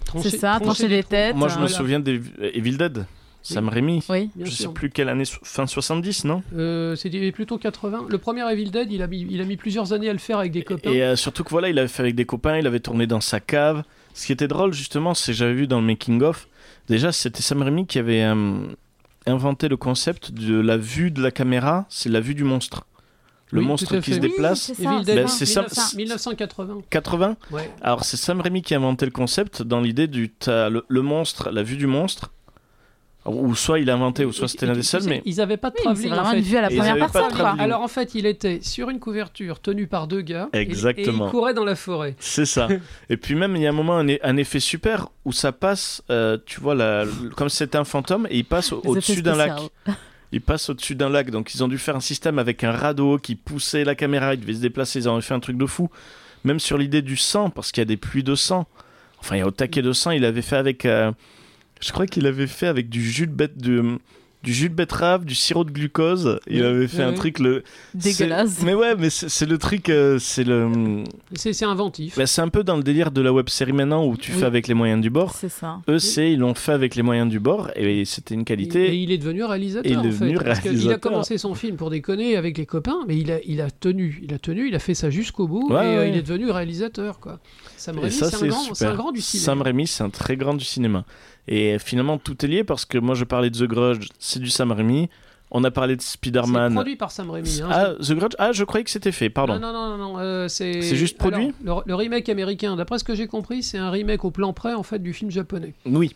trancher,
C'est ça, trancher
des
les
trous.
têtes. hein.
Moi, je me
voilà.
souviens des euh, Evil Dead. Sam
Oui.
Raimi.
Oui.
Bien
je
sûr.
sais plus quelle année, so- fin 70, non
Euh, C'était plutôt 80. Le premier Evil Dead, il a, mis, il a mis plusieurs années à le faire avec des copains.
Et euh, surtout que voilà, il avait fait avec des copains, il avait tourné dans sa cave. Ce qui était drôle justement, c'est j'avais vu dans le making of. Déjà, c'était Sam Raimi qui avait euh, inventé le concept de la vue de la caméra, c'est la vue du monstre. Le
Oui, tout
monstre
à
qui se
fait.
déplace.
Oui, Bah, c'est
Evil
ça.
Dead,
Ben, c'est ça-
1900, 1980.
80
Ouais.
Alors c'est Sam Raimi qui a inventé le concept dans l'idée du t'as le, le monstre, la vue du monstre. Ou soit il a inventé, ou soit
Et-
c'était
et
l'un des
tu
seuls,
sais,
mais
Ils n'avaient pas de
Oui, mais c'est
travelling, en
vraiment
fait.
une vue à la
Ils
première
avaient pas de
personne, quoi.
travelling.
Alors en fait, il était sur une couverture tenue par deux gars. et- Et,
Exactement.
il courait dans la forêt.
c'est ça. Et puis même il y a un moment un, é- un effet super où ça passe, euh, tu vois, la- le- comme si c'était un fantôme et il passe au-
Les
au-dessus
effets
d'un lac.
spéciaux.
Il passe au-dessus d'un lac, donc ils ont dû faire un système avec un radeau qui poussait la caméra, il devait se déplacer, ils ont fait un truc de fou. Même sur l'idée du sang, parce qu'il y a des pluies de sang. Enfin, il y a au taquet de sang, il avait fait avec. euh, je crois qu'il avait fait avec du jus de, bête, du, du jus de betterave, du sirop de glucose. Il
Oui,
avait fait
oui,
un
oui.
truc. Le... c'est-
Dégueulasse.
Mais ouais, mais c'est c'est le truc. euh, c'est le.
C'est c'est inventif.
bah, c'est un peu dans le délire de la web série maintenant où tu
Oui.
fais avec les moyens du bord.
C'est ça.
Eux, c'est. Ils l'ont fait avec les moyens du bord et c'était une
Et,
qualité.
et il est devenu réalisateur.
Et il est
en fait,
devenu
parce que il a
réalisateur.
commencé son film pour déconner avec les copains, mais il a, il a tenu, il a tenu, il a fait ça jusqu'au bout.
Ouais,
et euh,
ouais.
il est devenu réalisateur. Quoi. Sam
Et
Raimi,
ça,
c'est un,
c'est
grand- c'est un
super.
grand du cinéma.
Sam Raimi, c'est un très grand du cinéma. Et finalement, tout est lié parce que moi, je parlais de The Grudge, c'est du Sam Raimi. On a parlé de
C'est
Spider-Man.
produit par Sam Raimi. hein.
Ah, The Grudge Ah, je croyais que c'était fait, pardon.
Non, non, non, non, non, euh, c'est.
C'est juste produit
Alors, le, le remake américain, d'après ce que j'ai compris, c'est un remake au plan près en fait du film japonais.
Oui.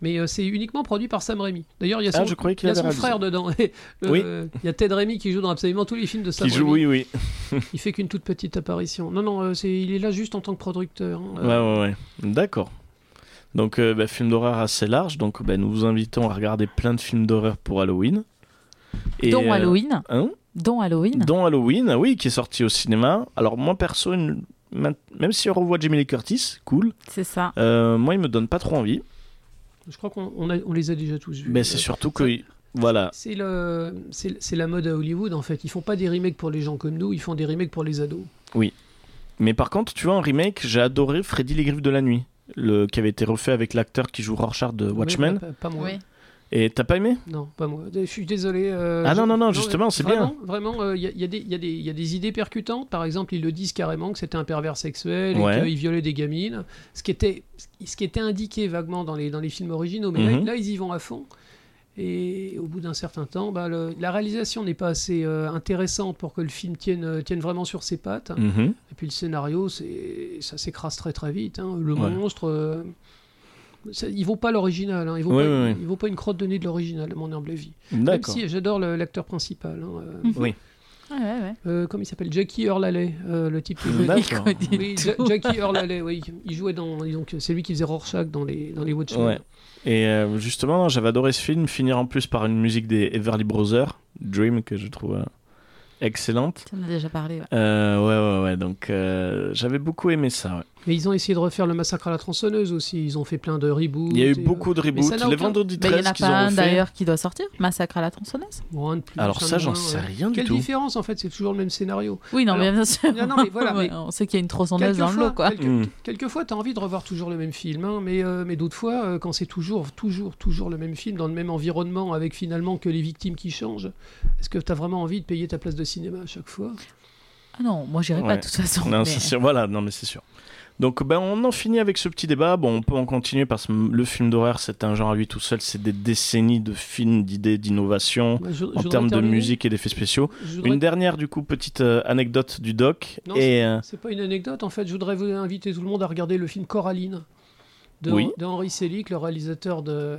Mais euh, c'est uniquement produit par Sam Raimi. D'ailleurs, il y a son,
Ah, je croyais
il
qu'il
y a
avait
son
réalisé.
frère dedans. Et, euh,
Oui.
Il y a Ted Raimi qui joue dans absolument tous les films de Sam
Qui joue,
Raimi.
oui, oui.
Il fait qu'une toute petite apparition. Non, non, euh, c'est, il est là juste en tant que producteur. hein.
Ouais, ouais, ouais. D'accord. Donc, euh, bah, film d'horreur assez large. Donc, bah, nous vous invitons à regarder plein de films d'horreur pour Halloween. Et,
Dont
euh,
Halloween.
hein
Dont Halloween.
dont Halloween, ah oui, qui est sorti au cinéma. Alors, moi, perso, une- ma- même si on revoit Jamie Lee Curtis, cool,
C'est ça.
euh, moi, il me donne pas trop envie.
Je crois qu'on on a- on les a déjà tous vus.
Mais Ben, c'est
Euh,
surtout que. Voilà.
C'est, le, c'est, c'est la mode à Hollywood en fait. Ils font pas des remakes pour les gens comme nous, ils font des remakes pour les ados.
Mais par contre, tu vois, en remake, j'ai adoré Freddy les Griffes de la Nuit, le, qui avait été refait avec l'acteur qui joue Rorschach de Watchmen.
Ouais, pas, pas moi.
Oui.
Et t'as pas aimé
Non, pas moi. Je suis désolé. euh,
Ah
je-
non, non, non, justement,
mais
c'est
vraiment, Vraiment, euh, il y, a- il y a des- il y a des- il y a des idées percutantes. Par exemple, ils le disent carrément que c'était un pervers sexuel
Ouais.
et qu'il violait des gamines. Ce qui était, ce qui était indiqué vaguement dans les, dans les films originaux, mais
Mhm.
là, là, ils y vont à fond. Et au bout d'un certain temps, bah, le- la réalisation n'est pas assez euh, intéressante pour que le film tienne, euh, tienne vraiment sur ses pattes.
Mhm.
Et puis le scénario, c'est- ça s'écrase très très vite. hein. Le
Ouais.
monstre, euh, ça- ils vont pas l'original. hein. Ils vont
Oui,
pas,
oui, oui.
ils vont pas une crotte de nez de l'original, à mon humble avis. Même
D'accord.
si euh, j'adore le- l'acteur principal. hein, euh,
Mhm.
Oui.
Ouais, ouais, ouais.
euh, comment il s'appelle Jackie Hurlaley, euh, le type. qui jouait-
Mm-hmm. D'accord.
Oui, Ja- Jackie Hurlaley, oui. Il jouait dans. Donc c'est lui qui faisait Rorschach dans les dans les Watchmen.
Ouais. Et euh, justement, j'avais adoré ce film, finir en plus par une musique des Everly Brothers, Dream, que je trouve euh, excellente.
Tu en as déjà parlé. ouais.
Euh, ouais, ouais, ouais. Donc, euh, j'avais beaucoup aimé ça. ouais.
Mais ils ont essayé de refaire le massacre à la tronçonneuse aussi. Ils ont fait plein de reboots.
Il y a
et,
eu
euh,
beaucoup de
mais ça
reboots.
n'a
Les
aucun-
vendredis
Mais Bah, il
13
n'y en a
qu'ils
pas
ont
un
refait.
d'ailleurs qui doit sortir Massacre à la tronçonneuse
bon, un de plus,
Alors,
un de
ça, j'en
moins,
sais
ouais.
rien du
Quelle
tout.
différence en fait C'est toujours le même scénario.
Oui, non,
Alors-
mais bien sûr.
Non, non, mais voilà,
Ouais,
mais-
On sait qu'il y a une tronçonneuse dans le
Quelquefois-
lot, quoi.
quelques-
Mhm.
Quelquefois, tu as envie de revoir toujours le même film, hein, mais, euh, mais d'autres fois, euh, quand c'est toujours, toujours, toujours le même film, dans le même environnement, avec finalement que les victimes qui changent, est-ce que tu as vraiment envie de payer ta place de cinéma à chaque fois
Ah non, moi j'irai pas
Ouais.
de toute façon.
Non,
mais-
c'est sûr. Voilà, non, mais c'est sûr. Donc, ben, on en finit avec ce petit débat. Bon, on peut en continuer parce que le film d'horreur, c'est un genre à lui tout seul. C'est des décennies de films, d'idées, d'innovations
Moi, je- je
en
voudrais
termes de
terminer-
musique et d'effets spéciaux.
je voudrais-
Une dernière, du coup, petite euh, anecdote du doc.
Non,
et euh,
C'est pas une anecdote, en fait, je voudrais vous inviter tout le monde à regarder le film Coraline de,
Oui.
de Henri Selick, le réalisateur de,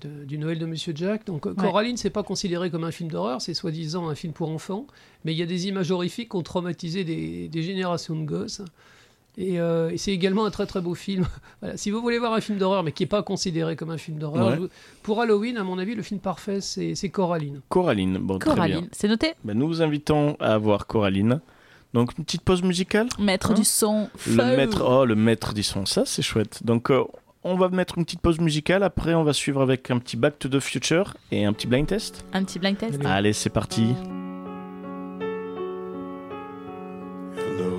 de- du Noël de Monsieur Jack. Donc euh, Coraline, c'est pas considéré comme un film d'horreur, c'est soi-disant un film pour enfants, mais il y a des images horrifiques qui ont traumatisé des, des générations de gosses. Et, euh, et c'est également un très très beau film. Voilà, si vous voulez voir un film d'horreur, mais qui n'est pas considéré comme un film d'horreur,
Ouais.
je vous- pour Halloween, à mon avis, le film parfait, c'est c'est Coraline.
Coraline. Bon, très bien.
Coraline, c'est noté.
Ben, nous vous invitons à voir Coraline. Donc, une petite pause musicale.
Maître
Hein
du son, feu.
Le maître, oh, le maître du son, ça c'est chouette. Donc euh, on va mettre une petite pause musicale, après on va suivre avec un petit Back to the Future et un petit blind test.
Un petit blind test.
Allez.
Allez, c'est parti.
Hello,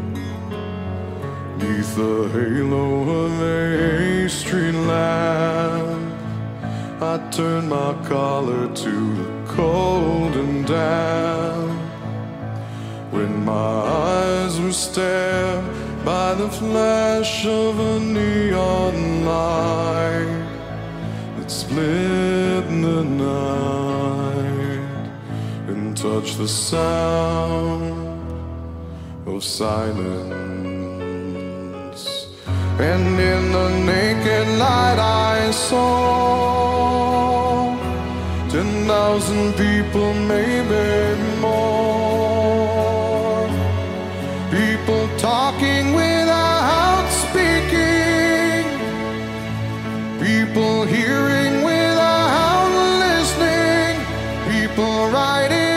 Neath the halo of a street lamp, I turned my collar to the cold and damp. When my eyes were stabbed by the flash of a neon light that split the night and touched the sound of silence. And in the naked light I saw ten thousand people, maybe more. People talking without speaking. People hearing without listening. People writing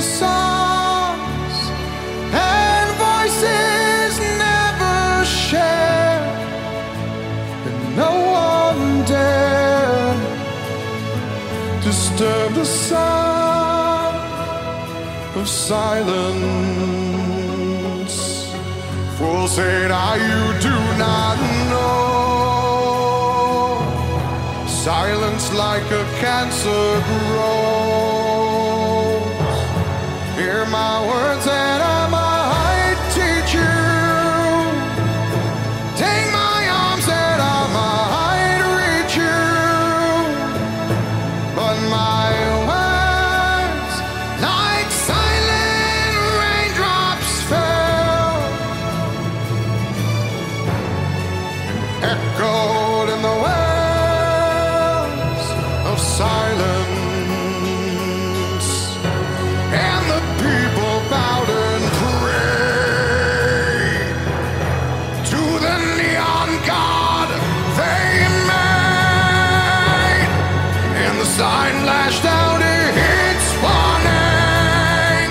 songs and voices never shared, and no one dared disturb the sound of silence. For said I, you do not know. Silence like a cancer grows. Hear my words and I might teach you. Take my arms and I might reach you. But my words, like silent raindrops, fell and echoed in the wells of silence and the people bowed and prayed to the neon god they made. And the sign lashed out its warning,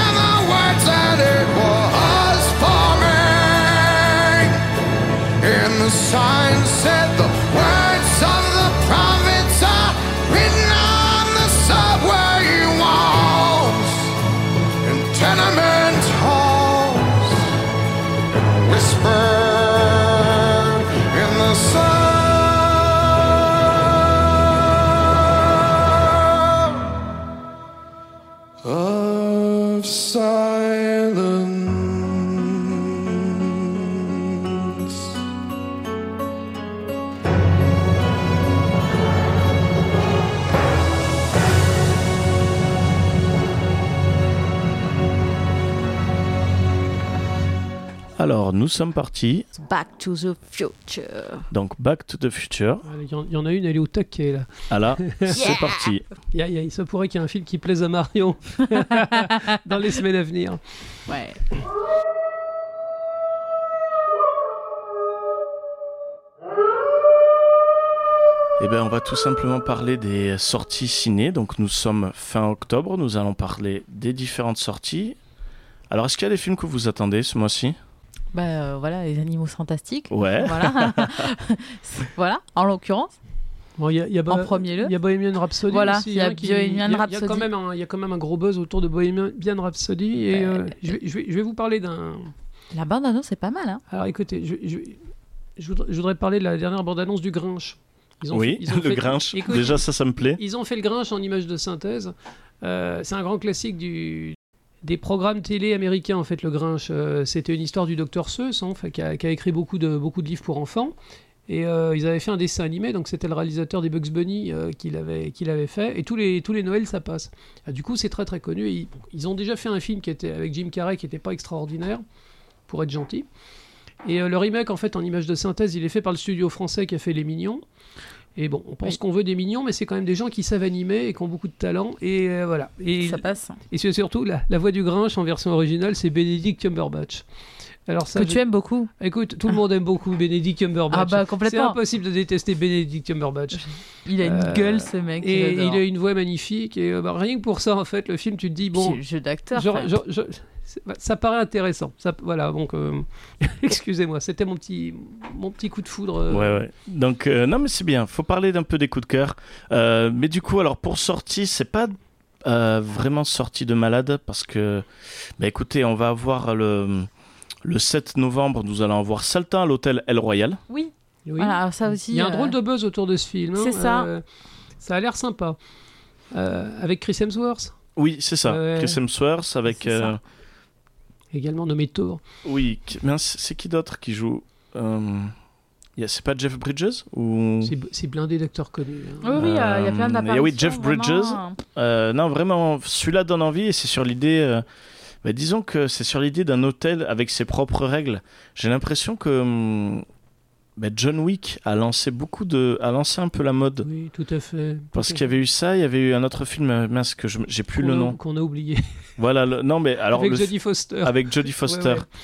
and the words that it was forming. And the sign said the words of the prophets are written on the subway walls and tenement halls. Whispered in the sun of silence.
Alors, nous sommes partis.
Back to the future.
Donc, Back to the Future.
Il y, en- il y en a une, elle est au taquet là.
Ah là, c'est parti.
Il y a- il y a- ça pourrait qu'il y ait un film qui plaise à Marion dans les semaines à venir.
Ouais.
Eh bien, on va tout simplement parler des sorties ciné. Donc, nous sommes fin octobre. Nous allons parler des différentes sorties. Alors, est-ce qu'il y a des films que vous attendez ce mois-ci
Bah euh, voilà, les animaux fantastiques.
Ouais.
Voilà. voilà, en l'occurrence,
Bon, il y a- il y a
en
Bo-
premier lieu.
Il y a Bohemian Rhapsody.
Voilà,
aussi,
il y a
hein, qui-
Bohemian
il y a- il y a
Rhapsody.
quand même un- Il y a quand même un gros buzz autour de Bohemian Rhapsody. Et
Euh,
euh, je, vais, je vais- je vais vous parler d'un.
La bande annonce c'est pas mal hein.
Alors écoutez, je, je- je voudrais, je voudrais parler de la dernière bande-annonce du Grinch. Ils ont
oui,
fait- ils ont
le
fait-
Grinch.
Écoute,
Déjà, ça, ça me plaît.
Ils ont fait le Grinch en image de synthèse. Euh, c'est un grand classique du, des programmes télé américains, en fait, le Grinch. Euh, c'était une histoire du docteur Seuss, hein, enfin, qui, a, qui a écrit beaucoup de, beaucoup de livres pour enfants. Et euh, ils avaient fait un dessin animé, donc c'était le réalisateur des Bugs Bunny euh, qui l'avait qui l'avait fait. Et tous les, tous les Noëls, ça passe. Ah, du coup, c'est très très connu. Et Ils, bon, ils ont déjà fait un film qui était avec Jim Carrey qui n'était pas extraordinaire, pour être gentil. Et euh, le remake, en fait, en image de synthèse, il est fait par le studio français qui a fait Les Mignons. Et bon, on pense
Oui.
qu'on veut des mignons, mais c'est quand même des gens qui savent animer et qui ont beaucoup de talent. Et euh, voilà. Et,
Ça passe.
et c'est surtout, la, la voix du Grinch en version originale, c'est Benedict Cumberbatch. Alors ça,
que
je-
tu aimes beaucoup.
écoute, tout le monde aime beaucoup Benedict Cumberbatch.
Ah bah, complètement.
C'est impossible de détester Benedict Cumberbatch.
Il a une
Euh,
gueule, ce mec.
Et
j'adore.
il a une voix magnifique et euh, bah, rien que pour ça en fait, le film, tu te dis bon,
C'est le jeu d'acteur.
genre-
enfin.
genre- genre- c'est- bah, ça paraît intéressant. Ça, voilà, donc euh, excusez-moi, c'était mon petit, mon petit coup de foudre. euh,
Ouais, ouais. Donc, euh, non, mais c'est bien. Faut parler d'un peu des coups de cœur. Euh, mais du coup, alors, pour sortie, c'est pas euh, vraiment sortie de malade parce que, bah écoutez, on va avoir le. Le 7 novembre, nous allons avoir Saltin à l'hôtel El Royal.
Oui,
oui.
voilà, alors ça aussi.
Il y a un
euh,
drôle de buzz autour de ce film. hein.
C'est ça.
Euh, ça a l'air sympa. Euh, avec Chris Hemsworth,
Oui, c'est ça.
Ouais.
Chris Hemsworth avec.
C'est ça.
euh,
également nommé Thor.
oui, qui- mince, c'est qui d'autre qui joue Euh, y a- C'est pas Jeff Bridges ou...
C'est c'est blindé d'acteurs connus. hein.
Oui, oui, il y a- il y a plein
Euh,
d'apparitions.
et oui, Jeff
vraiment. hein.
Bridges. Euh, non, vraiment, celui-là donne envie et c'est sur l'idée. euh, bah, disons que c'est sur l'idée d'un hôtel avec ses propres règles. J'ai l'impression que hum, bah, John Wick a lancé beaucoup de, a lancé un peu la mode.
Oui, tout à fait.
Parce qu'il y avait eu ça, il y avait eu un autre film, euh, mince que je j'ai plus
Qu'on
le
a-
nom.
Qu'on a oublié.
Voilà, le- non mais alors
Oh, avec
le fi-
Jodie Foster.
avec Jodie Foster.
ouais.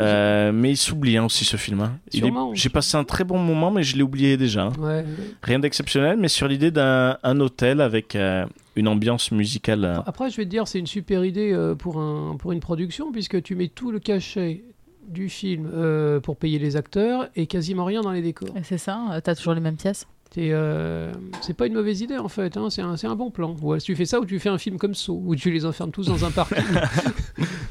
Euh, mais il s'oublie hein, aussi ce film. hein. Il est-
Sûrement.
J'ai passé un très bon moment, mais je l'ai oublié déjà. hein.
Ouais.
Rien d'exceptionnel, mais sur l'idée d'un un hôtel avec euh, une ambiance musicale. euh,
Après, je vais te dire, c'est une super idée euh, pour, un, pour une production, puisque tu mets tout le cachet du film euh, pour payer les acteurs et quasiment rien dans les décors.
Et C'est ça, euh, t'as toujours les mêmes pièces.
Et, euh, c'est pas une mauvaise idée en fait, hein, c'est un, c'est un bon plan. Ou alors, tu fais ça ou tu fais un film comme ça, où tu les enfermes tous dans un parc.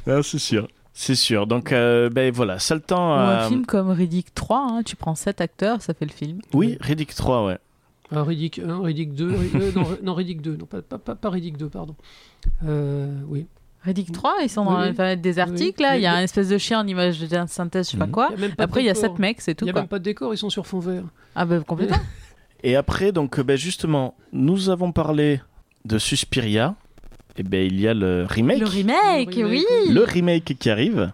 Ah, c'est sûr. C'est sûr. Donc, euh, ben voilà, ça le temps.
Ou
euh,
un film comme Riddick 3, hein, tu prends 7 acteurs, ça fait le film.
Oui, Riddick 3, ouais.
Ah, Riddick 1, Riddick 2, Ri- euh, non, non, Riddick 2, non, pas, pas, pas, pas Riddick 2, pardon. Euh, oui.
Riddick 3, ils sont dans
Oui,
la planète des articles,
oui.
là,
Mais-
il y a un espèce de chien en image de synthèse, je sais pas
Mhm.
quoi.
Y a même pas de
Ah, Après, il y a
décor.
7 mecs, c'est
Il
tout
n'y a
quoi.
même pas de décor, ils sont sur fond vert.
Ah bah complètement.
Et après, donc, euh, ben justement, nous avons parlé de Suspiria. Et ben il y a le remake.
Le remake,
Le
oui.
remake,
Le remake qui arrive.
Alors,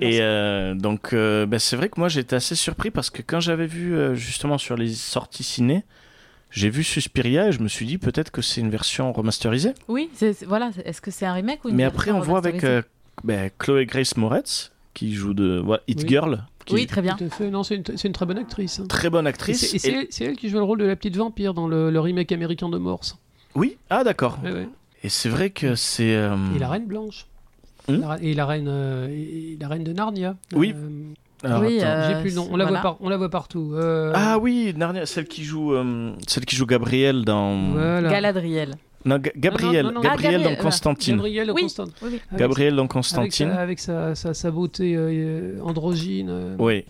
Et
c'est-
euh, donc, euh, ben, c'est vrai que moi j'étais assez surpris parce que quand j'avais vu euh, justement sur les sorties ciné, j'ai vu Suspiria et je me suis dit peut-être que c'est une version remasterisée.
Oui, c'est- c'est- voilà, c'est- est-ce que c'est un remake ou une
Mais après, on
version
voit avec
remasterisée
euh, ben, Chloé Grace Moretz qui joue de voilà, Hit
Oui.
Girl, qui
Oui,
est
très bien.
Tout à fait, non, c'est une, c'est une très bonne actrice. hein.
une très bonne
Et
actrice.
c'est- et c'est
Et-
elle- c'est elle qui joue le rôle de la petite vampire dans le, le remake américain de Morse.
Oui, ah d'accord.
Ouais, ouais.
Et c'est vrai que c'est. euh,
Et la reine blanche.
Hmm.
La re- et, la reine, euh, et la reine de Narnia.
Oui.
Euh,
alors,
Oui,
ah, attends.
euh,
J'ai plus le nom, on la,
voilà.
voit, par- on la voit partout. euh,
Ah oui, Narnia, celle qui joue, euh, celle qui joue Gabrielle dans.
voilà.
Galadriel.
Non, Ga- Gabrielle,
non, non, non.
Gabrielle
Ah, Gabrielle,
dans
voilà.
Constantine.
Gabrielle
Oui.
Constantine.
Oui, oui.
Avec-
Gabrielle dans
Avec,
Constantine.
euh,
sa, avec sa, sa- sa beauté euh, androgyne. euh,
Oui.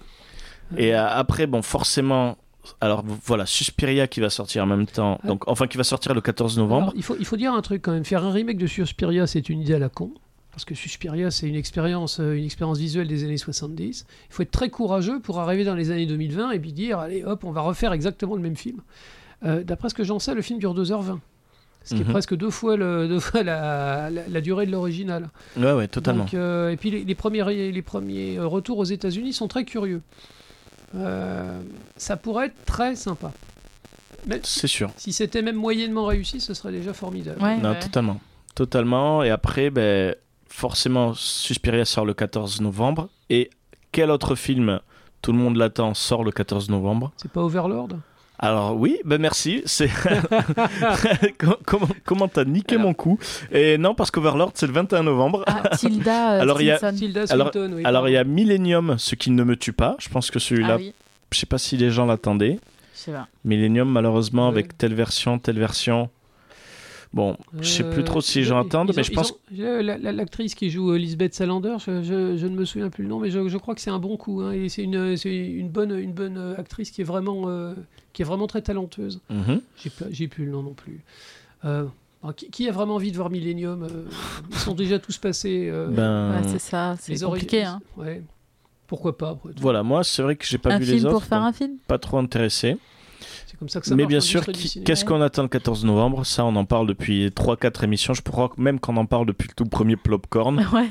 Et euh, après, bon, forcément. Alors voilà, Suspiria qui va sortir en même temps. Donc, enfin, qui va sortir le 14 novembre.
Alors, il, faut, il faut dire un truc quand même. Faire un remake de Suspiria, c'est une idée à la con. Parce que Suspiria, c'est une expérience, euh, une expérience visuelle des années 70. Il faut être très courageux pour arriver dans les années 2020 et puis dire allez, hop, on va refaire exactement le même film. Euh, D'après ce que j'en sais, le film dure 2h20. Ce qui
Mhm.
est presque deux fois, le- deux fois la, la- la durée de l'original.
Ouais, ouais, totalement.
Donc, euh, et puis les, les premiers, les premiers euh, retours aux États-Unis sont très curieux. Euh, ça pourrait être très sympa.
C'est sûr.
Si c'était même moyennement réussi, ce serait déjà formidable.
Ouais,
Non,
ouais.
totalement. Totalement. Et après, ben, forcément, Suspiria sort le 14 novembre. Et quel autre film, tout le monde l'attend, sort le 14 novembre
C'est pas Overlord
Alors oui, ben merci. C'est Com- comment comment t'as niqué mon coup Et non parce qu'Overlord c'est le 21 novembre.
Ah, Tilda euh,
Alors, il y a-
Stinson.
Tilda
Alors-
Swinton, oui.
Alors il y a Millennium, ce qui ne me tue pas. Je pense que celui-là,
Ah oui,
je sais pas si les gens l'attendaient.
je sais pas.
Millennium malheureusement
Ouais.
avec telle version, telle version. Bon, je sais
Euh,
plus trop si
ils-
j'en
ils-
entends,
ils
mais
ont-
je
ils
pense.
ont- euh, la- la- L'actrice qui joue euh, Lisbeth Salander, je, je- je ne me souviens plus le nom, mais je, je crois que c'est un bon coup. hein, et c'est une, c'est une bonne, une bonne euh, actrice qui est vraiment, euh, qui est vraiment très talentueuse.
Mhm.
J'ai pas- j'ai plus le nom non plus. Euh, alors, qui, qui a vraiment envie de voir Millennium euh, Ils sont déjà tous passés. euh,
Ben,
Ouais, c'est ça, c'est
les oreilles-
compliqué. Hein.
Ouais. Pourquoi pas après tout.
Voilà, moi c'est vrai que j'ai pas
Un
vu les
film
autres,
pour faire
donc
un film
pas trop intéressé.
C'est comme ça que ça
mais
marche,
bien
hein,
sûr,
l'industrie du
qui-
cinéma.
qu'est-ce qu'on attend le 14 novembre Ça, on en parle depuis 3-4 émissions. Je crois que même qu'on en parle depuis le tout premier Plopcorn,
Ouais,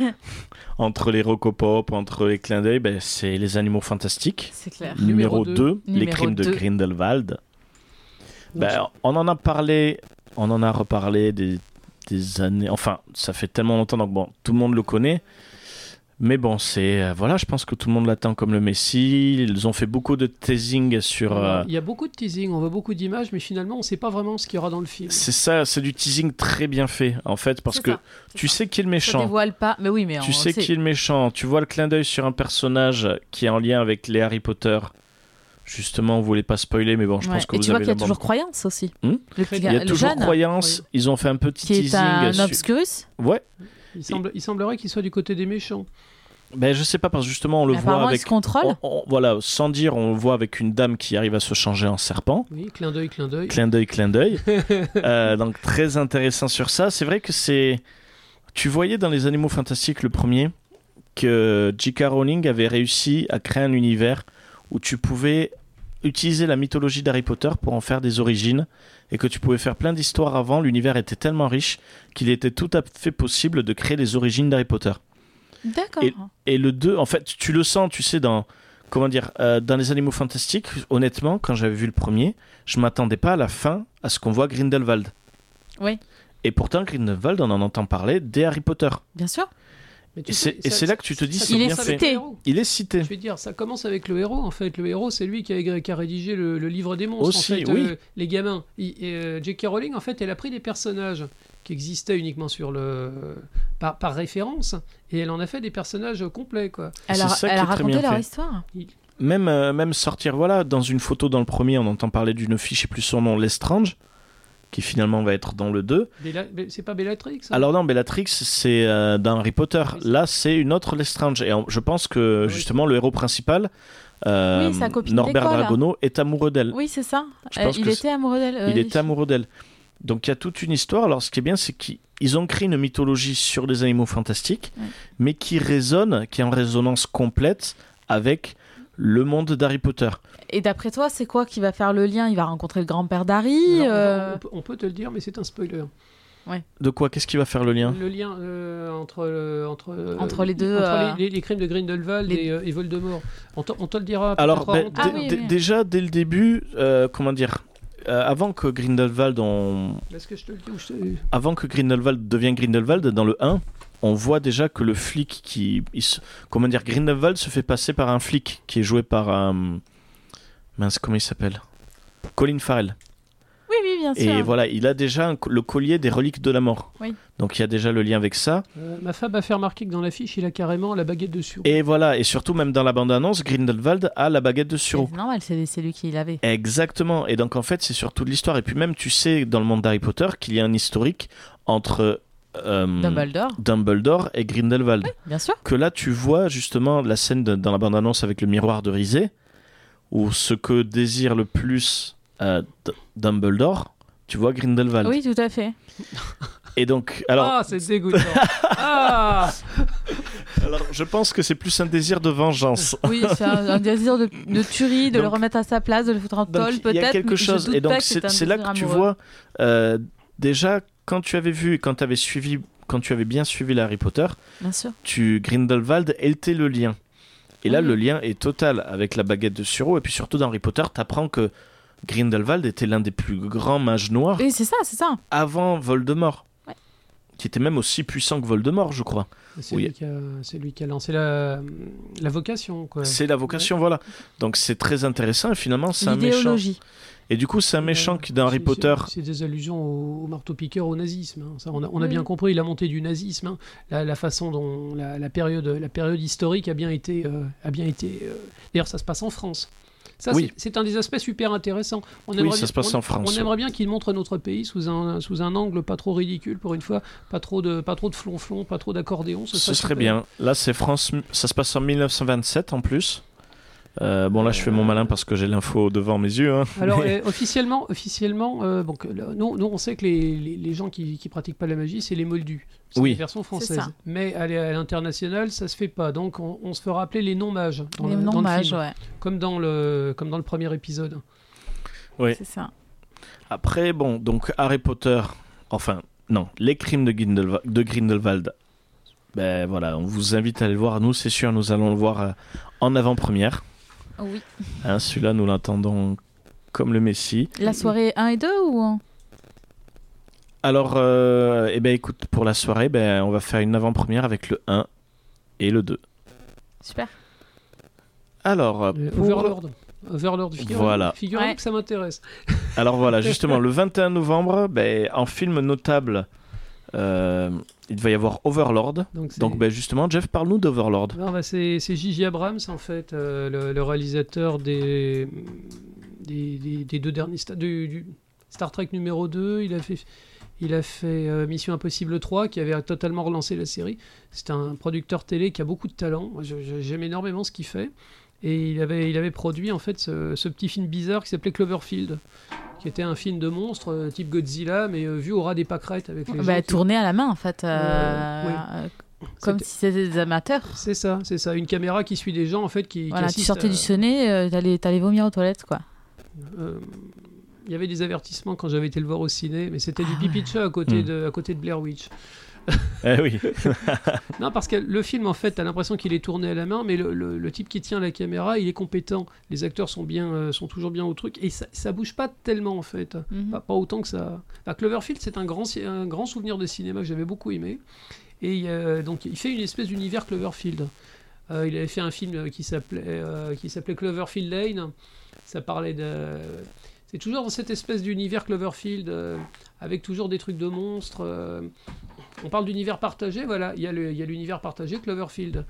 entre les Rocopop, entre les clins d'œil, ben, c'est les animaux fantastiques.
c'est clair.
Numéro,
Numéro
2,
deux.
les
Numéro
crimes de
deux.
Grindelwald.
Donc,
Ben, on en a parlé, on en a reparlé des, des années. Enfin, ça fait tellement longtemps, donc bon, tout le monde le connaît. Mais bon, c'est euh, voilà, je pense que tout le monde l'attend comme le Messi. Ils ont fait beaucoup de teasing
Oh,
sur. euh,
Il y a beaucoup de teasing, on voit beaucoup d'images, mais finalement, on ne sait pas vraiment ce qu'il y aura dans le film.
C'est ça, c'est du teasing très bien fait en fait, parce
C'est
que
ça, c'est
tu
ça.
sais qui est le
Ça
méchant.
dévoile pas. Mais oui, mais on
Tu sais
sait.
qui est le méchant. Tu vois le clin d'œil sur un personnage qui est en lien avec les Harry Potter. Justement, on voulait pas spoiler, mais bon, je
Ouais.
pense que
Et
vous
tu vois
avez
qu'il y a
la
toujours
bande-
croyance aussi.
Hmm
le petit
Il
Il
gars-
y a
le
toujours
jeune,
croyance. Ils ont fait un petit
qui est
teasing.
un
sur-
obscurus.
Ouais.
Il, semble- il semblerait qu'il soit du côté des méchants.
Ben je sais pas parce que justement on le
Mais
voit
Apparemment, il
avec.
se contrôle.
on- on- voilà, sans dire, on le voit avec une dame qui arrive à se changer en serpent.
Oui, clin d'œil, clin d'œil.
Clin d'œil, clin d'œil. Euh, donc très intéressant sur ça. C'est vrai que c'est. Tu voyais dans les Animaux Fantastiques le premier que J.K. Rowling avait réussi à créer un univers où tu pouvais utiliser la mythologie d'Harry Potter pour en faire des origines et que tu pouvais faire plein d'histoires avant. L'univers était tellement riche qu'il était tout à fait possible de créer les origines d'Harry Potter.
D'accord.
Et le 2, en fait, tu le sens, tu sais, dans. Comment dire euh, Dans les Animaux Fantastiques, honnêtement, quand j'avais vu le premier, je m'attendais pas à la fin à ce qu'on voit Grindelwald.
Oui.
Et pourtant, Grindelwald, on en entend parler dès Harry Potter.
Bien sûr.
Mais
Et
tu
c'est-
sais,
et
ça-
c'est là que tu te dis,
ça
c'est
Il est
bien
commence avec
fait.
cité.
le héros.
Il est cité.
Je veux dire, ça commence avec le héros. En fait, le héros, c'est lui qui a, qui a rédigé le, le livre des monstres.
Aussi,
en fait,
oui.
euh, les gamins. Il- et, euh, J.K. Rowling, en fait, elle a pris des personnages qui existaient uniquement sur le par, par référence, et elle en a fait des personnages euh, complets, quoi.
Elle a,
C'est ça qui
elle a
est très bien
raconté leur
fait.
histoire.
Même, euh, même sortir, voilà, dans une photo dans le premier, on entend parler d'une fille, je sais plus son nom, Lestrange, qui finalement va être dans le 2.
Bella- Be- c'est pas Bellatrix. hein
Alors non, Bellatrix, c'est euh, dans Harry Potter.
Oui, c'est-
Là, c'est une autre Lestrange. Et on- je pense que
Oui.
justement, le héros principal, euh,
Oui, sa copine
Norbert
d'école, hein. là.
Dragono, est amoureux d'elle.
Oui, c'est ça.
Je
Euh,
pense
il
que
était amoureux d'elle.
Il
euh,
est amoureux d'elle. Donc il y a toute une histoire. Alors ce qui est bien, c'est qu'ils ils ont créé une mythologie sur les animaux fantastiques,
Ouais.
mais qui résonne, qui est en résonance complète avec le monde d'Harry Potter.
Et d'après toi, c'est quoi qui va faire le lien Il va rencontrer le grand-père d'Harry
Alors, on va-
euh,
on peut- on peut te le dire, mais c'est un spoiler.
De quoi Qu'est-ce qui va faire le lien
Le lien euh, entre, le- entre, euh,
Entre les deux,
entre
euh,
les, les- les crimes de Grindelwald
les-
et, euh, et Voldemort. On, te- on te le dira.
Alors
peut-être
ben,
en-
Ah
dé-
oui,
dé-
oui.
déjà, dès le début, euh, comment dire euh, avant que Grindelwald on-
Est-ce que je te le dis ou je te-
avant que Grindelwald devienne Grindelwald dans le 1, on voit déjà que le flic qui il se- comment dire Grindelwald se fait passer par un flic qui est joué par un mince comment il s'appelle Colin Farrell.
Ah, Oui, oui, bien sûr.
Et voilà, il a déjà un co- le collier des reliques de la mort.
Oui.
Donc il y a déjà le lien avec ça.
Euh, ma femme a fait remarquer que dans l'affiche, il a carrément la baguette de Suro.
Et voilà, et surtout même dans la bande-annonce, Grindelwald a la baguette de Sureau.
C'est normal, c'est c'est lui qui l'avait.
Exactement. Et donc en fait, c'est surtout de l'histoire. Et puis même, tu sais, dans le monde d'Harry Potter, qu'il y a un historique entre euh,
Dumbledore,
Dumbledore et Grindelwald.
bien sûr.
que là tu vois justement la scène de- dans la bande-annonce avec le miroir de Rizé, où ce que désire le plus euh, D- Dumbledore, tu vois Grindelwald.
Oui, tout à fait.
Et donc, alors,
ah, c'est dégoûtant. ah
Oh.
alors, je pense que c'est plus un désir de vengeance.
Oui, c'est un, un désir de, de tuerie, de le
Donc-
remettre à sa place, de le foutre en
Donc,
tôle, peut-être.
il y a quelque
mais je
chose.
doute
Et donc,
pas
c'est
un
c'est là
désir
que tu
amoureux.
vois, euh, déjà, quand tu avais vu, et quand tu avais suivi, quand tu avais bien suivi les Harry Potter,
Bien sûr.
tu Grindelwald était le lien. Et là,
Mhm.
Oui.
le lien est total avec la baguette de Suro. Et puis surtout, dans Harry Potter, t'apprends que Grindelwald était l'un des plus grands mages noirs
Oui, c'est ça, c'est ça.
avant Voldemort.
Ouais.
Qui était même aussi puissant que Voldemort, je crois.
C'est
Oui.
lui, qui a- c'est lui qui a lancé la, euh, la vocation, quoi.
C'est la vocation, voilà. Donc c'est très intéressant. Et finalement, c'est un méchant.
L'idéologie.
Et du coup, c'est un méchant qui, dans Harry
C'est-
Potter,
c'est- C'est des allusions au, au marteau-piqueur, au nazisme. hein. Ça, on a, on a
Oui.
bien compris la montée du nazisme, hein. la, la façon dont la, la période, la période historique a bien été. euh, a bien été euh, D'ailleurs, ça se passe en France. Ça,
Oui.
c'est c'est un des aspects super intéressants. On
Oui, ça se passe
on-
en France,
On aimerait bien qu'il montre notre pays sous un, sous un angle pas trop ridicule, pour une fois, pas trop de, pas trop de flonflon, pas trop d'accordéon.
ce serait
super.
bien. Là, c'est France. Ça se passe en 1927 en plus. Euh, bon, là, je fais mon malin parce que j'ai l'info devant mes yeux. hein.
Alors
Mais-
euh, officiellement, officiellement, euh, donc là, nous, nous, on sait que les, les- les gens qui, qui pratiquent pas la magie, c'est les moldus. C'est
Oui.
la version française.
ça.
Mais à l'é- à l'international, ça se fait pas. Donc on, on se fera appeler les non mages. Dans
Les
le- dans le
noms mages,
film.
ouais.
Comme dans le comme dans le premier épisode.
Oui.
C'est ça.
Après, bon, donc Harry Potter, enfin, non, les crimes de, Grindelwa- de Grindelwald, ben voilà, on vous invite à aller le voir, nous, c'est sûr, nous allons le voir euh, en avant-première.
Oui.
Hein, Celui-là, nous l'attendons comme le Messie.
La soirée 1 et 2 ou un
Alors, euh, eh ben écoute, pour la soirée, ben, on va faire une avant-première avec le 1 et le 2.
Super.
Alors,
Euh,
Ah, pour-
Overlord. Overlord, figurez-vous
Voilà.
figurez-vous
Ouais.
que ça m'intéresse.
Alors voilà, justement, le 21 novembre, ben, en film notable, euh, il va y avoir Overlord.
Donc, c'est-
Donc ben, justement, Jeff, parle-nous d'Overlord.
Non, bah, c'est c'est J.J. Abrams, en fait, euh, le, le réalisateur des, des, des- des deux derniers sta- du, du Star Trek numéro 2. Il a fait, il a fait euh, Mission Impossible 3, qui avait totalement relancé la série. C'est un producteur télé qui a beaucoup de talent. Moi, je- je- J'aime énormément ce qu'il fait. Et il avait, il avait produit, en fait, ce, ce petit film bizarre qui s'appelait Cloverfield, qui était un film de monstre, euh, type Godzilla, mais euh, vu au ras des pâquerettes avec les gens
Bah,
qui-
tourner à la main en fait, euh,
Euh, oui.
euh, comme
C'était-
si c'était des amateurs.
C'est ça, c'est ça. Une caméra qui suit des gens, en fait, qui, qui
Voilà, tu
assistent
sortais
à-
du sonnet, euh, t'allais t'allais vomir aux toilettes quoi.
Euh, Il y avait des avertissements quand j'avais été le voir au ciné, mais c'était du
Ah
pipi de chat à côté,
Mm.
de, à côté de Blair Witch.
Eh oui.
Non, parce que le film, en fait, t'as l'impression qu'il est tourné à la main, mais le, le- le type qui tient la caméra, il est compétent. Les acteurs sont, bien, euh, sont toujours bien au truc, et ça, ça bouge pas tellement, en fait.
Mhm.
Pas, pas autant que ça. Enfin, Cloverfield, c'est un grand, ci- un grand souvenir de cinéma que j'avais beaucoup aimé. Et euh, donc, il fait une espèce d'univers Cloverfield. Euh, il avait fait un film euh, qui s'appelait euh, qui s'appelait Cloverfield Lane. Ça parlait de. C'est toujours dans cette espèce d'univers Cloverfield, euh, avec toujours des trucs de monstres. euh. On parle d'univers partagé, voilà. Il y a le- il y a l'univers partagé Cloverfield.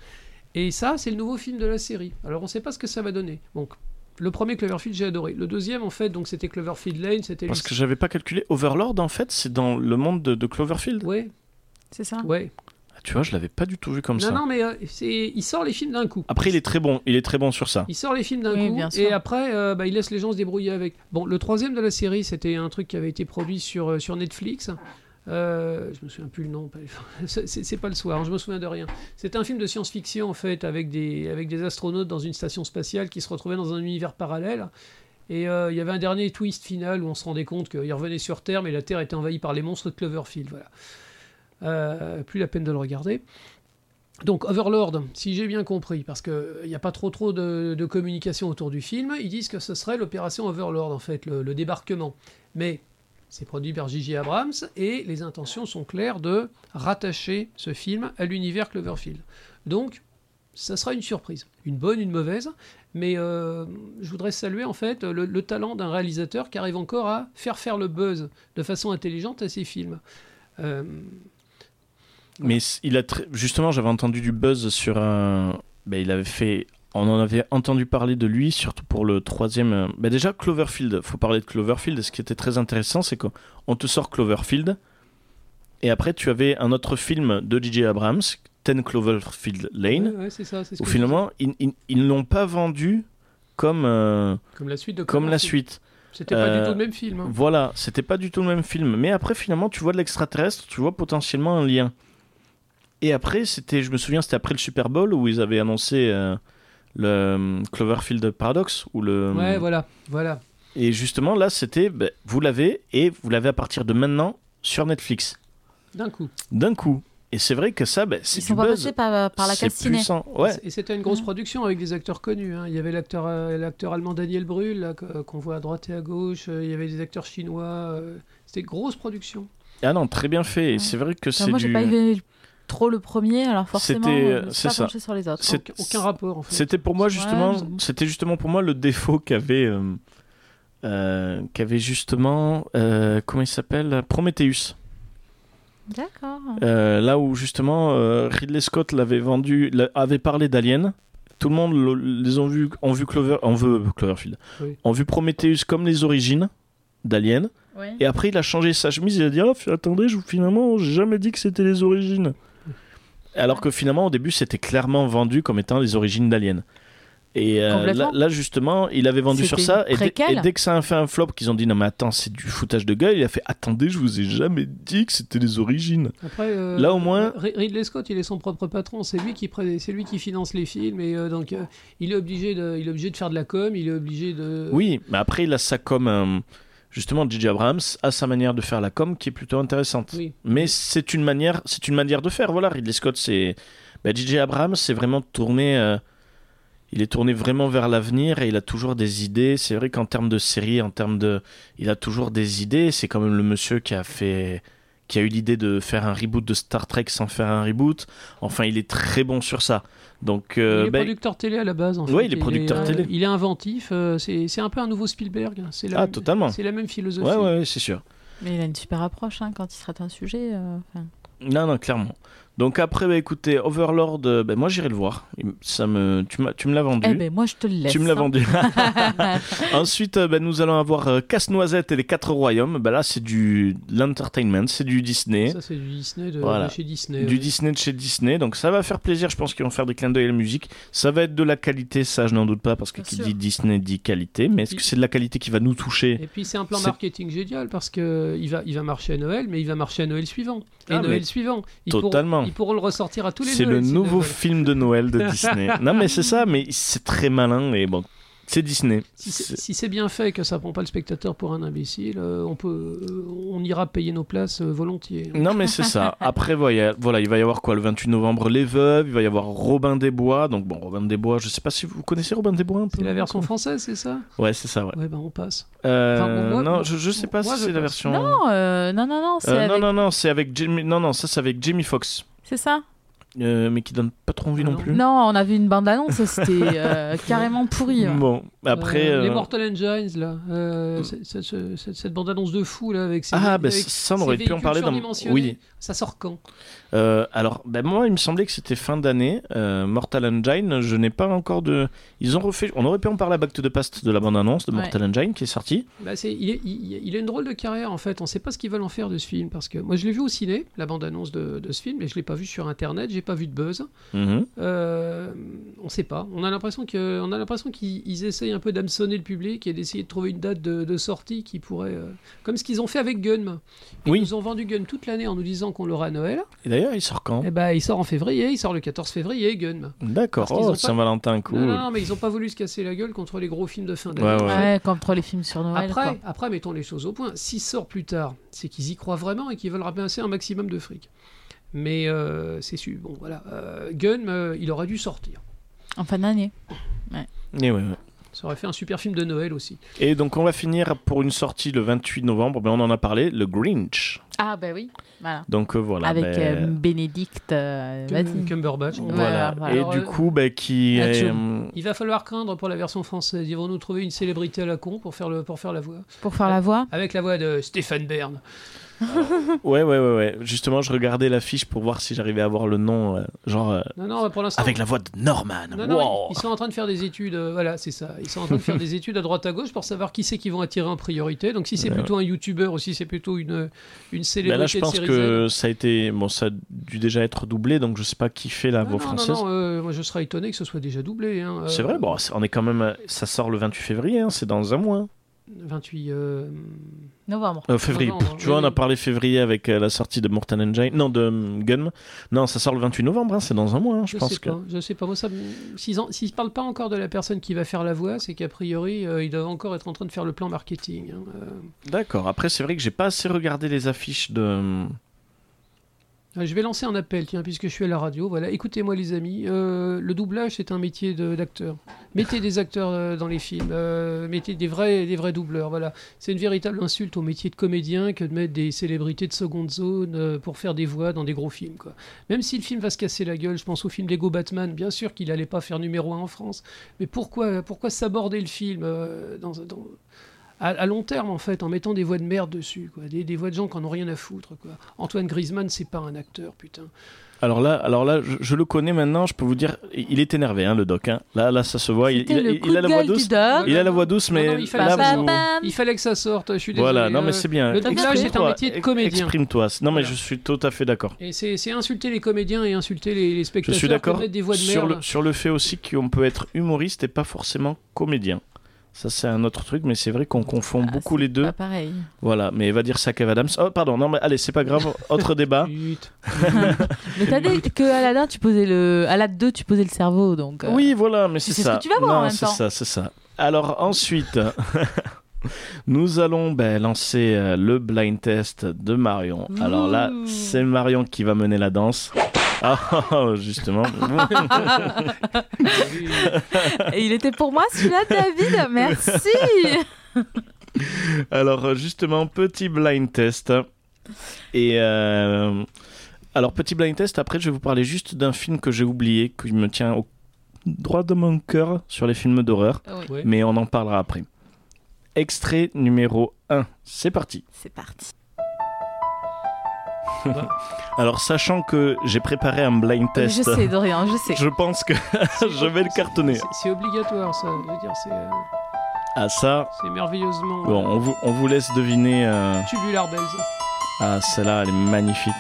Et ça, c'est le nouveau film de la série. Alors, on ne sait pas ce que ça va donner. Donc, le premier Cloverfield, j'ai adoré. Le deuxième, en fait, donc c'était Cloverfield Lane, c'était
Parce
l'histoire-
que j'avais pas calculé. Overlord, en fait, c'est dans le monde de, de Cloverfield.
Ouais,
C'est ça.
ouais.
Ah, Tu vois, je l'avais pas du tout vu comme
Hein non,
ça.
non, mais euh, c'est... il sort les films d'un coup.
Après, il est très bon. Il est très bon sur ça.
Il sort les films d'un
Oui,
coup
bien sûr.
et après, euh, bah, il laisse les gens se débrouiller avec. Bon, le troisième de la série, c'était un truc qui avait été produit sur, euh, sur Netflix. Euh, je me souviens plus le nom. pas- C'est c'est pas le soir, hein, je me souviens de rien. C'était un film de science-fiction en fait, avec des, avec des astronautes dans une station spatiale qui se retrouvaient dans un univers parallèle. Et euh, il y avait un dernier twist final où on se rendait compte qu'ils revenaient sur Terre, mais la Terre était envahie par les monstres de Cloverfield. Voilà. Euh, plus la peine de le regarder. Donc Overlord, si j'ai bien compris, parce qu'il n'y a pas trop trop de, de communication autour du film, ils disent que ce serait l'opération Overlord, en fait, le, le débarquement. Mais c'est produit par J.J. Abrams et les intentions sont claires de rattacher ce film à l'univers Cloverfield. Donc, ça sera une surprise. Une bonne, une mauvaise. Mais euh, je voudrais saluer en fait le, le talent d'un réalisateur qui arrive encore à faire faire le buzz de façon intelligente à ses films. Euh,
Mais c- il a tr- justement, j'avais entendu du buzz sur un. ben, il avait fait. On en avait entendu parler de lui, surtout pour le troisième. euh, ben, déjà, Cloverfield. Faut parler de Cloverfield. Ce qui était très intéressant, c'est qu'on on te sort Cloverfield. Et après, tu avais un autre film de DJ Abrams, Ten Cloverfield Lane,
ouais, ouais, c'est ça. c'est ce
où
que je
Hein finalement, ils ils- ils ne l'ont pas vendu comme, euh,
dis. comme la suite de
comme la
Cloverfield.
suite.
C'était pas
Euh,
du tout le même film. hein.
Voilà, c'était pas du tout le même film. Mais après, finalement, tu vois de l'extraterrestre, tu vois potentiellement un lien. Et après, c'était, je me souviens, c'était après le Super Bowl où ils avaient annoncé euh, le euh, Cloverfield Paradox. Ou le,
Ouais, voilà, voilà.
Et justement, là, c'était, ben, vous l'avez, et vous l'avez à partir de maintenant sur Netflix.
D'un coup.
D'un coup. Et c'est vrai que ça, ben, c'est
Ils
du
sont pas
buzz.
passés par, euh, par la
c'est
case ciné.
puissant. Ouais.
Et c'était une grosse production avec des acteurs connus. hein. Il y avait l'acteur, euh, l'acteur allemand Daniel Brühl, là, que- qu'on voit à droite et à gauche. Euh, Il y avait des acteurs chinois. euh, C'était une grosse production.
Ah non, très bien fait. Et c'est vrai que
Enfin,
c'est
moi,
du...
j'ai pas aimé trop le premier, alors forcément,
C'était,
euh, je me
c'est
suis pas
ça.
penchée sur les autres.
C'est-
Aucun, aucun rapport, en fait.
C'était pour moi
Ouais,
justement,
j'avoue.
c'était justement pour moi le défaut qu'avait euh, euh, qu'avait justement euh, comment il s'appelle Prometheus.
D'accord.
Euh, là où justement euh, Ridley Scott l'avait vendu, l'a- avait parlé d'Alien. Tout le monde le- les ont vu, ont vu Clover, on veut Cloverfield,
Oui.
ont vu Prometheus comme les origines d'Alien.
Oui.
Et après il a changé sa chemise, il a dit oh, f- attendez, je, finalement j'ai jamais dit que c'était les origines. Alors que finalement au début c'était clairement vendu comme étant les origines d'Alien. Et euh,
Complètement.
là, là, justement, il avait vendu sur
C'était
ça. Et, dès-
préquel.
et dès que ça a fait un flop, qu'ils ont dit non mais attends c'est du foutage de gueule, il a fait attendez je vous ai jamais dit que c'était les origines.
Après, euh,
Là, au moins-
Ri- Ridley Scott, il est son propre patron. C'est lui qui pré- c'est lui qui finance les films et euh, donc euh, il est obligé de, il est obligé de faire de la com. Il est obligé de.
Oui, mais après il a ça comme euh, justement J.J. Abrams a sa manière de faire la com qui est plutôt intéressante.
Oui.
Mais c'est une manière, c'est une manière de faire. Voilà, Ridley Scott, c'est bah, J.J. Abrams, c'est vraiment tourné. euh, Il est tourné vraiment vers l'avenir et il a toujours des idées. C'est vrai qu'en termes de série, en termes de, il a toujours des idées. C'est quand même le monsieur qui a fait, qui a eu l'idée de faire un reboot de Star Trek sans faire un reboot. Enfin, il est très bon sur ça. Donc, euh,
il est
bah,
producteur télé à la base. En
Ouais,
fait.
il est producteur
euh,
télé.
Il est inventif. euh, c'est c'est un peu un nouveau Spielberg. hein. C'est la,
ah, totalement.
c'est la même philosophie.
Ouais, ouais, ouais, c'est sûr.
Mais il a une super approche hein, quand il traite un sujet. euh, enfin.
Non, non, clairement. Donc après, bah, écoutez, Overlord, euh, bah, moi j'irai le voir. Il- Ça me, tu, m'as- tu me l'as vendu.
Eh ben, moi, je te le laisse.
tu me l'as
hein.
vendu. Ensuite, euh, bah, nous allons avoir euh, Casse-Noisette et les Quatre Royaumes. Bah, là, c'est du de l'entertainment, c'est du Disney.
Ça, euh, c'est du Disney de,
Voilà.
de chez Disney.
Du
ouais.
Disney de chez Disney, donc ça va faire plaisir. Je pense qu'ils vont faire des clins d'œil à la musique. Ça va être de la qualité, ça je n'en doute pas, parce que
Bien
qui
sûr.
dit Disney dit qualité. Mais est-ce que c'est de la qualité qui va nous toucher
Et puis c'est un plan
C'est-
marketing génial parce que il va, il va marcher à Noël, mais il va marcher à Noël suivant. Et
Ah, mais
Noël suivant. Ils
totalement.
Pourront, ils pourront le ressortir à tous les
C'est le
Noëls, ces
nouveau
Noëls.
film de Noël de Disney. non, mais c'est ça, mais c'est très malin et bon, c'est Disney.
Si c'est
C'est-
si c'est bien fait, que ça prend pas le spectateur pour un imbécile, euh, on peut, euh, on ira payer nos places euh, volontiers.
Non, mais c'est ça. Après, voilà, voilà, il va y avoir quoi le 28 novembre Les Veuves, il va y avoir Robin des Bois. Donc, bon, Robin des Bois, je sais pas si vous connaissez Robin des Bois un peu.
C'est la version française, c'est ça
Ouais, c'est ça, ouais.
Ouais, ben on passe.
Euh,
Enfin, moi-
non, je, je sais pas
moi,
si
je
c'est la
pense-
version.
Non, euh, non, non, non, c'est
hein. Euh,
avec-
non, non, non, c'est avec Jamie. Non, non, ça, c'est avec Jamie Foxx.
c'est ça
Euh, mais qui donne pas trop envie
Ah
non
non.
plus.
Non, on a vu une bande-annonce, c'était euh, carrément pourri. ouais.
Bon, après.
Euh, les
euh, Mm.
Mortal Engines là, euh, c'est- c'est- c'est- cette, bande annonce de fou là avec ces
Ah, bah,
avec
ça, on
ces
aurait pu
euh,
en
véhicules
parler dans.
surdimensionnés.
Oui.
Ça sort quand
Euh, alors, ben moi, il me semblait que c'était fin d'année. Euh, Mortal Engine, je n'ai pas encore de. Ils ont refait. On aurait pu en parler à Back to the Past de la bande-annonce de
Ouais.
Mortal Engine qui est sortie.
Bah, c'est- il, est- il- il a une drôle de carrière en fait. On ne sait pas ce qu'ils veulent en faire de ce film parce que moi je l'ai vu au ciné, la bande-annonce de, de ce film, mais je l'ai pas vu sur internet, j'ai pas vu de buzz.
Mhm.
Euh, on ne sait pas. On a l'impression que, on a l'impression qu'ils ils essayent un peu d'hameçonner le public et d'essayer de trouver une date de, de sortie qui pourrait, euh, comme ce qu'ils ont fait avec Gun. Ils
Oui.
nous ont vendu Gun toute l'année en nous disant qu'on l'aura à Noël.
Et d'ailleurs, il sort quand
Et bah, il sort en février, il sort le 14 février, Gun.
D'accord.
Parce qu'ils ont
Oh,
pas-
Saint-Valentin, cool.
Non, non, non, mais ils n'ont pas voulu se casser la gueule contre les gros films de fin d'année.
Ouais, ouais.
Ouais, contre les films sur Noël. quoi.
Après, après, mettons les choses au point. S'il sort plus tard, c'est qu'ils y croient vraiment et qu'ils veulent ramasser un maximum de fric. Mais euh, c'est sûr. Bon, voilà. Euh, Gun, euh, il aurait dû sortir.
En fin d'année.
Et, ouais, ouais.
Ça aurait fait un super film de Noël aussi.
Et donc, on va finir pour une sortie le 28 novembre. Ben, on en a parlé, le Grinch.
Ah, bah oui. Voilà.
Donc, euh, voilà.
Avec
ben,
euh, Bénédicte. euh, vas-y.
Cum- Cumberbatch.
Ouais,
Voilà.
voilà.
Et
Alors,
du
euh,
coup, ben, qui est,
Atchoum. Il va falloir craindre pour la version française. Ils vont nous trouver une célébrité à la con pour faire, le, pour faire la voix.
Pour faire la voix.
Avec la voix de Stéphane Bern.
euh, Ouais, ouais, ouais, ouais. Justement, je regardais l'affiche pour voir si j'arrivais à avoir le nom, euh, genre euh,
Non, non, pour l'instant.
avec la voix de Norman.
Non, non,
Wow.
ils- ils sont en train de faire des études, euh, voilà, c'est ça. Ils sont en train de faire des études à droite à gauche pour savoir qui c'est qu'ils vont attirer en priorité. Donc si c'est plutôt un youtubeur ou si c'est plutôt une, euh, une
Bah
célébrité
là, je
de
pense
série
que ça a été, bon, ça a dû déjà être doublé, donc je sais pas qui fait la
Z.
voix
non, non,
française.
non, non, euh, moi je serais étonné que ce soit déjà doublé. hein, euh,
C'est vrai, bon, c'est- on est quand même, euh, ça sort le 28 février, hein, c'est dans un mois. hein.
28. euh,
Novembre.
Euh, février.
Novembre,
pff, tu
oui,
vois, on a
oui.
parlé février avec euh, la sortie de Mortal Engine, non de hum, Gun. Non, ça sort le 28 novembre, hein, c'est dans un mois. hein, je,
je,
pense
sais
que.
pas, je sais pas. Moi, ça, me- s'ils en- s'ils parlent pas encore de la personne qui va faire la voix, c'est qu'a priori, euh, ils doivent encore être en train de faire le plan marketing. hein, euh.
D'accord. Après, c'est vrai que j'ai pas assez regardé les affiches de.
Euh, Je vais lancer un appel, tiens, puisque je suis à la radio. Voilà, écoutez-moi les amis. Euh, le doublage, c'est un métier de- d'acteur. Mettez des acteurs euh, dans les films. euh, mettez des vrais, des vrais doubleurs. Voilà, c'est une véritable insulte au métier de comédien que de mettre des célébrités de seconde zone euh, pour faire des voix dans des gros films. Quoi. Même si le film va se casser la gueule, je pense au film Lego Batman. Bien sûr qu'il n'allait pas faire numéro un en France, mais pourquoi, pourquoi s'aborder le film euh, dans, dans- à, à long terme, en fait, en mettant des voix de merde dessus, quoi. Des, des voix de gens qui en ont rien à foutre, quoi. Antoine Griezmann, c'est pas un acteur, putain.
Alors là, alors là, je, je le connais maintenant. Je peux vous dire, il est énervé, hein, le doc. hein. Là, là, ça se voit. Il,
C'était
il a-
le
il
coup de
a la voix
gueule
douce.
du doc.
Il a la voix douce, mais
Non, non, il fallait
là,
que ça
vous-
sorte.
Bam.
Il fallait que ça sorte, je suis désolé.
voilà. Non, mais
euh,
c'est bien.
le doublage est un
Exprime-toi.
métier de
Ex-
comédien.
Exprime-toi. Non, mais
Voilà.
je suis tout à fait d'accord.
Et c'est c'est insulter les comédiens et insulter les, les
Je
spectateurs.
suis
que de
d'accord
mettre des voix de
sur
merde.
le sur le fait aussi qu'on peut être humoriste et pas forcément comédien. Ça, c'est un autre truc, mais c'est vrai qu'on confond
Ah,
beaucoup
c'est
les deux.
Pas pareil.
Voilà, mais va dire ça Kev Adams. Oh, pardon, non, mais allez, c'est pas grave, autre débat.
Chut.
Mais t'as dit que Aladdin, tu posais le. Aladdin 2, tu posais le cerveau, donc. euh,
Oui, voilà, mais
tu
c'est
sais ce
ça.
que tu vas voir
non,
en même
c'est
temps.
ça, c'est ça. Alors ensuite, nous allons ben, lancer euh, le blind test de Marion. Alors là,
Ouh.
c'est Marion qui va mener la danse. Ah, justement.
Et il était pour moi celui-là, David. Merci.
Alors euh, justement, petit blind test. Et euh, alors, petit blind test, après, je vais vous parler juste d'un film que j'ai oublié, qui me tient au droit de mon cœur sur les films d'horreur,
Ah Oui,
Ouais.
mais on en parlera après. Extrait numéro 1, c'est parti.
c'est parti.
Alors, sachant que j'ai préparé un blind
Mais
test,
Je sais, Dorian, je sais.
je pense que je vais le cartonner.
C'est- C'est obligatoire, ça. Je veux dire, c'est euh,
À ça,
c'est merveilleusement euh,
bon, on vous, on vous laisse deviner. euh,
tubular bells.
Ah, celle-là, elle est magnifique.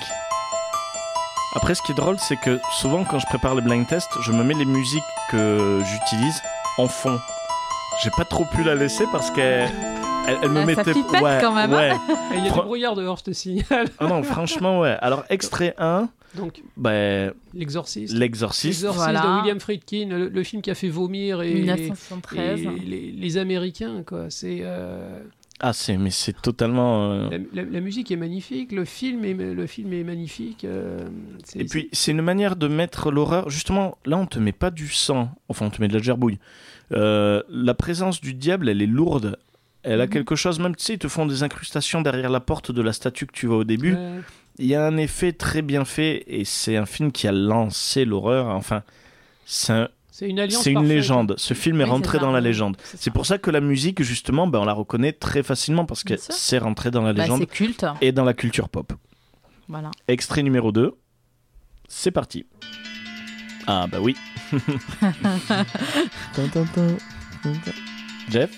Après, ce qui est drôle, c'est que souvent, quand je prépare les blind tests, je me mets les musiques que j'utilise en fond. J'ai pas trop pu la laisser parce qu'elle elle, elle me
Ah, ça
mettait.
pipette
ouais,
quand même,
ouais.
hein.
Et Il y a
Pro-
du brouillard dehors, je te signale.
Ah non, franchement, ouais. Alors, extrait 1,
Donc,
ben,
l'exorciste.
l'exorciste.
L'exorciste de
Voilà.
William Friedkin, le, le film qui a fait vomir et,
1973.
et les, les Américains, quoi. C'est euh,
Ah, c'est, mais c'est totalement. euh,
la, la- la musique est magnifique, le film est, le film est magnifique. euh, c'est-
Et puis, c'est une manière de mettre l'horreur. Justement, là, on te met pas du sang. Enfin, on te met de la gerbouille. Euh, la présence du diable, elle est lourde. Elle a
Mhm.
quelque chose, même, tu sais, ils te font des incrustations derrière la porte de la statue que tu vois au
c'est-
début.
ouais.
Il y a un effet très bien fait et c'est un film qui a lancé l'horreur. Enfin, c'est un-
c'est une alliance.
c'est une
parfaite.
légende. Ce film est
Oui,
rentré
c'est
dans
ça.
la légende.
C'est
C'est
ça.
pour ça que la musique, justement, ben, on la reconnaît très facilement parce que
Bien sûr.
c'est rentré dans la
Bah,
légende
c'est culte.
et dans la culture pop.
Voilà.
Extrait numéro 2. C'est parti. Ah bah oui. Tin, tin, tin, tin, tin. Jeff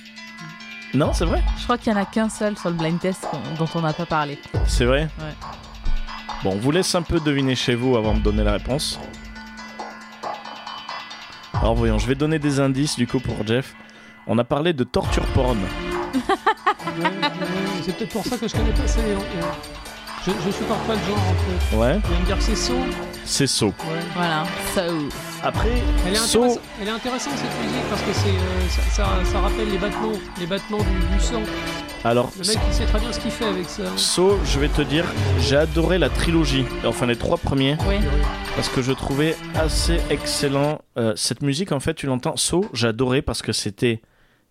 Non, c'est vrai
Je crois qu'il n'y en a qu'un seul sur le blind test qu'on- dont on n'a pas parlé.
C'est vrai
Ouais.
Bon, on vous laisse un peu deviner chez vous avant de donner la réponse. Alors voyons, je vais donner des indices du coup pour Jeff. On a parlé de torture porn.
Ouais, ouais, c'est peut-être pour ça que je connais pas ça. et, euh, Je, je suis parfois le genre. En fait.
Ouais,
Vous allez me dire que c'est son.
c'est saut.
Voilà. So.
Après,
Elle est,
saut,
intéressante, elle est intéressante cette musique parce que c'est, euh, ça, ça- ça rappelle les battements, les battements du, du sang.
alors
Le mec il sait très bien ce qu'il fait avec ça. hein.
saut, je vais te dire, j'ai adoré la trilogie, enfin les trois premiers.
Oui.
parce que je trouvais assez excellent euh, cette musique en fait tu l'entends So j'adorais parce que c'était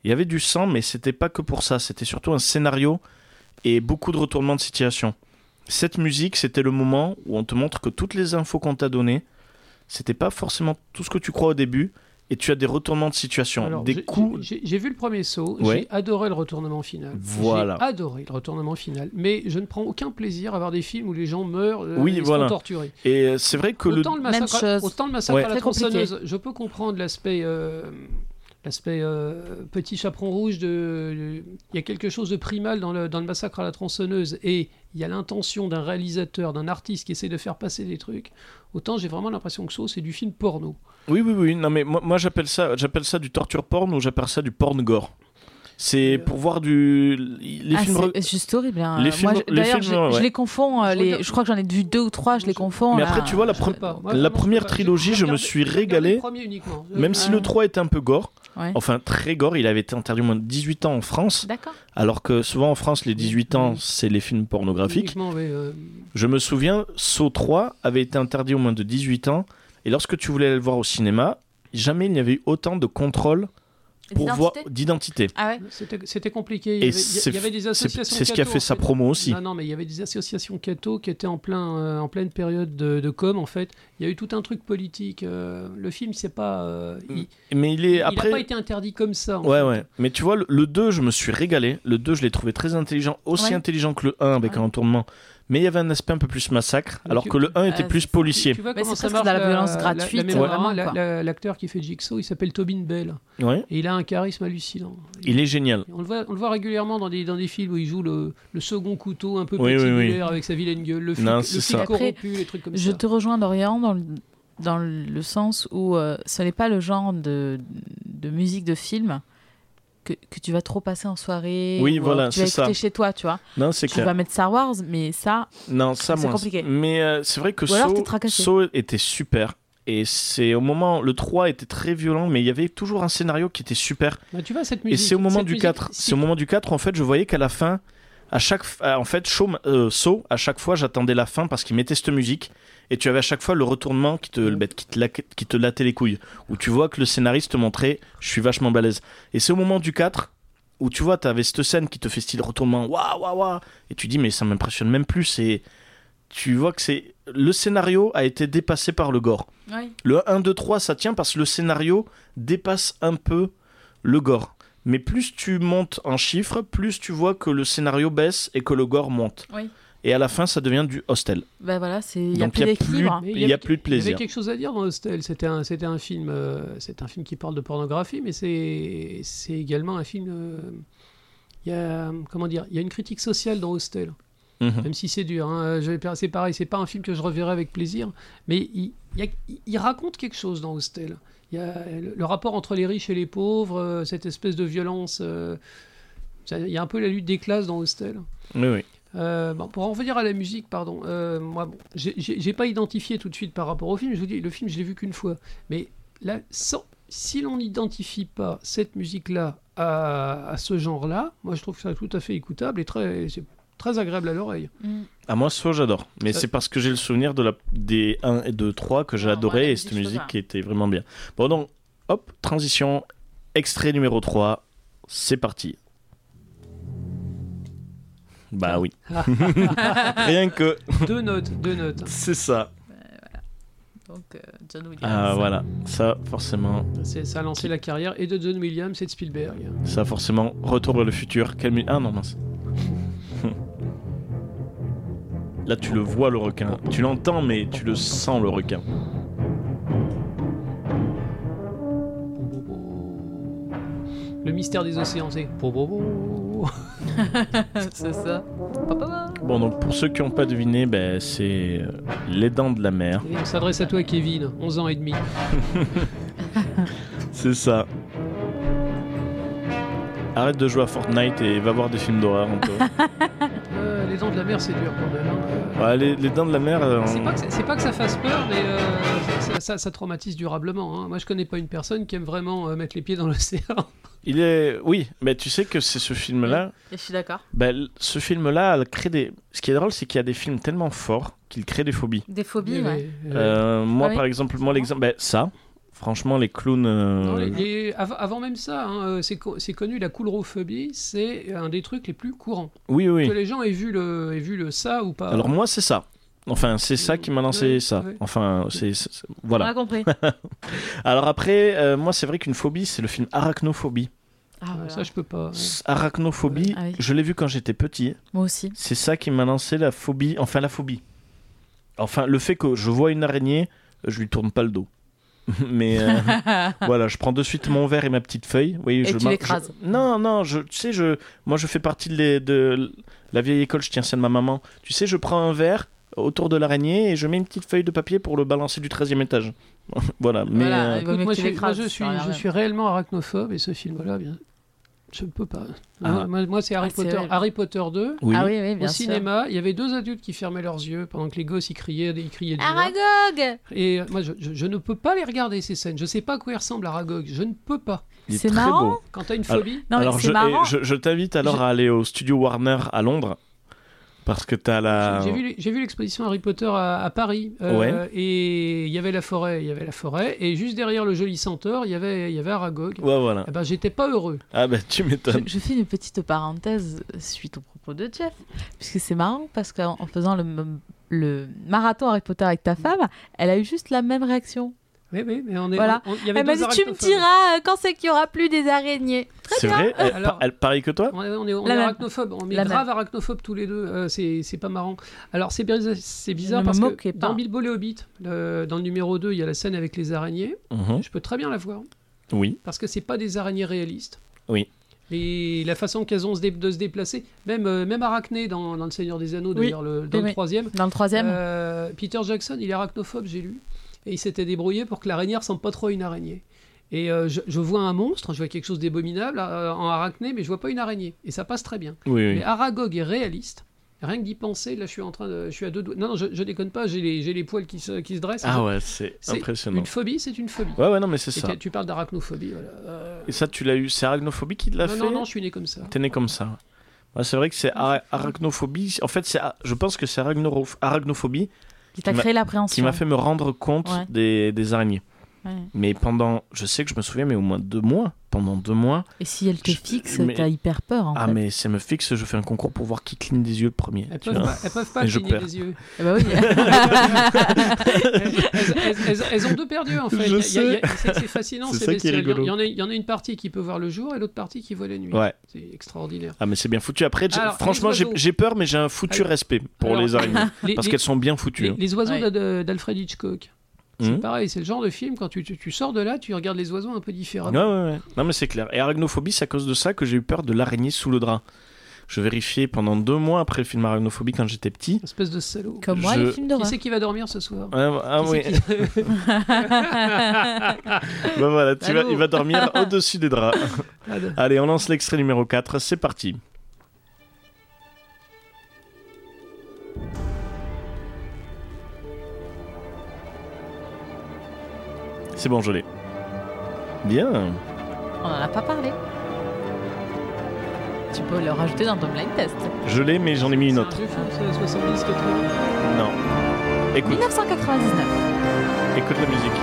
il y avait du sang mais c'était pas que pour ça c'était surtout un scénario et beaucoup de retournements de situation cette musique c'était le moment où on te montre que toutes les infos qu'on t'a données c'était pas forcément tout ce que tu crois au début et tu as des retournements de situation
Alors,
des
j'ai-
coups
J'ai j'ai vu le premier saut,
Ouais.
j'ai adoré le retournement final.
Voilà.
J'ai adoré le retournement final. Mais je ne prends aucun plaisir à voir des films où les gens meurent, euh,
Oui,
ils sont
voilà.
torturés.
et euh, c'est vrai que le
Autant le,
Même
massacre,
chose.
autant le massacre
Ouais.
à la
Très compliqué.
tronçonneuse, je peux comprendre l'aspect. euh, L'aspect euh, petit chaperon rouge, de, il y a quelque chose de primal dans le, dans le massacre à la tronçonneuse et il y a l'intention d'un réalisateur, d'un artiste qui essaie de faire passer des trucs. Autant j'ai vraiment l'impression que ça, c'est du film porno.
oui oui oui non mais moi, moi, j'appelle ça j'appelle ça du torture porn ou j'appelle ça du porn gore
Euh,
c'est pour voir du les
Ah,
films re-
c'est juste horrible. hein.
les films-
Moi, je-
les
D'ailleurs,
films,
je,
ouais.
je les confonds. euh,
Je
les-
regarde-
je crois que j'en ai vu deux ou trois. Je les confonds.
Mais
là.
après, tu vois, la, pre-
sais pas. Moi, vraiment,
la
Oh je
première
sais pas.
trilogie,
J'ai
je me
regardé-
suis
j'ai regardé
régalé,
le Ah. premier uniquement. Euh, Je-
même si le 3 était un peu gore.
Ouais.
Enfin, très gore, il avait été interdit au moins de 18 ans en France,
D'accord.
alors que souvent en France, les 18 ans,
Oui.
c'est les films pornographiques.
Uniquement, oui, euh,
Je me souviens, Saw 3 avait été interdit au moins de 18 ans, et lorsque tu voulais aller le voir au cinéma, jamais il n'y avait eu autant de contrôle pour voir d'identité.
Ah ouais.
c'était c'était compliqué. Il
Et
y, avait, il y-
c'est-
il y avait des
C'est
associations.
c'est ce qui a
catho,
fait
en
sa
fait.
promo aussi.
Non, non, mais il y avait des associations catho qui étaient en, plein, euh, en pleine période de, de com, en fait. Il y a eu tout un truc politique. euh, le film, c'est pas. euh, il
Mais il est
n'a
après.
pas été interdit comme ça. en
Ouais,
fait.
ouais. Mais tu vois, le- le 2, je me suis régalé. Le 2, je l'ai trouvé très intelligent, aussi
Ouais.
intelligent que le 1 avec
Ouais.
un tournement. Mais il y avait un aspect un peu plus massacre,
Mais
alors
tu-
que le 1
Ah,
était plus
c'est-
Tu,
policier.
tu vois
Mais
comment
c'est
ça
presque
marche
de la violence
la-
gratuite,
la mémoire,
vraiment,
la-
quoi.
la- L'acteur qui fait Jigsaw, il s'appelle Tobin Bell.
Ouais.
Et il a un charisme hallucinant.
Il est génial.
On le voit, on le voit régulièrement dans des, dans des films où il joue le, le second couteau un peu
Oui, oui, oui.
pétillulaire avec sa vilaine gueule, le flic,
Non,
le
c'est
flic
ça.
corrompu, les trucs comme
Je
ça.
te rejoins, Dorian, dans le, dans le sens où euh, ce n'est pas le genre de, de musique de film que, que tu vas trop passer en soirée.
Oui,
ou, euh,
voilà,
que Tu vas
c'est ça.
écouter chez toi, tu vois.
Non, c'est
tu
clair.
vas mettre Star Wars, mais ça,
Non, ça,
c'est
moins.
compliqué.
Mais euh, c'est vrai que
Ou alors
Saw-
t'es tracassé.
Saw était super. Et c'est au moment. Le 3 était très violent, mais il y avait toujours un scénario qui était super.
Bah, tu vois, cette
Et
musique.
c'est au moment
cette
du
musique,
4.
si-
C'est au moment du 4, en fait, je voyais qu'à la fin, à chaque, f- euh, en fait, Shaw m- euh, Saw, à chaque fois, j'attendais la fin parce qu'il mettait cette musique. Et tu avais à chaque fois le retournement qui te,
Mm.
le bête, qui te, la- qui te lattait les couilles. Où tu vois que le scénariste te montrait, je suis vachement balèze. Et c'est au moment du 4 où tu vois, t'avais cette scène qui te fait style retournement, waouh, waouh, waouh, et tu dis, mais ça m'impressionne même plus. C'est, tu vois que c'est le scénario a été dépassé par le gore.
Oui.
Le 1, 2, 3, ça tient parce que le scénario dépasse un peu le gore. Mais plus tu montes en chiffres, plus tu vois que le scénario baisse et que le gore monte.
Oui.
Et à la fin, ça devient du hostel.
Ben voilà, c'est il y a
Donc,
plus
il y a
d'équilibre. hein.
Mais
Il y a
avait-
plus
Il
de
y
plaisir.
avait quelque chose à dire dans Hostel. C'était un, c'était un film, euh, c'est un film qui parle de pornographie, mais c'est, c'est également un film. euh, Il y a, comment dire, il y a une critique sociale dans Hostel.
Mhm.
Même si c'est dur, hein, je vais pas- c'est pareil, c'est pas un film que je reverrai avec plaisir, mais il, il y a- il- il raconte quelque chose dans Hostel. Il y a le, le rapport entre les riches et les pauvres, euh, cette espèce de violence. euh, ça- il y a un peu la lutte des classes dans Hostel.
Oui, oui.
Euh, bon, pour en revenir à la musique, pardon, euh, moi, bon, j'ai- j'ai j'ai pas identifié tout de suite par rapport au film. Je vous dis, le film, je l'ai vu qu'une fois. Mais là, sans- si l'on n'identifie pas cette musique-là à, à ce genre-là, moi, je trouve ça tout à fait écoutable et très, c'est très agréable à l'oreille.
Mm.
À moi, Soi, j'adore. Mais
Ça-
c'est parce que j'ai le souvenir de la... des 1 et 2, 3 que j'ai
Ah,
adoré
ouais,
et
je
cette
sais
musique
pas.
qui était vraiment bien. Bon, donc, hop, transition, extrait numéro 3, c'est parti. Bah oui. Rien que.
Deux notes, deux notes.
C'est ça.
Donc euh, John Williams.
Ah, voilà. Ça, forcément.
C'est- Ça a lancé la carrière et de John Williams et de Spielberg.
Ça, forcément. Retour vers le futur. Quelle mu- Ah non, mince. Là, tu le vois, le requin. Tu l'entends, mais tu le sens, le requin.
Le mystère des océans, c'est.
c'est ça. Pa, pa, pa.
Bon, donc pour ceux qui n'ont pas deviné, ben, c'est euh, Les Dents de la Mer.
Et on s'adresse à toi, Kevin, 11 ans et demi.
C'est ça. Arrête de jouer à Fortnite et va voir des films d'horreur un peu.
Euh, les dents de la mer, c'est dur quand même. hein. Euh,
Ouais, les, les Dents de la Mer, euh,
C'est pas, que ça- c'est pas que ça fasse peur, mais euh, ça, ça- ça traumatise durablement. hein. Moi, je connais pas une personne qui aime vraiment euh, mettre les pieds dans l'océan.
il est... Oui, mais tu sais que c'est ce film-là...
Et je suis d'accord.
ben, l- ce film-là elle crée des... Ce qui est drôle, c'est qu'il y a des films tellement forts qu'il crée des phobies.
Des phobies,
Mais,
ouais.
mais, euh,
Euh, moi,
Ah oui.
par exemple, moi, l'exemple... ben, ça, franchement, les clowns... euh,
non, les- les- av- avant même ça, hein, euh, c'est co- c'est connu, la coulrophobie, c'est un des trucs les plus courants.
Oui, oui.
Que les gens aient vu, le, aient vu le ça ou pas.
Ah.
Alors moi, c'est ça. Enfin, c'est ça qui m'a lancé
Ouais,
ça.
ouais.
Enfin, c'est... c'est- c'est-
On
Voilà.
a compris. Ah.
Alors après, euh, moi c'est vrai qu'une phobie, c'est le film Arachnophobie.
Ah,
Euh,
voilà.
Ça, je peux pas. ouais.
S- Arachnophobie,
Ah oui.
je l'ai vu quand j'étais petit.
Moi aussi.
C'est ça qui m'a lancé la phobie, enfin la phobie. Enfin, le fait que je vois une araignée, je lui tourne pas le dos. Mais euh, voilà, je prends de suite mon verre et ma petite feuille. Oui,
Et
je
tu
mar-
l'écrases.
je- Non, non, je, tu sais, je, moi je fais partie de, les- de la vieille école, je tiens celle de ma maman. Tu sais, je prends un verre autour de l'araignée et je mets une petite feuille de papier pour le balancer du 13e étage. voilà, mais...
Voilà,
euh,
Il vaut mieux
moi,
que
je
tu
suis, moi,
l'écrases,
je
ça
suis,
sert à
je
rien.
suis réellement arachnophobe et ce film-là, eh bien, je ne peux pas.
Ah.
Moi- Moi, moi, c'est Harry
Ah, c'est
Potter,
horrible.
Harry Potter 2.
oui.
Ah oui, oui, bien
Au
sûr.
cinéma, il y avait deux adultes qui fermaient leurs yeux pendant que les gosses ils criaient, ils criaient. du noir.
Aragog
Et euh, moi, je, je- je ne peux pas les regarder ces scènes. Je sais pas à quoi ils ressemblent Aragog. Je ne peux pas.
Il est
C'est
très
marrant.
beau.
Quand t'as une
Alors-
phobie,
Non,
alors
mais
je,
c'est marrant.
et je, je t'invite alors
Je-
à aller au studio Warner à Londres parce que t'as la.
j'ai j'ai vu, j'ai vu l'exposition Harry Potter à, à Paris. euh,
euh, Ouais.
Et il y avait la forêt, il y avait la forêt. Et juste derrière le joli centaure, il y avait, il y avait Aragog.
Ouais voilà.
Eh ben, j'étais pas heureux.
Ah bah tu
Je,
m'étonnes.
je fais une petite parenthèse suite au propos de Jeff, puisque c'est marrant parce qu'en en faisant le, m- le marathon Harry Potter avec ta
Mm.
femme, elle a eu juste la même réaction.
Oui, oui, mais on est.
Voilà.
on- on- il y avait
Elle m'a
deux
dit Tu me
arachnophobes.
diras euh, quand c'est qu'il y aura plus des araignées.
C'est vrai. Elle,
Alors-
elle parie que toi.
On est, on est, on
La
est
même.
arachnophobe, on est
La
grave arachnophobe tous les deux, euh, c'est c'est pas marrant. Alors c'est bizarre, c'est bizarre
Ne me
parce que
moquez pas.
dans Bilbo et Hobbit, le- dans le numéro 2, il y a la scène avec les araignées,
Mhm.
je peux très bien la voir,
Oui.
parce que c'est pas des araignées réalistes.
Oui.
Et la façon qu'elles ont se dé- de se déplacer, même, euh, même Arachné dans, dans Le Seigneur des Anneaux,
Oui.
d'ailleurs, le, dans le
Oui, oui.
troisième,
Dans le troisième
euh, Peter Jackson, il est arachnophobe, j'ai lu. Et il s'était débrouillé pour que l'araignée ressemble pas trop à une araignée. Et euh, je, je vois un monstre, je vois quelque chose d'abominable euh, en arachné, mais je vois pas une araignée. Et ça passe très bien.
Oui. oui.
Mais ah, Aragog est réaliste. Rien que d'y penser, là je suis en train de. Je suis à deux doigts. Non, non, je, je déconne pas, j'ai les, j'ai les poils qui se, qui se dressent.
Ah ouais, c'est
C'est
impressionnant.
Une phobie, c'est une phobie.
Ouais ouais non mais c'est
Et
ça.
t'as- tu parles d'arachnophobie, voilà. Euh,
Et ça tu l'as eu. C'est arachnophobie qui te l'a
Non,
fait.
non, non, je suis né comme ça.
T'es né comme ça. Ouais, c'est vrai que c'est ara- arachnophobie. En fait, c'est, a- je pense que c'est arachnoro- arachnophobie
qui t'a
qui m'a-
créé
qui
l'appréhension.
m'a fait me rendre compte
Ouais.
des, des araignées.
Ouais.
Mais pendant, je sais que je me souviens, mais au moins deux mois. Pendant deux mois,
Et si elle te
Je-
fixe,
mais-
t'as hyper peur. En
ah
fait.
mais ça me fixe, je fais un concours pour voir qui cligne des yeux le premier.
Elles
tu
peuvent
vois.
pas, elles peuvent pas
Et je
cligner
perds.
des yeux.
Eh bah oui.
elles, elles- elles- elles ont deux paires d'yeux en fait.
Je
Il y a- il y a-
sais.
c'est- C'est fascinant.
C'est
ces
ça qui est
bestioles.
rigolo.
Il y en a- il y en a une partie qui peut voir le jour et l'autre partie qui voit la nuit.
Ouais.
C'est extraordinaire.
Ah mais c'est bien foutu. Après, j'ai-
Alors,
franchement,
les
j'ai
oiseaux.
j'ai peur, mais j'ai un foutu
Alors-
respect pour
Alors,
les araignées.
Les,
Parce
les-
qu'elles sont bien foutues. hein.
les- les oiseaux
Ouais.
d'Ad- d'Alfred Hitchcock.
Mhm.
C'est pareil, c'est le genre de film quand tu, tu- tu sors de là, tu regardes les oiseaux un peu différemment.
Ouais, ouais, ouais. Non, mais c'est clair. Et arachnophobie, c'est à cause de ça que j'ai eu peur de l'araignée sous le drap. Je vérifiais pendant deux mois après le film Arachnophobie quand j'étais petit.
Espèce de salaud.
Comme moi,
Je-
les films
Qui
d'horreur.
c'est qui va dormir ce soir
Ah, ah
Qui
oui,
c'est qui-
Bah voilà, tu vas,
Allô
il va dormir au-dessus des draps.
Ah, de-
Allez, on lance l'extrait numéro 4, c'est parti. C'est bon, je l'ai. Bien.
On en a pas parlé. Tu peux le rajouter dans ton blind test.
Je l'ai, mais j'en ai mis une autre.
C'est un vieux film, ça, 70, 80.
Non. Écoute,
1999.
écoute la musique.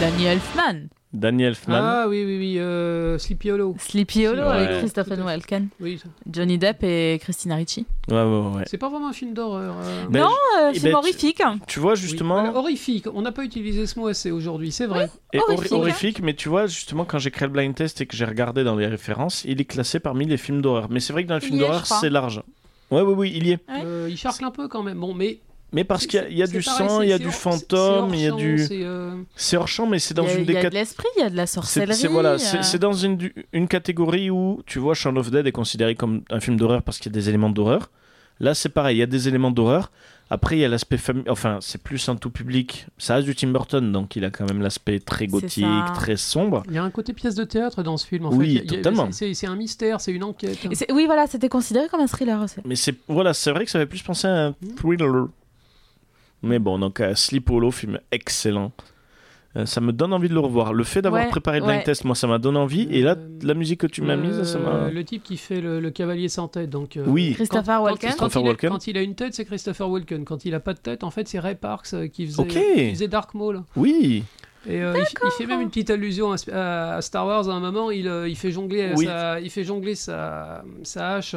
Danny Elfman.
Daniel Elfman.
Ah oui, oui, oui, euh, Sleepy Hollow.
Sleepy Hollow
Ouais.
avec Christopher
Tout à fait.
Walken.
Oui, ça-
Johnny Depp et Christina Ricci.
Ouais, ouais, ouais.
c'est pas vraiment un film d'horreur. euh.
Ben,
non, euh,
eh ben,
film
tu-
horrifique.
Tu vois,
Oui,
justement.
voilà, horrifique, on n'a pas utilisé ce mot assez aujourd'hui, c'est vrai.
Et hor-
Horrifique,
horrifique,
hein.
mais tu vois, justement, quand j'ai créé le blind test et que j'ai regardé dans les références, il est classé parmi les films d'horreur. Mais c'est vrai que dans les
Il
films
y est, je
d'horreur,
crois.
c'est large. Ouais, oui, oui, il y est.
Ouais.
Euh, il charcle un peu quand même. Bon, mais
Mais parce qu'il y a, il y a
c'est
du
pareil,
sang,
c'est-
il y a
c'est
du
hors-
fantôme,
c'est-
il y a
c'est hors
du.
champ, c'est, euh,
C'est hors champ, mais c'est dans
il y a,
une
il y
des
a de
cat-
l'esprit, il y a de la
c'est-
sorcellerie.
c'est- voilà,
euh,
c'est c'est dans une, du- une catégorie où tu vois Shaun of Dead est considéré comme un film d'horreur parce qu'il y a des éléments d'horreur. Là, c'est pareil, il y a des éléments d'horreur. Après, il y a l'aspect famille, enfin, c'est plus un tout public. Ça reste du Tim Burton, donc il a quand même l'aspect
C'est
très gothique,
ça.
très sombre.
Il y a un côté pièce de théâtre dans ce film. En
Oui,
fait. Il y a- il y a-
totalement.
C'est c'est un mystère, c'est une enquête.
et c'est- Oui, voilà, c'était considéré comme un thriller aussi.
Mais c'est voilà, c'est vrai que ça fait plus penser à un thriller. Mais bon, donc euh, Sleep Hollow, film excellent. Euh, ça me donne envie de le revoir. Le fait d'avoir
Ouais,
préparé le blind
ouais.
test, moi, ça m'a donné envie. Et là,
Euh,
la musique que tu m'as
Euh,
mise, ça m'a.
Le type qui fait le, le cavalier sans tête. Donc, euh,
Oui.
quand-
Christopher
quand-
Walken.
quand il
Christopher
a-
Walken.
Quand il a une tête, c'est Christopher Walken. Quand il a pas de tête, en fait, c'est Ray Parks euh, qui faisait,
Ok.
qui faisait Dark Maul.
Oui,
Et euh, il, f- il fait même une petite allusion à, Sp- à- à Star Wars à un moment. Il, euh, il fait jongler,
Oui.
sa, il fait jongler sa, sa hache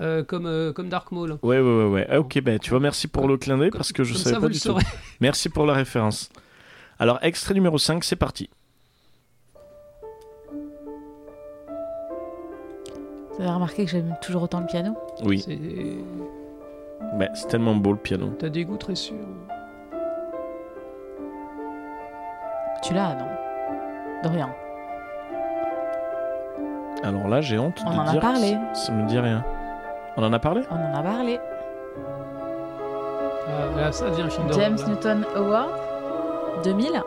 euh, comme, euh, comme Dark Maul.
ouais, ouais, ouais, ouais. Ah, ok, ben tu vois, merci pour le clin d'œil parce que je
Comme
savais
ça,
pas
vous le
du tout.
saurez.
Merci pour la référence. Alors, extrait numéro 5, c'est parti.
Vous avez remarqué que j'aime toujours autant le piano
Oui,
C'est-
ben, c'est tellement beau le piano.
T'as des goûts très sûrs.
Tu l'as, non Dorian.
Alors là, j'ai honte
On
de
en a
dire.
parlé.
Ça me dit rien. On en a parlé
On en a parlé.
Ah, là, ça devient un film d'horreur.
James
là.
Newton Award 2000.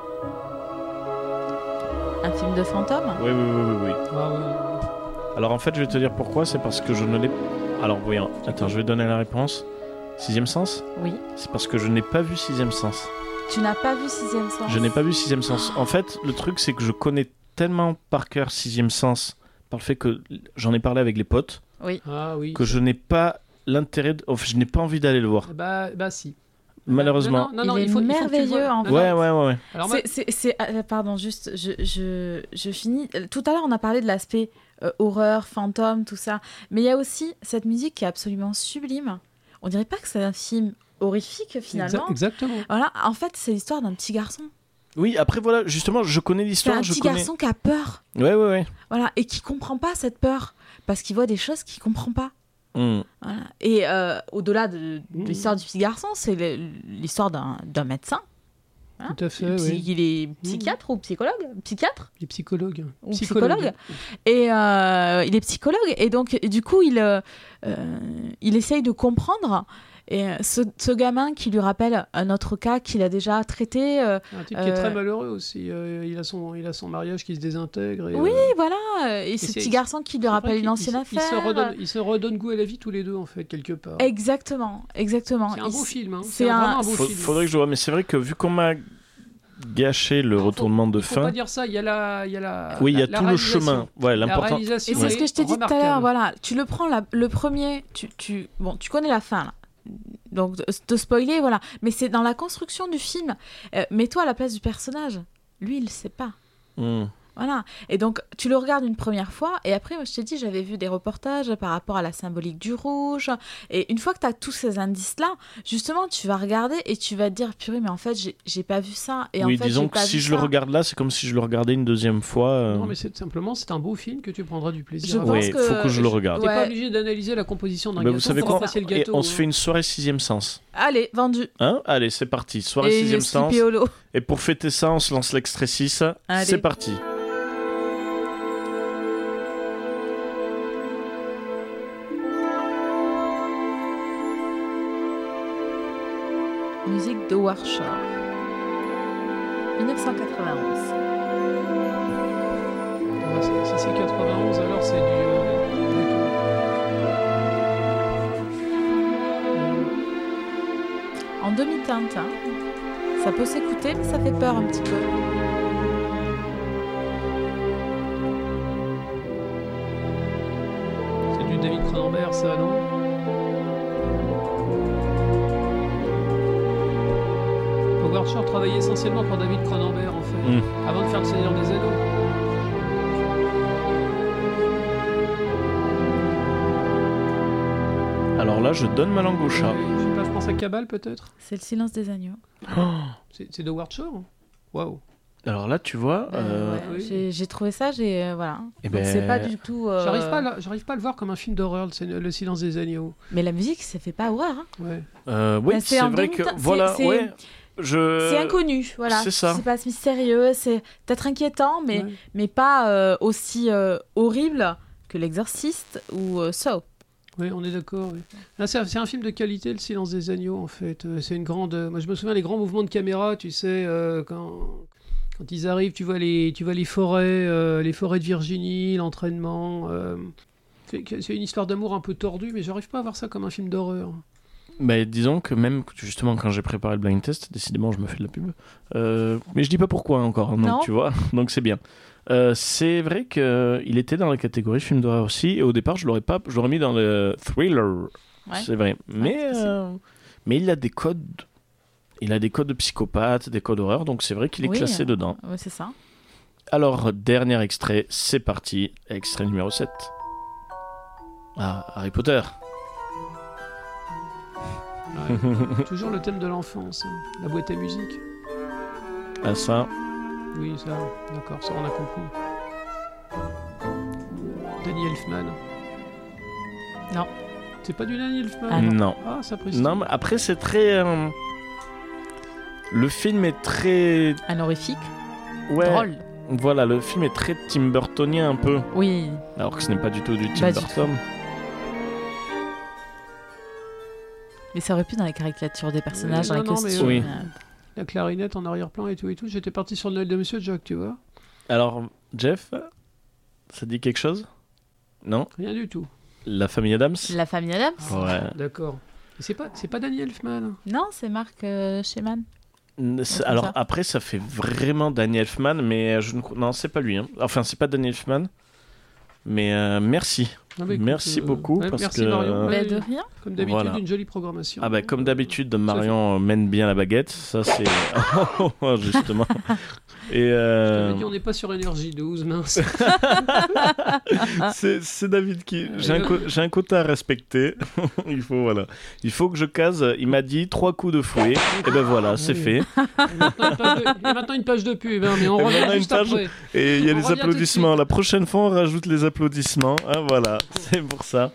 Un film de fantôme.
Oui, oui, oui, oui, oui.
Ah, ouais.
Alors en fait, je vais te dire pourquoi, c'est parce que je ne l'ai. Alors voyons, attends, je vais donner la réponse. Sixième sens
Oui.
C'est parce que je n'ai pas vu Sixième sens.
Tu n'as pas vu Sixième Sens
Je n'ai pas vu Sixième sens. En fait, le truc, c'est que je connais tellement par cœur Sixième sens par le fait que j'en ai parlé avec les potes
Ah oui.
que je n'ai pas l'intérêt. de- Enfin, je n'ai pas envie d'aller le voir,
Bah, bah si.
malheureusement.
Non, non, non,
Il
il,
est
faut, il faut que tu le
merveilleux,
vois.
en
Non,
non,
Ouais,
non,
ouais, ouais, ouais.
Alors, moi,
C'est- c'est- c'est- ah, pardon, juste, je, je, je finis. Euh, Tout à l'heure, on a parlé de l'aspect euh, horreur, fantôme, tout ça. Mais il y a aussi cette musique qui est absolument sublime. On dirait pas que c'est un film horrifique, finalement.
exa- exactement.
Voilà, en fait, c'est l'histoire d'un petit garçon.
Oui, après voilà, justement, je connais
C'est un
l'histoire, je
petit
connais.
garçon qui a peur.
Ouais, ouais, ouais.
Voilà, et qui comprend pas cette peur. Parce qu'il voit des choses qu'il comprend pas.
Hmm.
Voilà. Et euh, au-delà de, de
Mmh.
l'histoire du petit garçon, c'est le- l'histoire d'un d'un médecin. Hein
Tout à fait,
Psy-
oui.
Il est
Mmh.
psychiatre ou psychologue Psychiatre
Les psychologues.
Ou psychologue. Et euh, il est psychologue. Et donc, du coup, il, euh, euh, il essaye de comprendre. Et euh, ce, ce gamin qui lui rappelle un autre cas qu'il a déjà traité. euh,
Un type qui est
Euh,
très malheureux aussi. euh, il, a son, il a son mariage qui se désintègre. Et,
oui,
euh,
voilà. euh, Et ce
c'est-
petit garçon qui lui
c'est vrai
rappelle
qu'il-
une ancienne
il, se-
affaire.
Il se, redonne, il se redonne goût à la vie tous les deux, en fait, quelque part.
Exactement, exactement.
C'est un
Il
beau
s-
film. hein.
c'est
C'est un,
un-
vraiment un beau
Faut-
film.
faudrait que je vois, mais c'est vrai que vu qu'on m'a gâché le
Non, faut-
retournement de
Il faut
fin.
pas dire ça. Il y a la. Il y a la
Oui, il y a
la- la
tout le
réalisation.
chemin. Ouais,
La
l'important.
réalisation.
Et c'est ce
est
que je t'ai dit tout à
remarquable.
l'heure, voilà. Tu le prends la- le premier, tu, tu, bon, tu connais la fin là, donc de- de spoiler, voilà. Mais c'est dans la construction du film. Euh, Mets-toi à la place du personnage. Lui, il sait pas.
Hmm.
Voilà. Et donc, tu le regardes une première fois, et après, moi, je t'ai dit, j'avais vu des reportages par rapport à la symbolique du rouge. Et une fois que tu as tous ces indices-là, justement, tu vas regarder et tu vas te dire, purée, mais en fait, j'ai- j'ai pas vu ça. Et
oui,
en fait,
disons
j'ai
que
pas
si
vu
je le
ça.
regarde là, c'est comme si je le regardais une deuxième fois. euh,
Non, mais c'est simplement, c'est un beau film que tu prendras du
Je
plaisir.
pense
à voir.
oui,
que-
faut que je le regarde.
T'es
Ouais.
pas obligé d'analyser la composition d'un
Bah,
gâteau.
vous savez
pour
quoi
apprécier le
Et
gâteau,
On se
hein.
fait une soirée sixième sens.
Allez, vendu.
Hein Allez, c'est parti. Soirée
Et je
sixième
suis
sens.
Piolo.
Et pour fêter ça, on se lance l'extrait 6.
Allez.
C'est parti.
Musique de Warshore. 1991.
Ouais, Ah, c'est- Si c'est 91, alors c'est du. euh,
En demi-teinte, hein. Ça peut s'écouter, mais ça fait peur un petit peu.
d'accord. C'est du David Cronenberg, ça, non Howard Shore travaillait essentiellement pour David Cronenberg, en fait,
Mm.
avant de faire Le Seigneur des Anneaux.
Alors là, je donne ma langue au chat.
Je sais pas, je pense à Cabal, peut-être
C'est le silence des agneaux.
C'est c'est de Howard Shore hein Waouh
Oh Alors là, tu vois, euh,
Euh, ouais,
oui.
j'ai- J'ai trouvé ça, j'ai. euh, voilà.
Eh
Donc,
ben,
C'est pas du tout. euh,
J'arrive pas, à le- j'arrive pas à le voir comme un film d'horreur, le Seigneur- Le Silence des Agneaux.
Mais la musique, ça fait pas horreur. hein.
Ouais.
euh, oui,
Bah, c'est
c'est
en
vrai que
demi-teinte, c'est-
voilà,
c'est-
ouais, je.
C'est inconnu, voilà.
Euh, c'est ça.
C'est pas mystérieux, c'est peut-être inquiétant, mais,
Ouais.
mais pas euh, aussi euh, horrible que L'Exorciste ou euh, So.
Oui, on est d'accord. oui. Là, C'est un, c'est un film de qualité, Le Silence des Agneaux, en fait. Euh, C'est une grande. euh, Moi, je me souviens des grands mouvements de caméra, tu sais, euh, quand. Quand ils arrivent, tu vois les, tu vois les forêts, euh, les forêts de Virginie, l'entraînement. euh, c'est que- c'est une histoire d'amour un peu tordue, mais j'arrive pas à voir ça comme un film d'horreur.
Mais Bah, disons que même que, justement quand j'ai préparé le blind test, décidément je me fais de la pub. Euh, mais je dis pas pourquoi encore, hein, donc
Non.
tu vois, donc c'est bien. Euh, c'est vrai qu'il était dans la catégorie film d'horreur aussi, et au départ je l'aurais pas, je l'aurais mis dans le thriller.
Ouais.
C'est vrai. Mais,
c'est possible.
euh, mais il a des codes, il a des codes de psychopathe, des codes horreur, donc c'est vrai qu'il est
Oui,
classé
euh.
dedans.
Ouais, c'est ça.
Alors dernier extrait, c'est parti, extrait numéro 7. Ah, Harry Potter.
Toujours le thème de l'enfance, hein. la boîte à musique.
Ah ça,
Oui, ça, d'accord, ça on a compris. Danny Elfman.
Non.
C'est pas du Danny
Ah
Elfman
non.
non.
Ah, ça précise.
Non, mais après, c'est très. euh, Le film est très.
Un horrifique,
Ouais.
drôle.
Voilà, le film est très Tim Burtonien un peu.
Oui,
Alors que ce n'est pas du tout du Tim
Pas du
Burton.
mais ça aurait pu dans les caricatures des personnages,
Oui,
dans les
non, non, mais,
costumes.
Oui.
euh,
La clarinette en arrière-plan et tout et tout. J'étais parti sur le Noël de Monsieur Jack, tu vois.
Alors, Jeff, ça dit quelque chose Non
Rien du tout.
La famille Adams
La famille Adams
Ouais.
D'accord. Et C'est pas, c'est pas hein. Danny Elfman.
Non, c'est Marc euh, Sheman.
N- c'est-
comme
Alors
ça.
après, ça fait vraiment Danny Elfman, mais euh, je ne. cro- Non, c'est pas lui. hein. Enfin, c'est pas Danny Elfman. Mais euh, merci.
Non, mais écoute, euh,
Merci beaucoup,
ouais,
parce
merci
que-
Marion.
Euh,
Bah,
Ouais,
de rien.
Comme d'habitude,
Voilà.
une jolie programmation.
Ah bah comme d'habitude, Marion mène bien la baguette, ça c'est... Justement. Et
Je
euh,
t'avais dit, on n'est pas sur énergie 12, mince. Ah.
c'est c'est David
Euh,
qui... J'ai un, co- j'ai un quota à respecter. Il faut, voilà. Il faut que je case, il m'a dit trois coups de fouet. Et ben voilà, c'est
Ah Oui.
fait.
Et maintenant, une page de- et maintenant une page de pub, hein, mais on
Et
revient
maintenant,
juste
une page-
après.
Et il y a
On
les
revient tout de
applaudissements.
suite.
La prochaine fois, on rajoute les applaudissements. Ah, voilà, c'est pour ça.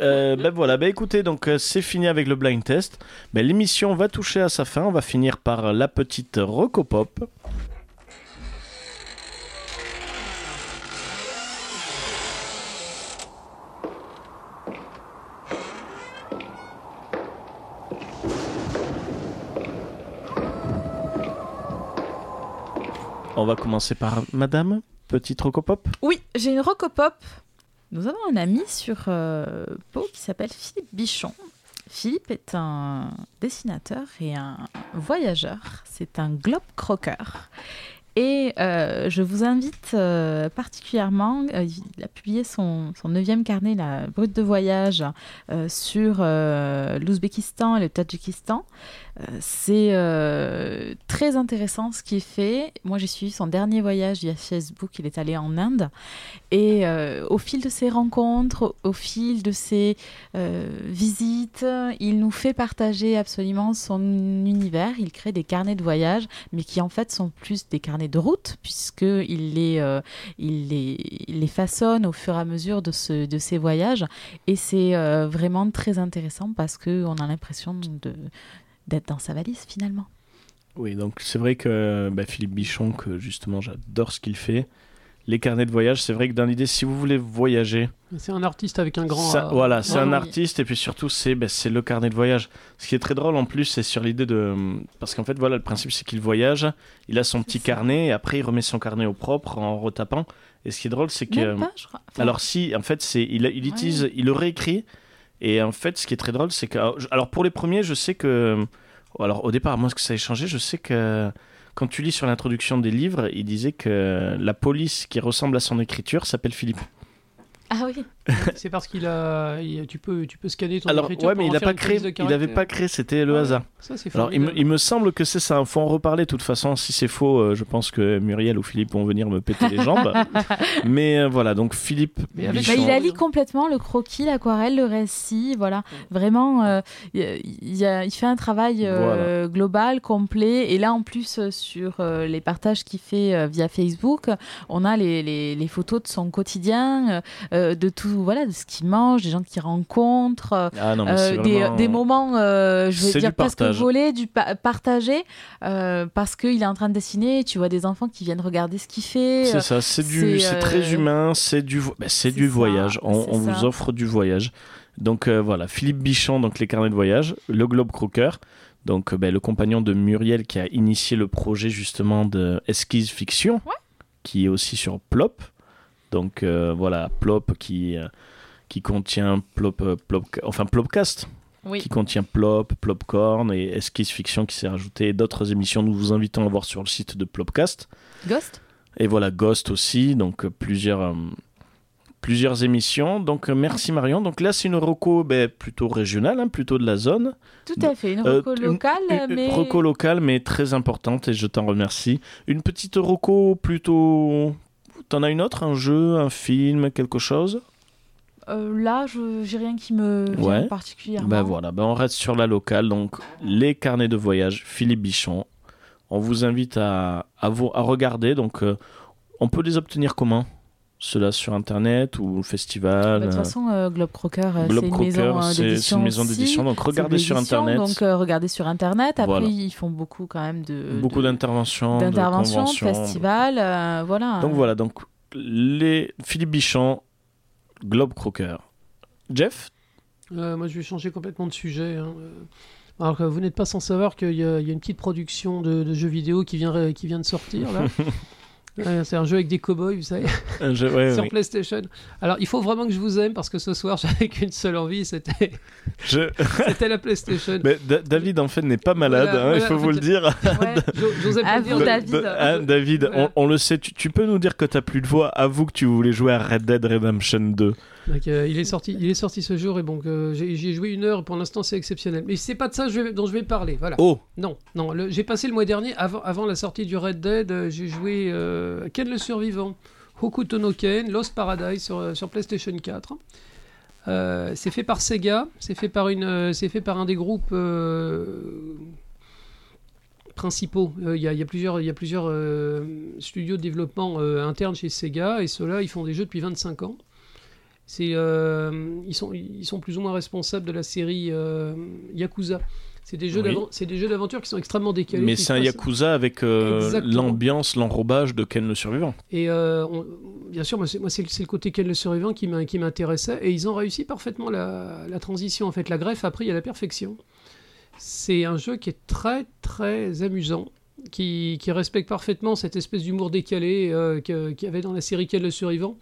Euh, ben voilà, ben écoutez, donc euh, c'est fini avec le blind test. Ben, L'émission va toucher à sa fin. On va finir par euh, la petite Rocopop. On va commencer par Madame, petite Rocopop.
Oui, j'ai une rocopop. Nous avons un ami sur euh, Pau qui s'appelle Philippe Bichon. Philippe est un dessinateur et un voyageur. C'est un globe croqueur. Et euh, je vous invite euh, particulièrement, euh, il a publié son, son neuvième carnet, la Brut de voyage, euh, sur euh, l'Ouzbékistan et le Tadjikistan. Euh, c'est euh, très intéressant ce qu'il fait. Moi, j'ai suivi son dernier voyage via Facebook. Il est allé en Inde. Et euh, au fil de ses rencontres, au fil de ses euh, visites, il nous fait partager absolument son univers. Il crée des carnets de voyage mais qui en fait sont plus des carnets de route, puisqu'il les, euh, il les, il les façonne au fur et à mesure de, ce, de ses voyages. Et c'est euh, vraiment très intéressant parce qu'on a l'impression de- d'être dans sa valise finalement.
Oui, donc c'est vrai que bah, Philippe Bichon, que justement j'adore ce qu'il fait. Les carnets de voyage, c'est vrai que dans l'idée, si vous voulez voyager,
C'est un artiste avec un grand. A.
ça- voilà, c'est un
oui.
artiste et puis surtout c'est bah, c'est le carnet de voyage. Ce qui est très drôle en plus, c'est sur l'idée de parce qu'en fait voilà, le principe c'est qu'il voyage, il a son petit
ça.
carnet et après il remet son carnet au propre en retapant. Et ce qui est drôle, c'est que
Même pas, je crois. Enfin,
Alors si, en fait, c'est il, il utilise, il le réécrit. Et en fait, ce qui est très drôle, c'est que alors, je- alors pour les premiers, je sais que alors au départ, à moins que ça ait changé, je sais que quand tu lis sur l'introduction des livres, il disait que la police qui ressemble à son écriture s'appelle Philippe.
Ah oui,
C'est parce qu'il a. il- tu, peux, tu peux scanner ton
Alors
écriture.
ouais,
pour
mais
en
il n'a
faire
pas
une
créé,
prise de
il
caractère.
n'avait pas créé, c'était le
Ouais.
hasard.
Ça, c'est
Alors il me, il me semble que c'est ça. hein, Faut en reparler. De toute façon, si c'est faux, euh, je pense que Muriel ou Philippe vont venir me péter les jambes. mais euh, voilà, donc Philippe.
Mais avec-
Bah,
Bichon-
il allie complètement le croquis, l'aquarelle, le récit, voilà. Vraiment, euh, il y a- il fait un travail euh, global, complet. Et là, en plus, euh, sur euh, les partages qu'il fait euh, via Facebook, on a les, les- les photos de son quotidien, euh, euh, de tout, voilà, de ce qu'il mange, des gens qu'il rencontre, euh,
Ah non, mais c'est
euh, des,
vraiment-
des moments, euh, je
C'est du
vais dire presque
partage.
volés, du pa- partagé, euh, parce qu'il est en train de dessiner. Tu vois des enfants qui viennent regarder ce qu'il fait. euh,
C'est ça, c'est du,
c'est,
c'est
euh,
très humain, c'est du, vo- bah, c'est
c'est
du
ça,
voyage. On,
c'est
on vous
ça.
offre du voyage. Donc euh, voilà, Philippe Bichon, donc les carnets de voyage, le Globe Crocker, donc euh, bah, le compagnon de Muriel qui a initié le projet justement de Esquisse Fiction, qui est aussi sur Plop. Donc euh, voilà, Plop qui euh, qui contient Plop, euh, Plop, enfin Plopcast,
Oui.
qui contient Plop, Plopcorn et Esquisse Fiction qui s'est rajouté et d'autres émissions. Nous vous invitons à voir sur le site de Plopcast.
Ghost.
Et voilà, Ghost aussi, donc euh, plusieurs, euh, plusieurs émissions. Donc euh, merci Marion. Donc là, c'est une reco ben, plutôt régionale, hein, plutôt de la zone.
Tout à fait, une
Euh,
reco
une-
locale,
Une- une
mais
Reco locale, mais très importante, et je t'en remercie. Une petite reco plutôt... T'en as une autre Un jeu, un film, quelque chose
euh, là, je j'ai rien qui me vient
Ouais.
particulièrement.
Ben voilà, ben on reste sur la locale. Donc les carnets de voyage, Philippe Bichon. On vous invite à, à, vous- à regarder. Donc euh, on peut les obtenir comment Cela sur Internet ou au
Bah,
festival
de toute
euh,
façon, euh, Globe Crocker, euh, c'est
Globe
une maison
Crocker,
euh,
c'est c'est
d'édition.
une maison
aussi.
d'édition. Donc
C'est de
regardez sur
l'édition,
Internet.
Donc euh, regardez sur Internet. Après,
Voilà.
ils font beaucoup quand même de
beaucoup
de-
d'interventions, de
d'interventions, de,
conventions.
festivals, euh, voilà.
Donc voilà, donc les Philippe Bichon, Globe Crocker. Jeff
Euh, moi, je vais changer complètement de sujet. hein. Euh, Alors que vous n'êtes pas sans savoir qu'il y, a il y a une petite production de, de jeux vidéo qui vient, qui vient de sortir. là. Euh, c'est un jeu avec des cow-boys, vous savez,
Euh, je- ouais,
sur
oui.
PlayStation. Alors, il faut vraiment que je vous aime parce que ce soir, j'avais qu'une seule envie, c'était
Je-
c'était la PlayStation.
Mais Da- David, en fait, n'est pas malade,
Voilà,
hein, il
voilà,
faut
en
vous le
fait,
dire.
Ouais.
Jo- J'ose
À
applaudir
vous,
le-
David.
le-
Ah, David,
Voilà.
on, on le sait, tu, tu peux nous dire que t'as plus de voix, avoue que tu voulais jouer à Red Dead Redemption 2.
Donc, euh, il, est sorti, il est sorti ce jour et donc euh, j'ai j'y ai joué une heure. Pour l'instant, c'est exceptionnel. Mais c'est pas de ça je vais- dont je vais parler. Voilà.
Oh
Non, non. le- J'ai passé le mois dernier, avant, avant la sortie du Red Dead, euh, j'ai joué euh, à Ken le Survivant, Hokuto no Ken, Lost Paradise sur, euh, sur PlayStation 4. Euh, c'est fait par Sega, c'est fait par une, euh, c'est fait par un des groupes euh, principaux. Euh, Il y, a- il y a plusieurs, il y a plusieurs euh, studios de développement euh, internes chez Sega et ceux-là, ils font des jeux depuis 25 ans. C'est, euh, ils sont, ils sont plus ou moins responsables de la série euh, Yakuza. C'est des jeux
Oui.
d'avan- c'est des jeux d'aventure qui sont extrêmement décalés.
Mais
qui
c'est un
passent-
Yakuza avec euh,
Exactement.
l'ambiance, l'enrobage de Ken le survivant.
Et euh, on- bien sûr, moi, c'est moi, c'est le c'est le côté Ken le survivant qui m'in- qui m'intéressait. Et ils ont réussi parfaitement la, la transition. En fait, la greffe a pris à la perfection. C'est un jeu qui est très, très amusant. Qui, qui respecte parfaitement cette espèce d'humour décalé euh, que- qu'il y avait dans la série Ken le survivant.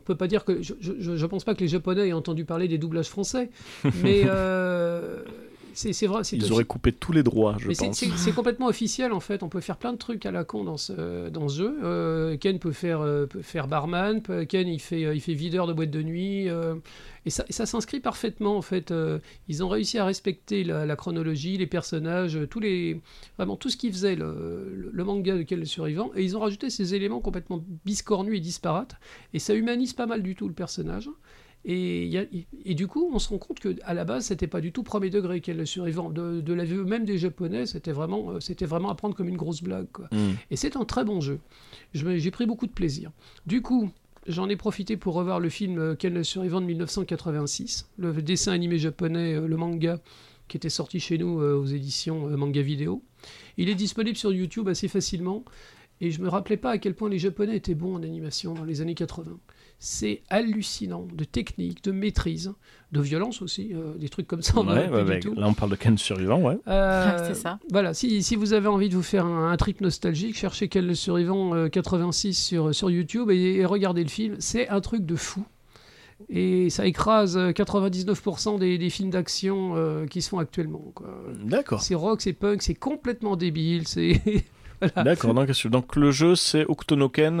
On peut pas dire que. Je, je, je- je pense pas que les Japonais aient entendu parler des doublages français. Mais. euh, c'est c'est vrai. c'est
Ils
offi-
auraient coupé tous les droits, je
Mais c'est-
pense.
c'est c'est complètement officiel en fait. On peut faire plein de trucs à la con dans ce, dans ce jeu. Euh, Ken peut faire, euh, peut faire barman. peut- Ken il fait, euh, il fait videur de boîte de nuit. euh, et ça, et ça s'inscrit parfaitement en fait. Euh, ils ont réussi à respecter la, la chronologie, les personnages, euh, tous les, vraiment tout ce qui faisait le, le- le manga de Ken le survivant. Et ils ont rajouté ces éléments complètement biscornus et disparates. Et ça humanise pas mal du tout le personnage. Et, il y a- et du coup, on se rend compte que à la base, c'était pas du tout premier degré qu'elle le survivant. De, de la vue même des Japonais, c'était vraiment, euh, c'était vraiment à prendre comme une grosse blague. quoi.
Mm.
Et c'est un très bon jeu. Je me- J'ai pris beaucoup de plaisir. Du coup, j'en ai profité pour revoir le film euh, Ken le survivant de 1986, le dessin animé japonais, euh, le manga, qui était sorti chez nous euh, aux éditions euh, Manga Vidéo. Il est disponible sur YouTube assez facilement. Et je me rappelais pas à quel point les Japonais étaient bons en animation dans les années 80. C'est hallucinant de technique, de maîtrise, de violence aussi, euh, des trucs comme ça. on en
Ouais,
a
ouais,
pas
ouais.
du tout.
Là, on parle de Ken survivant, ouais.
Euh,
C'est ça.
Voilà, si, si vous avez envie de vous faire un, un trip nostalgique, cherchez Quel le survivant euh, 86 sur, sur YouTube et, et regardez le film. C'est un truc de fou. Et ça écrase euh, 99% des, des films d'action euh, qui se font actuellement. quoi.
Euh, D'accord.
C'est rock, c'est punk, c'est complètement débile. C'est
D'accord. Donc, qu'est-ce que- donc, le jeu, c'est Octonoken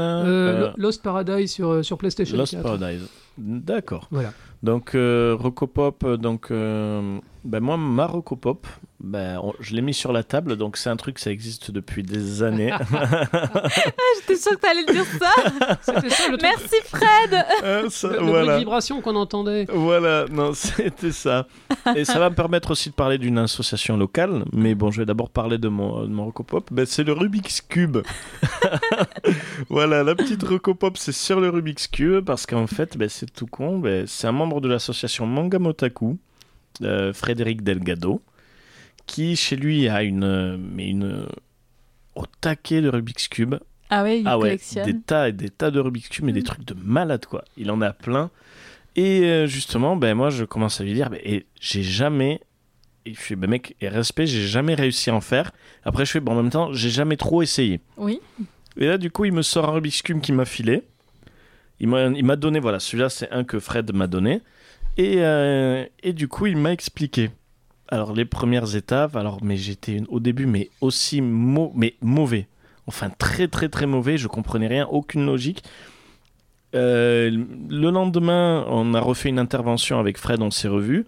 Euh,
euh,
Lo- Lost Paradise sur, euh, sur PlayStation
Lost
4.
Paradise. D'accord.
Voilà.
Donc, euh, Rocopop, euh, donc, euh, ben moi, ma Rocopop, ben, on- je l'ai mis sur la table, donc c'est un truc, ça existe depuis des années.
J'étais sûre que t'allais le dire ça.
C'était ça le, truc,
Merci Fred.
Euh, ça,
le- le bruit de vibration qu'on entendait.
Voilà, non, c'était ça. Et ça va me permettre aussi de parler d'une association locale, mais bon, je vais d'abord parler de mon, de mon Rocopop. Ben, c'est le Rubik's Cube. voilà, la petite Rocopop, c'est sur le Rubik's Cube, parce qu'en fait, ben, c'est tout con, ben, c'est un membre de l'association Manga Motaku, euh, Frédéric Delgado, qui chez lui a une. euh, Mais une euh, au taquet de Rubik's Cube.
Ah ouais, il
Ah ouais,
collectionne.
des tas et des tas de Rubik's Cube, mais des
Mm.
trucs de malade, quoi. Il en a plein. Et euh, justement, ben, moi, je commence à lui dire, ben, et j'ai jamais. Et je fais, ben, mec, et respect, j'ai jamais réussi à en faire. Après, je fais, bon, en même temps, j'ai jamais trop essayé.
Oui.
Et là, du coup, il me sort un Rubik's Cube qui m'a filé. Il m'a il m'a donné, voilà, celui-là, c'est un que Fred m'a donné. Et, euh, et du coup, il m'a expliqué. Alors, les premières étapes, alors, mais j'étais au début, mais aussi mau- mais mauvais. Enfin, très, très, très mauvais. Je comprenais rien, aucune logique. Euh, le lendemain, on a refait une intervention avec Fred, on s'est revus.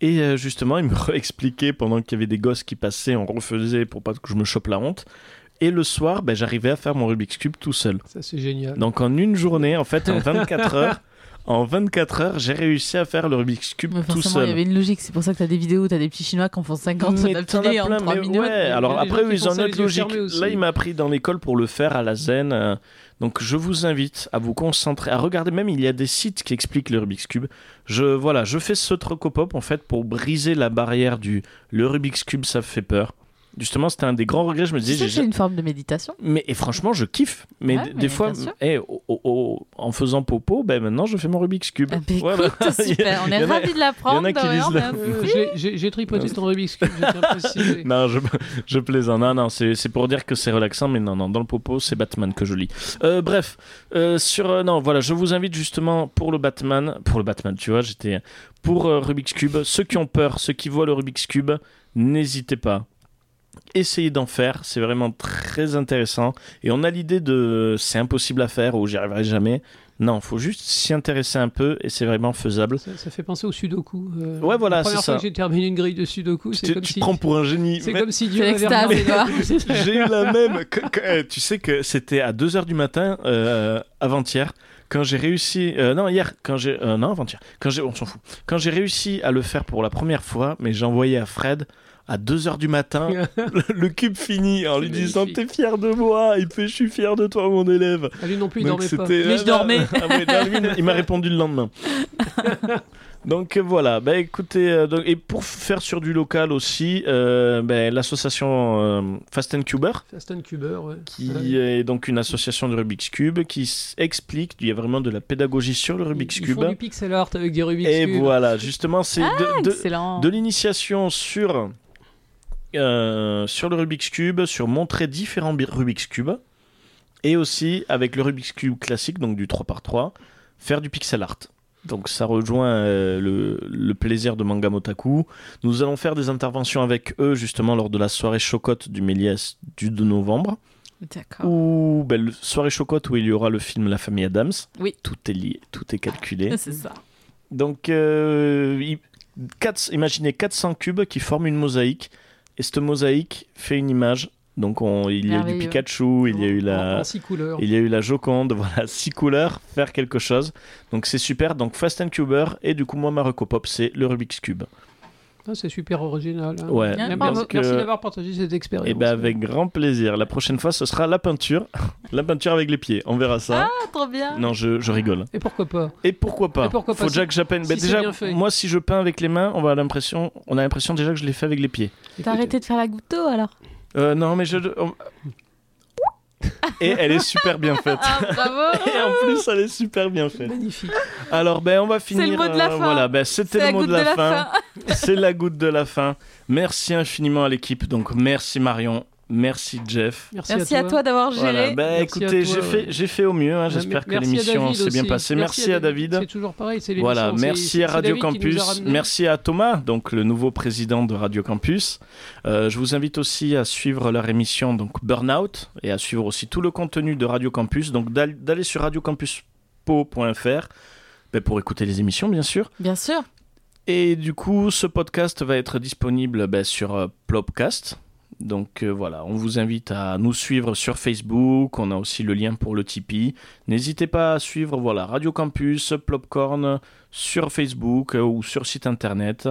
Et euh, justement, il me réexpliquait pendant qu'il y avait des gosses qui passaient, on refaisait pour pas que je me chope la honte. Et le soir, ben, j'arrivais à faire mon Rubik's Cube tout seul.
Ça, c'est génial.
Donc en une journée, en fait, en 24 heures, en 24 heures, j'ai réussi à faire le Rubik's Cube
Mais
tout
forcément, il
seul.
y avait une logique. C'est pour ça que t'as des vidéos où t'as des petits Chinois qui en font 50
Mais t'en as
d'affilée
hein,
en
plein,
3
mais
minutes.
ouais,
y a
alors
des gens
après,
qui
eux,
font
ils en
ça
ont
les
une
yeux
logique.
fermés aussi.
Là, il m'a appris dans l'école pour le faire à la zen. euh, Donc, je vous invite à vous concentrer, à regarder. Même, il y a des sites qui expliquent le Rubik's Cube. Je, voilà, je fais ce trocopop, en fait, pour briser la barrière du le Rubik's Cube, ça fait peur. Justement, c'était un des grands regrets. Je me disais,
C'est
j'ai
j'ai une forme de méditation.
Mais et franchement, je kiffe. Mais
Ouais,
d-
mais
des fois,
bien sûr.
eh, oh, oh, oh, en faisant popo, ben maintenant je fais mon Rubik's Cube.
Ah, bah,
Voilà.
écoute, super. On
Il y
est
en a-
ravis de l'apprendre.
il y en a qui
Dorian,
lisent la-
mais-
Euh, je l'ai- J'ai j'ai tripoté ton Rubik's Cube, je tiens à préciser.
Non, je, je plaisante. Non, non, c'est c'est pour dire que c'est relaxant, mais non, non, dans le popo, c'est Batman que je lis. Euh, bref, euh, sur. euh, non, voilà, je vous invite justement pour le Batman. Pour le Batman, tu vois, j'étais. Pour euh, Rubik's Cube, ceux qui ont peur, ceux qui voient le Rubik's Cube, n'hésitez pas. Essayez d'en faire, c'est vraiment très intéressant. Et on a l'idée de c'est impossible à faire ou j'y arriverai jamais. Non, faut juste s'y intéresser un peu et c'est vraiment faisable.
Ça, ça fait penser au Sudoku. euh,
Ouais, voilà,
la
c'est
première
ça.
fois que j'ai terminé une grille de Sudoku,
Tu,
c'est
tu
comme
te
si.
prends pour un génie.
C'est
mais-
comme si Dieu
C'est
m'avait
l'extase,
regardé.
quoi.
J'ai eu la même. que- que- euh, tu sais que c'était à 2h du matin euh, avant-hier quand j'ai réussi euh, non hier quand j'ai euh, non avant-hier quand j'ai on s'en fout. Quand j'ai réussi à le faire pour la première fois mais j'ai envoyé à Fred à 2h du matin le, le cube fini en
C'est
lui disant
magnifique.
t'es fier de moi il fait je suis fier de toi mon élève
Ah, lui non plus, il
donc
dormait pas.
c'était-
Mais je dormais.
Ah ouais, non, lui, il m'a répondu le lendemain. donc euh, voilà, bah, écoutez, euh, donc- et pour faire sur du local aussi, euh, bah, l'association euh, Fast and Cuber,
Fast and Cuber, ouais.
qui
Voilà.
est donc une association de Rubik's Cube, qui s- explique, il y a vraiment de la pédagogie sur le Rubik's
Ils-
Cube.
Ils font du pixel art avec des Rubik's
et
Cube.
voilà, justement, c'est de-
Ah,
de,
Excellent.
de l'initiation sur, euh, sur le Rubik's Cube, sur montrer différents bi- Rubik's Cube, et aussi avec le Rubik's Cube classique, donc du 3x3, faire du pixel art. Donc ça rejoint euh, le, le plaisir de Manga Motaku. Nous allons faire des interventions avec eux justement lors de la soirée chocotte du Méliès du 2 novembre.
D'accord.
Ou ben, le- soirée chocotte où il y aura le film La famille Adams.
Oui.
Tout est lié, tout est calculé.
C'est ça.
Donc euh, il- quatre- imaginez 400 cubes qui forment une mosaïque. Et cette mosaïque fait une image. Donc on- il y a eu du
Merveilleux.
Pikachu, il y a eu la,
En, en six couleurs.
il y a eu la Joconde, voilà, six couleurs, faire quelque chose. Donc c'est super. Donc Fast and Cuber et du coup moi Marco Pop c'est le Rubik's Cube.
Ah, c'est super original. hein.
Ouais.
Bien,
Merci,
parce
merci
que-
d'avoir partagé cette expérience.
Et ben avec grand plaisir. La prochaine fois ce sera la peinture, la peinture avec les pieds. On verra ça.
Ah, trop bien.
non je, je rigole.
Et pourquoi pas
Et pourquoi pas
Et pourquoi pas,
Faut
si-
déjà que j'apprenne.
si
Ben,
c'est
déjà
bien fait.
moi si je peins avec les mains on va à l'impression, on a l'impression déjà que je l'ai fait avec les pieds.
Écoutez,
T'as arrêté de faire la goutte d'eau alors
Euh, non mais je. on- Et elle est super bien faite.
Ah, bravo
Et en plus elle est super bien faite.
Magnifique.
Alors ben on va
le
finir.
mot de la fin.
Voilà ben
C'est
c'était
la
le mot
goutte
de la, fin. C'est la goutte de la fin. Merci infiniment à l'équipe. Donc merci Marion, merci Jeff.
Merci,
Merci à toi, d'avoir géré.
Voilà. Ben,
Merci à toi,
écoutez, j'ai
ouais.
fait, j'ai fait au mieux. hein. J'espère que
Merci à
l'émission
David
s'est bien
aussi.
passée. Merci, à David.
C'est toujours pareil, c'est l'émission.
Voilà,
c'est-
merci
c'est-
à
c'est
Radio
David qui nous a
Campus,
ramenés.
merci à Thomas, donc le nouveau président de Radio Campus. Euh, je vous invite aussi à suivre leur émission donc Burnout et à suivre aussi tout le contenu de Radio Campus. Donc d'al- d'aller sur radiocampuspau.fr ben, pour écouter les émissions bien sûr.
Bien sûr.
Et du coup, ce podcast va être disponible ben, sur euh, Plopcast. Donc euh, voilà, on vous invite à nous suivre sur Facebook, on a aussi le lien pour le Tipeee. N'hésitez pas à suivre voilà, Radio Campus, Plopcorn sur Facebook euh, ou sur site internet.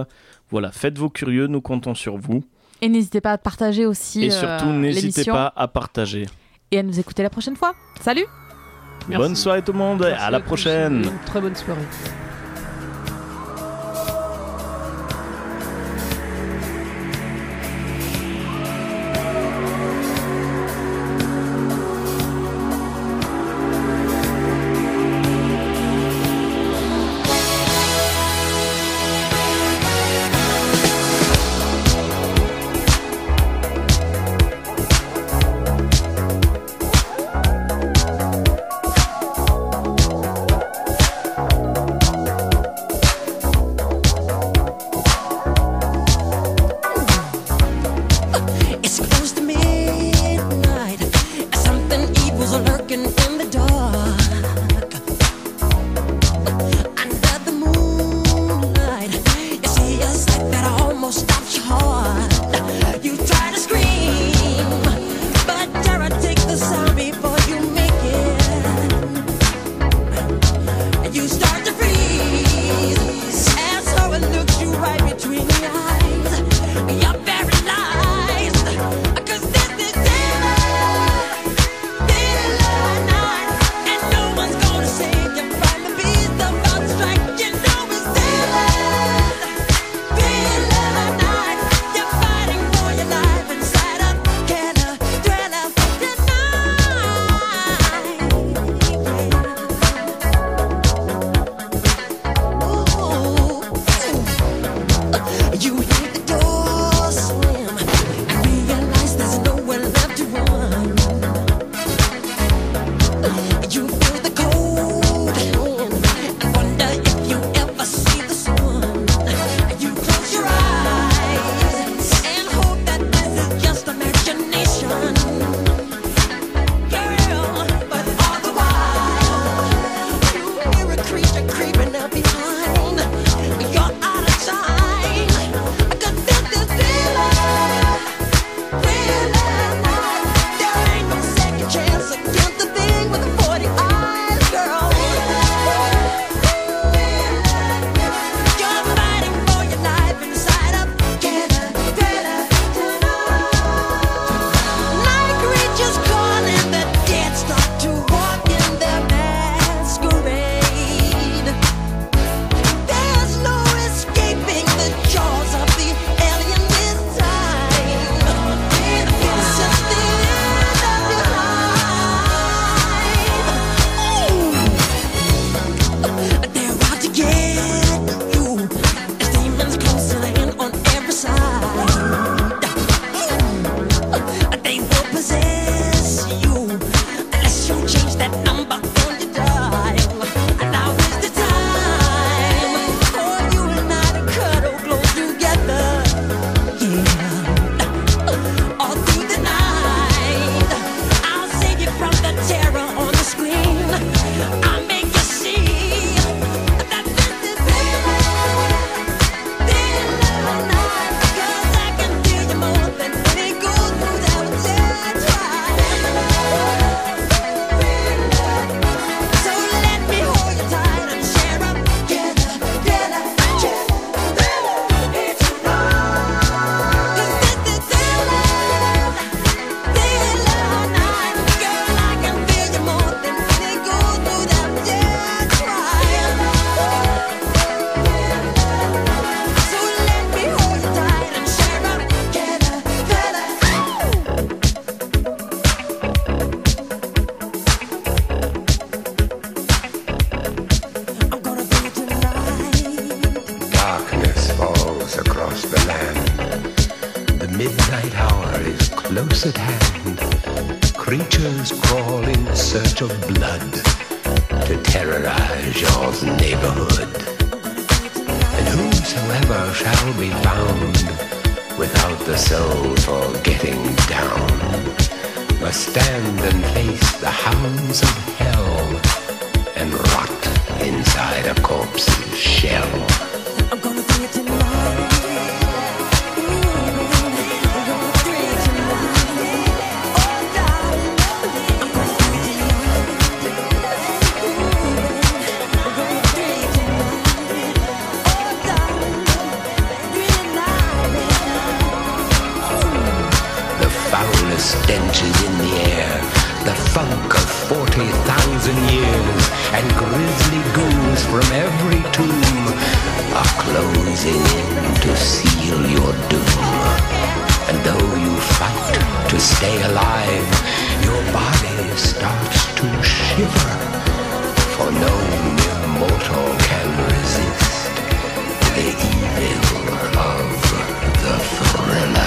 Voilà, faites-vous curieux, nous comptons sur vous.
Et n'hésitez pas à partager aussi
Et surtout,
euh,
n'hésitez
l'émission
pas à partager.
et à nous écouter la prochaine fois. Salut
Merci.
Bonne soirée tout le monde,
Merci
à la
tous,
prochaine.
et une Très bonne soirée.
land. The midnight hour is close at hand. Creatures crawl in search of blood to terrorize your neighborhood. And whosoever shall be found without the soul for getting down must stand and face the hounds of hell and rot inside a corpse's shell. The foulest stench is in the air, the funk of 40,000 years, and grisly goons from every tomb are closing in to seal your doom. And though you fight to stay alive, your body starts to shiver, for no mere mortal can resist the evil of the thriller.